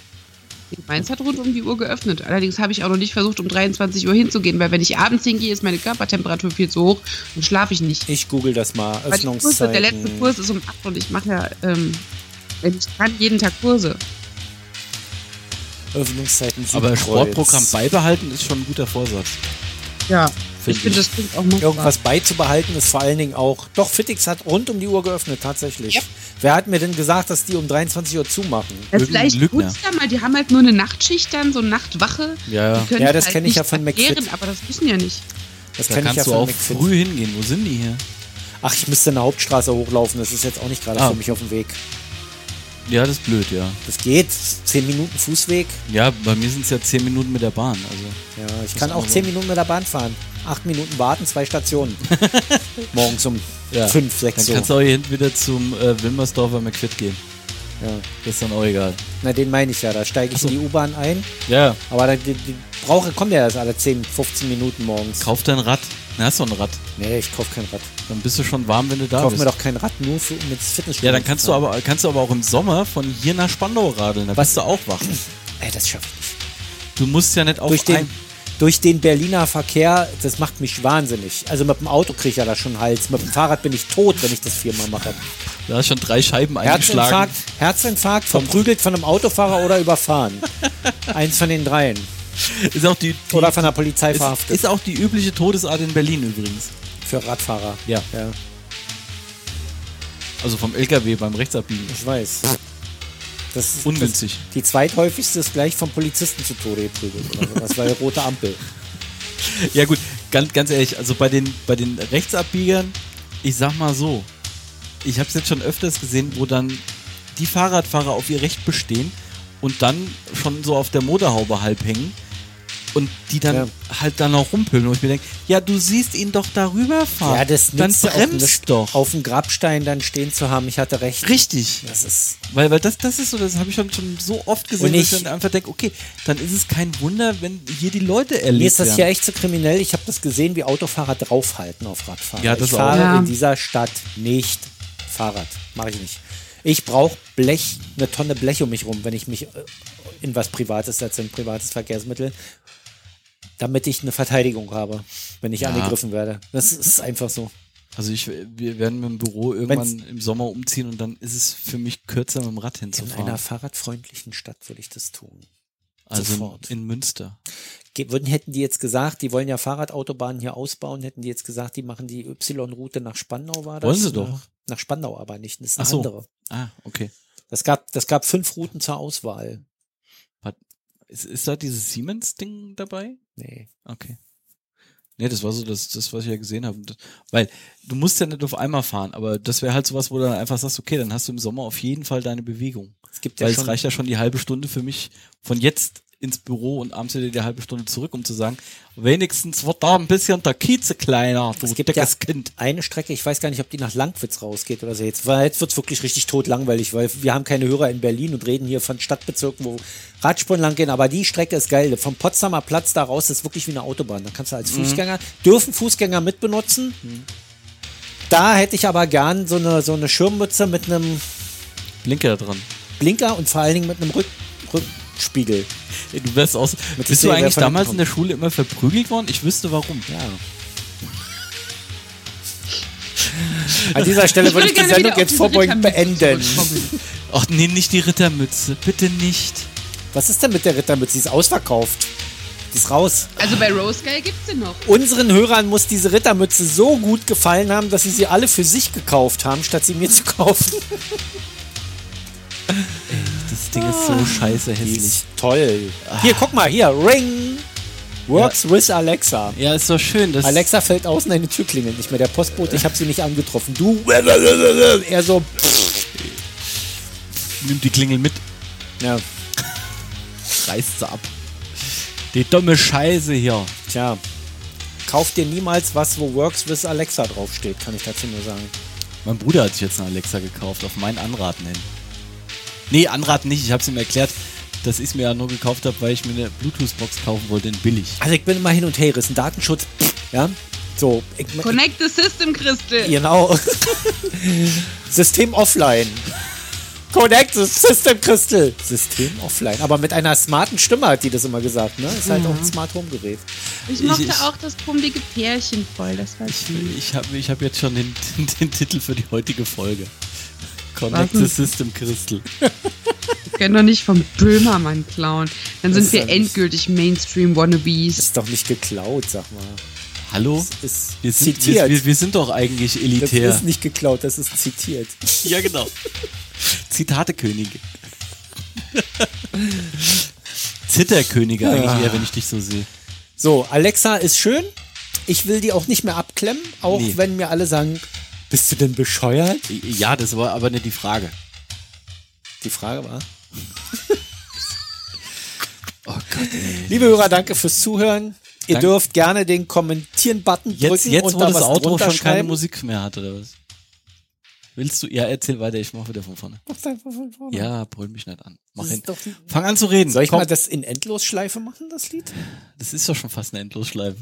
Speaker 4: Meins hat rund um die Uhr geöffnet. Allerdings habe ich auch noch nicht versucht, um 23 Uhr hinzugehen, weil wenn ich abends hingehe, ist meine Körpertemperatur viel zu hoch und schlafe ich nicht.
Speaker 3: Ich google das mal.
Speaker 4: Weil die Kurse,
Speaker 3: Öffnungszeiten.
Speaker 4: der letzte Kurs ist um 8 und ich mache ja, ähm, wenn ich kann, jeden Tag Kurse.
Speaker 3: Öffnungszeiten
Speaker 2: Aber
Speaker 3: Südkreuz.
Speaker 2: Sportprogramm beibehalten ist schon ein guter Vorsatz.
Speaker 4: Ja.
Speaker 2: Find
Speaker 4: ich finde,
Speaker 2: ich.
Speaker 4: das klingt auch machbar.
Speaker 3: Irgendwas beizubehalten ist vor allen Dingen auch. Doch, Fittix hat rund um die Uhr geöffnet, tatsächlich.
Speaker 4: Ja.
Speaker 3: Wer hat mir denn gesagt, dass die um 23 Uhr zumachen?
Speaker 4: Das ist
Speaker 2: Irgendein
Speaker 4: vielleicht
Speaker 2: Lügner.
Speaker 4: gut, da mal, die haben halt nur eine Nachtschicht dann, so eine Nachtwache.
Speaker 2: Ja,
Speaker 4: Die können
Speaker 3: Ja,
Speaker 4: es
Speaker 3: das
Speaker 4: halt
Speaker 3: kenn ich
Speaker 4: nicht
Speaker 3: ja von McFit.
Speaker 4: erklären, Aber das müssen ja nicht.
Speaker 3: Das
Speaker 2: da
Speaker 3: kenn
Speaker 2: kannst du auch
Speaker 3: McFit.
Speaker 2: früh hingehen. Wo sind die hier?
Speaker 3: Ach, ich müsste in der Hauptstraße hochlaufen. Das ist jetzt auch nicht gerade
Speaker 2: Ah.
Speaker 3: für mich auf dem Weg.
Speaker 2: Ja, das ist blöd, ja.
Speaker 3: Das geht. Zehn Minuten Fußweg.
Speaker 2: Ja, bei mir sind es ja zehn Minuten mit der Bahn. Also
Speaker 3: Ja, ich kann
Speaker 2: ist
Speaker 3: auch
Speaker 2: auch
Speaker 3: zehn
Speaker 2: so.
Speaker 3: Minuten mit der Bahn fahren. Acht Minuten warten, zwei Stationen. Morgens um
Speaker 2: Ja.
Speaker 3: fünf, sechs
Speaker 2: dann
Speaker 3: so.
Speaker 2: kannst du auch hier hinten wieder zum äh, Wilmersdorfer McFit gehen.
Speaker 3: Ja.
Speaker 2: Das ist dann auch egal.
Speaker 3: Na, den meine ich ja. Da steige ich in die U-Bahn ein.
Speaker 2: Ja,
Speaker 3: Aber da, die, die brauche, kommt ja erst alle 10, 15 Minuten morgens.
Speaker 2: kauf dein Rad. Na, hast du ein Rad.
Speaker 3: Nee, ich kaufe kein Rad.
Speaker 2: Dann bist du schon warm, wenn du da
Speaker 3: Kauf
Speaker 2: bist.
Speaker 3: mir doch kein Rad nur für, um ins Fitnessstudio
Speaker 2: ja, dann kannst
Speaker 3: zu
Speaker 2: du
Speaker 3: fahren.
Speaker 2: aber kannst du aber auch im Sommer von hier nach Spandau radeln. Da
Speaker 3: Was?
Speaker 2: bist du auch wach.
Speaker 3: Ey, das schaffe ich nicht.
Speaker 2: Du musst ja nicht auf
Speaker 3: Durch den,
Speaker 2: ein-
Speaker 3: durch den Berliner Verkehr, das macht mich wahnsinnig. Also mit dem Auto kriege ich ja da schon einen Hals. Mit dem Fahrrad bin ich tot, wenn ich das viermal mache.
Speaker 2: Da hast schon drei Scheiben eingeschlagen.
Speaker 3: Herzinfarkt, Herzinfarkt, verprügelt von einem Autofahrer oder überfahren. Eins von den dreien.
Speaker 2: Ist auch die, die
Speaker 3: Oder von der Polizei
Speaker 2: ist,
Speaker 3: verhaftet.
Speaker 2: ist auch die übliche Todesart in Berlin übrigens.
Speaker 3: für Radfahrer.
Speaker 2: Ja.
Speaker 3: Ja,
Speaker 2: Also vom LKW beim Rechtsabbiegen.
Speaker 3: ich weiß.
Speaker 2: Ah.
Speaker 3: Das ist,
Speaker 2: Ungünstig.
Speaker 3: Die zweithäufigste ist gleich vom Polizisten zu Tode geprügelt oder sowas, weil rote Ampel.
Speaker 2: Ja gut, ganz, ganz ehrlich, also bei den, bei den Rechtsabbiegern, ich sag mal so, ich habe es jetzt schon öfters gesehen, wo dann die Fahrradfahrer auf ihr Recht bestehen und dann schon so auf der Motorhaube halb hängen und die dann
Speaker 3: Ja.
Speaker 2: halt dann auch rumpölen. Und ich mir denke, ja, du siehst ihn doch darüber fahren.
Speaker 3: Ja, das
Speaker 2: Ah, dann
Speaker 3: nützt ja auch
Speaker 2: bremst
Speaker 3: nichts,
Speaker 2: doch.
Speaker 3: Auf dem Grabstein dann stehen zu haben, ich hatte recht.
Speaker 2: Richtig.
Speaker 3: Das ist.
Speaker 2: Weil, weil das, das ist so, das habe ich schon, schon so oft gesehen,
Speaker 3: Und
Speaker 2: dass
Speaker 3: ich-
Speaker 2: ich dann einfach denke, okay, dann ist es kein Wunder, wenn hier die Leute erlebt
Speaker 3: Mir ist das hier
Speaker 2: werden.
Speaker 3: echt zu kriminell. Ich habe das gesehen, wie Autofahrer draufhalten auf Radfahrer.
Speaker 2: Ja, das
Speaker 3: ich
Speaker 2: auch.
Speaker 3: fahre
Speaker 4: Ja.
Speaker 3: in dieser Stadt nicht Fahrrad. Mache ich nicht. Ich brauche Blech, eine Tonne Blech um mich rum, wenn ich mich äh, in was Privates setze, in ein privates Verkehrsmittel, damit ich eine Verteidigung habe, wenn ich angegriffen werde. Das ist einfach so.
Speaker 2: Also ich, wir werden mit dem Büro irgendwann
Speaker 3: Wenn's-
Speaker 2: im Sommer umziehen und dann ist es für mich kürzer, mit dem Rad
Speaker 3: In einer
Speaker 2: hinzufahren.
Speaker 3: fahrradfreundlichen Stadt würde ich das tun.
Speaker 2: Also
Speaker 3: sofort.
Speaker 2: in, in Münster.
Speaker 3: Ge- würden, hätten die jetzt gesagt, die wollen ja Fahrradautobahnen hier ausbauen, hätten die jetzt gesagt, die machen die Y-Route nach Spandau, war das?
Speaker 2: Wollen sie doch.
Speaker 3: Nach, nach Spandau aber nicht, das ist eine
Speaker 2: Ach so.
Speaker 3: andere.
Speaker 2: Ah, okay.
Speaker 3: Das gab, das gab fünf Routen zur Auswahl.
Speaker 2: Ist, ist da dieses Siemens-Ding dabei?
Speaker 3: Nee.
Speaker 2: Okay. Nee, das war so das, das was ich ja gesehen habe. Und das- Weil du musst ja nicht auf einmal fahren, aber das wäre halt sowas, wo du dann einfach sagst, okay, dann hast du im Sommer auf jeden Fall deine Bewegung.
Speaker 3: Es gibt ja
Speaker 2: Weil
Speaker 3: schon,
Speaker 2: es reicht ja schon die halbe Stunde für mich von jetzt ins Büro und abends wieder die halbe Stunde zurück, um zu sagen, wenigstens wird da ein bisschen der Kieze kleiner, du
Speaker 3: Es gibt ja
Speaker 2: dickes Kind.
Speaker 3: eine Strecke, ich weiß gar nicht, ob die nach Langwitz rausgeht oder so. Jetzt, weil jetzt wird's wirklich richtig tot langweilig, weil wir haben keine Hörer in Berlin und reden hier von Stadtbezirken, wo Radspuren lang gehen. Aber die Strecke ist geil. Vom Potsdamer Platz da raus ist wirklich wie eine Autobahn. Da kannst du als
Speaker 4: Mhm.
Speaker 3: Fußgänger, dürfen Fußgänger mitbenutzen. Da hätte ich aber gern so eine, so eine Schirmmütze mit einem
Speaker 2: Blinker da dran.
Speaker 3: Blinker und vor allen Dingen mit einem Rück, Rückspiegel.
Speaker 2: Ey, Du wärst aus.
Speaker 3: Mit
Speaker 2: Bist
Speaker 3: dem
Speaker 2: du
Speaker 3: Zeh, wer
Speaker 2: eigentlich
Speaker 3: von hinten
Speaker 2: damals in
Speaker 3: kommt.
Speaker 2: der Schule immer verprügelt worden? Ich wüsste warum.
Speaker 3: An dieser Stelle würde ich die
Speaker 4: würde gerne
Speaker 3: Sendung
Speaker 4: wieder auf
Speaker 3: jetzt
Speaker 4: diese
Speaker 3: vorbeugend
Speaker 4: Rittermütze
Speaker 3: beenden.
Speaker 4: zurückkommen.
Speaker 2: Ach nee, nicht die Rittermütze. Bitte nicht.
Speaker 3: Was ist denn mit der Rittermütze? Die ist ausverkauft. Die ist raus.
Speaker 4: Also bei Rose Guy gibt's den noch.
Speaker 3: Unseren Hörern muss diese Rittermütze so gut gefallen haben, dass sie sie alle für sich gekauft haben, statt sie mir zu kaufen.
Speaker 2: Das Ding ist
Speaker 3: Ah,
Speaker 2: so scheiße
Speaker 3: Die
Speaker 2: hässlich.
Speaker 3: ist toll. Hier, guck mal, hier, Ring. Works with Alexa.
Speaker 2: Ja, ist doch schön. Das
Speaker 3: Alexa fällt außen, eine Tür klingelt nicht mehr. Der Postbote, ich habe sie nicht angetroffen. Du, er so,
Speaker 2: nimmt die Klingel mit,
Speaker 3: ja,
Speaker 2: reißt sie ab. Die dumme Scheiße hier.
Speaker 3: tja. Kauf dir niemals was, wo Works with Alexa draufsteht, kann ich dazu nur sagen.
Speaker 2: Mein Bruder hat sich jetzt eine Alexa gekauft, auf meinen Anraten hin. Nee, Anraten nicht, ich hab's ihm erklärt, dass ich mir ja nur gekauft habe, weil ich mir eine Bluetooth-Box kaufen wollte, in billig.
Speaker 3: Also ich bin immer hin und her gerissen. Datenschutz, ja, so. Ich,
Speaker 4: Connect the System, Christel.
Speaker 3: Genau. System offline. Connect the System Crystal. System offline. Aber mit einer smarten Stimme hat die das immer gesagt, ne? Ist halt auch ein Smart Home Gerät.
Speaker 4: Ich mochte
Speaker 2: Ich- ich-
Speaker 4: auch das pummelige Pärchen voll. Das war
Speaker 2: Ich,
Speaker 4: schön.
Speaker 2: ich habe ich hab jetzt schon den, den, den Titel für die heutige Folge. Connect
Speaker 4: Warten.
Speaker 2: the System Crystal.
Speaker 4: Wir können doch nicht vom Böhmermann klauen. Dann
Speaker 3: Das
Speaker 4: sind
Speaker 3: ist ja
Speaker 4: wir
Speaker 3: nicht-
Speaker 4: endgültig Mainstream-Wannabes.
Speaker 3: Ist doch nicht geklaut, sag mal.
Speaker 2: Hallo?
Speaker 3: Das ist
Speaker 2: Wir sind, wir,
Speaker 3: zitiert.
Speaker 2: wir, wir sind doch eigentlich
Speaker 3: das
Speaker 2: elitär.
Speaker 3: ist nicht geklaut, das ist zitiert.
Speaker 2: Ja, genau. Zitatekönige. Zitterkönige eigentlich eher, wenn ich dich so sehe.
Speaker 3: So, Alexa ist schön. Ich will die auch nicht mehr abklemmen, auch
Speaker 2: Nee.
Speaker 3: wenn mir alle sagen, bist du denn bescheuert?
Speaker 2: Ja, das war aber nicht die Frage.
Speaker 3: Die Frage war.
Speaker 2: Oh
Speaker 3: Liebe Hörer, danke fürs Zuhören. Ihr
Speaker 2: Danke.
Speaker 3: dürft gerne den Kommentieren-Button
Speaker 2: Jetzt,
Speaker 3: drücken
Speaker 2: jetzt
Speaker 3: und
Speaker 2: wo
Speaker 3: da
Speaker 2: das
Speaker 3: was
Speaker 2: Auto
Speaker 3: drunter
Speaker 2: schon keine
Speaker 3: schreiben.
Speaker 2: Musik mehr hat, oder was? Willst du? Ja, erzähl weiter, ich mach wieder von vorne. Ja, brüll mich nicht an. Mach
Speaker 3: Das
Speaker 2: hin.
Speaker 3: ist doch die-
Speaker 2: Fang an zu reden.
Speaker 3: Soll ich
Speaker 2: Komm,
Speaker 3: mal das in Endlosschleife machen, das Lied?
Speaker 2: das ist doch schon fast eine Endlosschleife.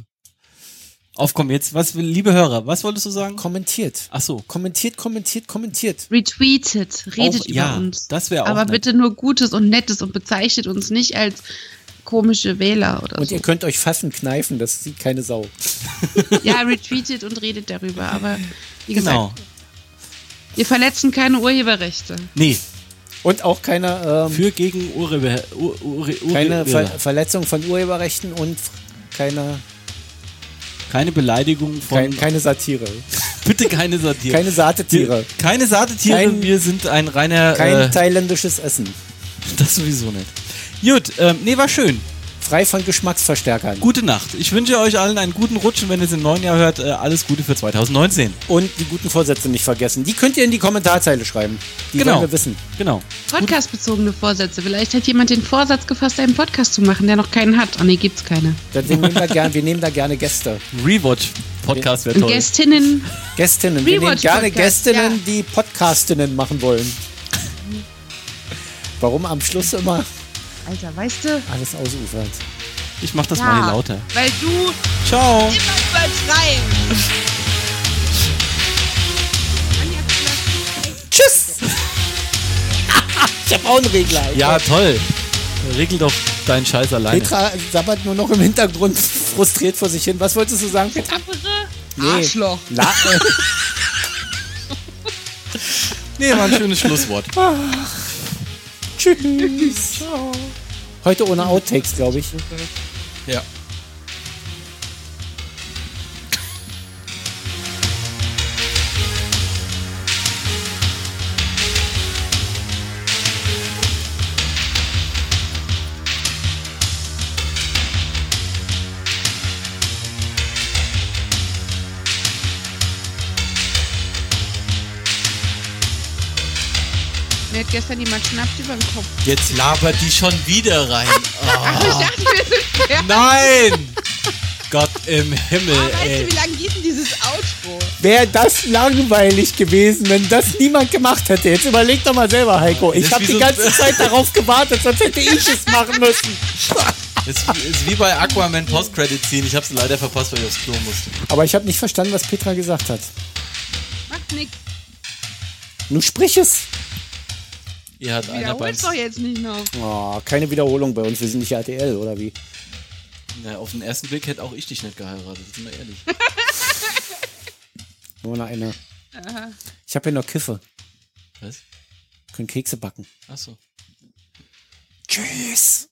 Speaker 2: Aufkomm, jetzt, was will, liebe Hörer, was wolltest du sagen?
Speaker 3: Kommentiert.
Speaker 2: Ach so.
Speaker 3: Kommentiert, kommentiert, kommentiert.
Speaker 4: Retweetet, redet
Speaker 2: Auch-
Speaker 4: über
Speaker 2: ja,
Speaker 4: uns.
Speaker 2: das wäre auch
Speaker 4: Aber
Speaker 2: nett.
Speaker 4: bitte nur Gutes und Nettes und bezeichnet uns nicht als komische Wähler oder
Speaker 3: Und
Speaker 4: so.
Speaker 3: ihr könnt euch Pfaffen kneifen, das sieht keine Sau.
Speaker 4: Ja, retweetet und redet darüber. Aber wie gesagt,
Speaker 2: Genau.
Speaker 4: wir verletzen keine Urheberrechte.
Speaker 2: Nee,
Speaker 3: Und auch keine, ähm,
Speaker 2: für gegen Urheber, Ur, Ur, Ur,
Speaker 3: keine
Speaker 2: Urheber.
Speaker 3: Ver Verletzung von Urheberrechten und f- keine,
Speaker 2: keine Beleidigung von.
Speaker 3: kein, keine Satire.
Speaker 2: bitte keine Satire.
Speaker 3: Keine Saatetiere.
Speaker 2: Wir- Keine Saatetiere,
Speaker 3: Kein-
Speaker 2: wir sind ein reiner.
Speaker 3: Kein
Speaker 2: äh,
Speaker 3: thailändisches Essen.
Speaker 2: das sowieso nicht. Gut, ähm, nee, war schön.
Speaker 3: Frei von Geschmacksverstärkern.
Speaker 2: Gute Nacht. Ich wünsche euch allen einen guten Rutsch und wenn ihr es im neuen Jahr hört, äh, alles Gute für 2019.
Speaker 3: Und die guten Vorsätze nicht vergessen. Die könnt ihr in die Kommentarzeile schreiben. Die
Speaker 2: Genau.
Speaker 3: wollen wir wissen.
Speaker 2: Genau.
Speaker 4: Podcast-bezogene Vorsätze. Vielleicht hat jemand den Vorsatz gefasst, einen Podcast zu machen, der noch keinen hat. Ah, nee, gibt's keine.
Speaker 3: Deswegen nehmen wir, gern, wir nehmen da gerne Gäste.
Speaker 2: Rewatch-Podcast wäre
Speaker 4: Und
Speaker 2: toll.
Speaker 4: Gästinnen,
Speaker 3: Gästinnen. Wir nehmen
Speaker 4: Rewatch
Speaker 3: gerne
Speaker 4: Podcast,
Speaker 3: Gästinnen,
Speaker 4: ja.
Speaker 3: die Podcastinnen machen wollen. Warum am Schluss immer
Speaker 4: Alter, weißt du?
Speaker 3: alles ausufert?
Speaker 2: Ich mach das mal hier lauter.
Speaker 4: Weil du
Speaker 2: Ciao.
Speaker 4: immer übertreibst. Anja,
Speaker 3: Tschüss! ich hab auch einen Regler.
Speaker 2: Ja, toll. Regel doch deinen Scheiß alleine.
Speaker 3: Petra sabbert nur noch im Hintergrund frustriert vor sich hin. Was wolltest du sagen, Petra?
Speaker 4: tapfere Arschloch.
Speaker 3: La
Speaker 2: Nee, war ein schönes Schlusswort.
Speaker 3: Tschüss. Ciao. Heute ohne Outtakes, glaube ich.
Speaker 2: Ja.
Speaker 4: Nee, hat gestern die Schnaps über den Kopf.
Speaker 2: Jetzt labert die schon wieder rein. Ah.
Speaker 4: Ach, ich dachte,
Speaker 2: Äh,
Speaker 4: wir sind fertig.
Speaker 2: Nein! Gott im Himmel,
Speaker 4: Weißt du,
Speaker 2: ey.
Speaker 4: wie lang geht denn dieses Outro?
Speaker 3: Wäre das langweilig gewesen, wenn das niemand gemacht hätte. Jetzt überleg doch mal selber, Heiko. Ich
Speaker 2: Das
Speaker 3: habe
Speaker 2: wie
Speaker 3: die
Speaker 2: so-
Speaker 3: ganze Zeit darauf gewartet, sonst hätte ich es machen müssen.
Speaker 2: Ist, ist wie bei Aquaman Post-Credit Scene. Ich hab's leider verpasst, weil ich aufs Klo musste.
Speaker 3: Aber ich habe nicht verstanden, was Petra gesagt hat.
Speaker 4: Macht nix.
Speaker 3: Nun sprich es.
Speaker 2: Ihr hat einer beim.
Speaker 4: Wiederhol's doch jetzt nicht noch.
Speaker 3: Oh, keine Wiederholung bei uns. Wir sind nicht RTL, oder wie?
Speaker 2: Na, auf den ersten Blick hätte auch ich dich nicht geheiratet, sind wir ehrlich.
Speaker 3: Nur noch eine. Ich habe hier noch Kiffe.
Speaker 2: Was?
Speaker 3: Können Kekse backen.
Speaker 2: Achso.
Speaker 3: Tschüss.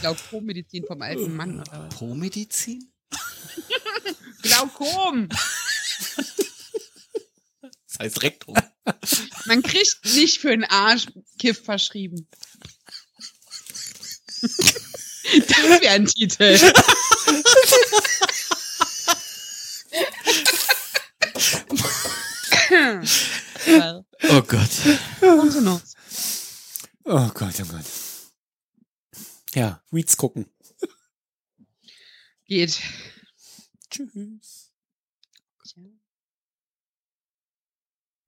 Speaker 4: Glaukomedizin vom alten Mann. oder was?
Speaker 2: Promedizin?
Speaker 4: Glaukom!
Speaker 2: Das heißt Rektum.
Speaker 4: Man kriegt nicht für einen Arsch Kiff verschrieben. Das wäre ein Titel.
Speaker 2: Oh Gott.
Speaker 4: Und so noch.
Speaker 3: Oh Gott, oh Gott. Ja, Weeds gucken.
Speaker 4: Geht.
Speaker 3: Tschüss.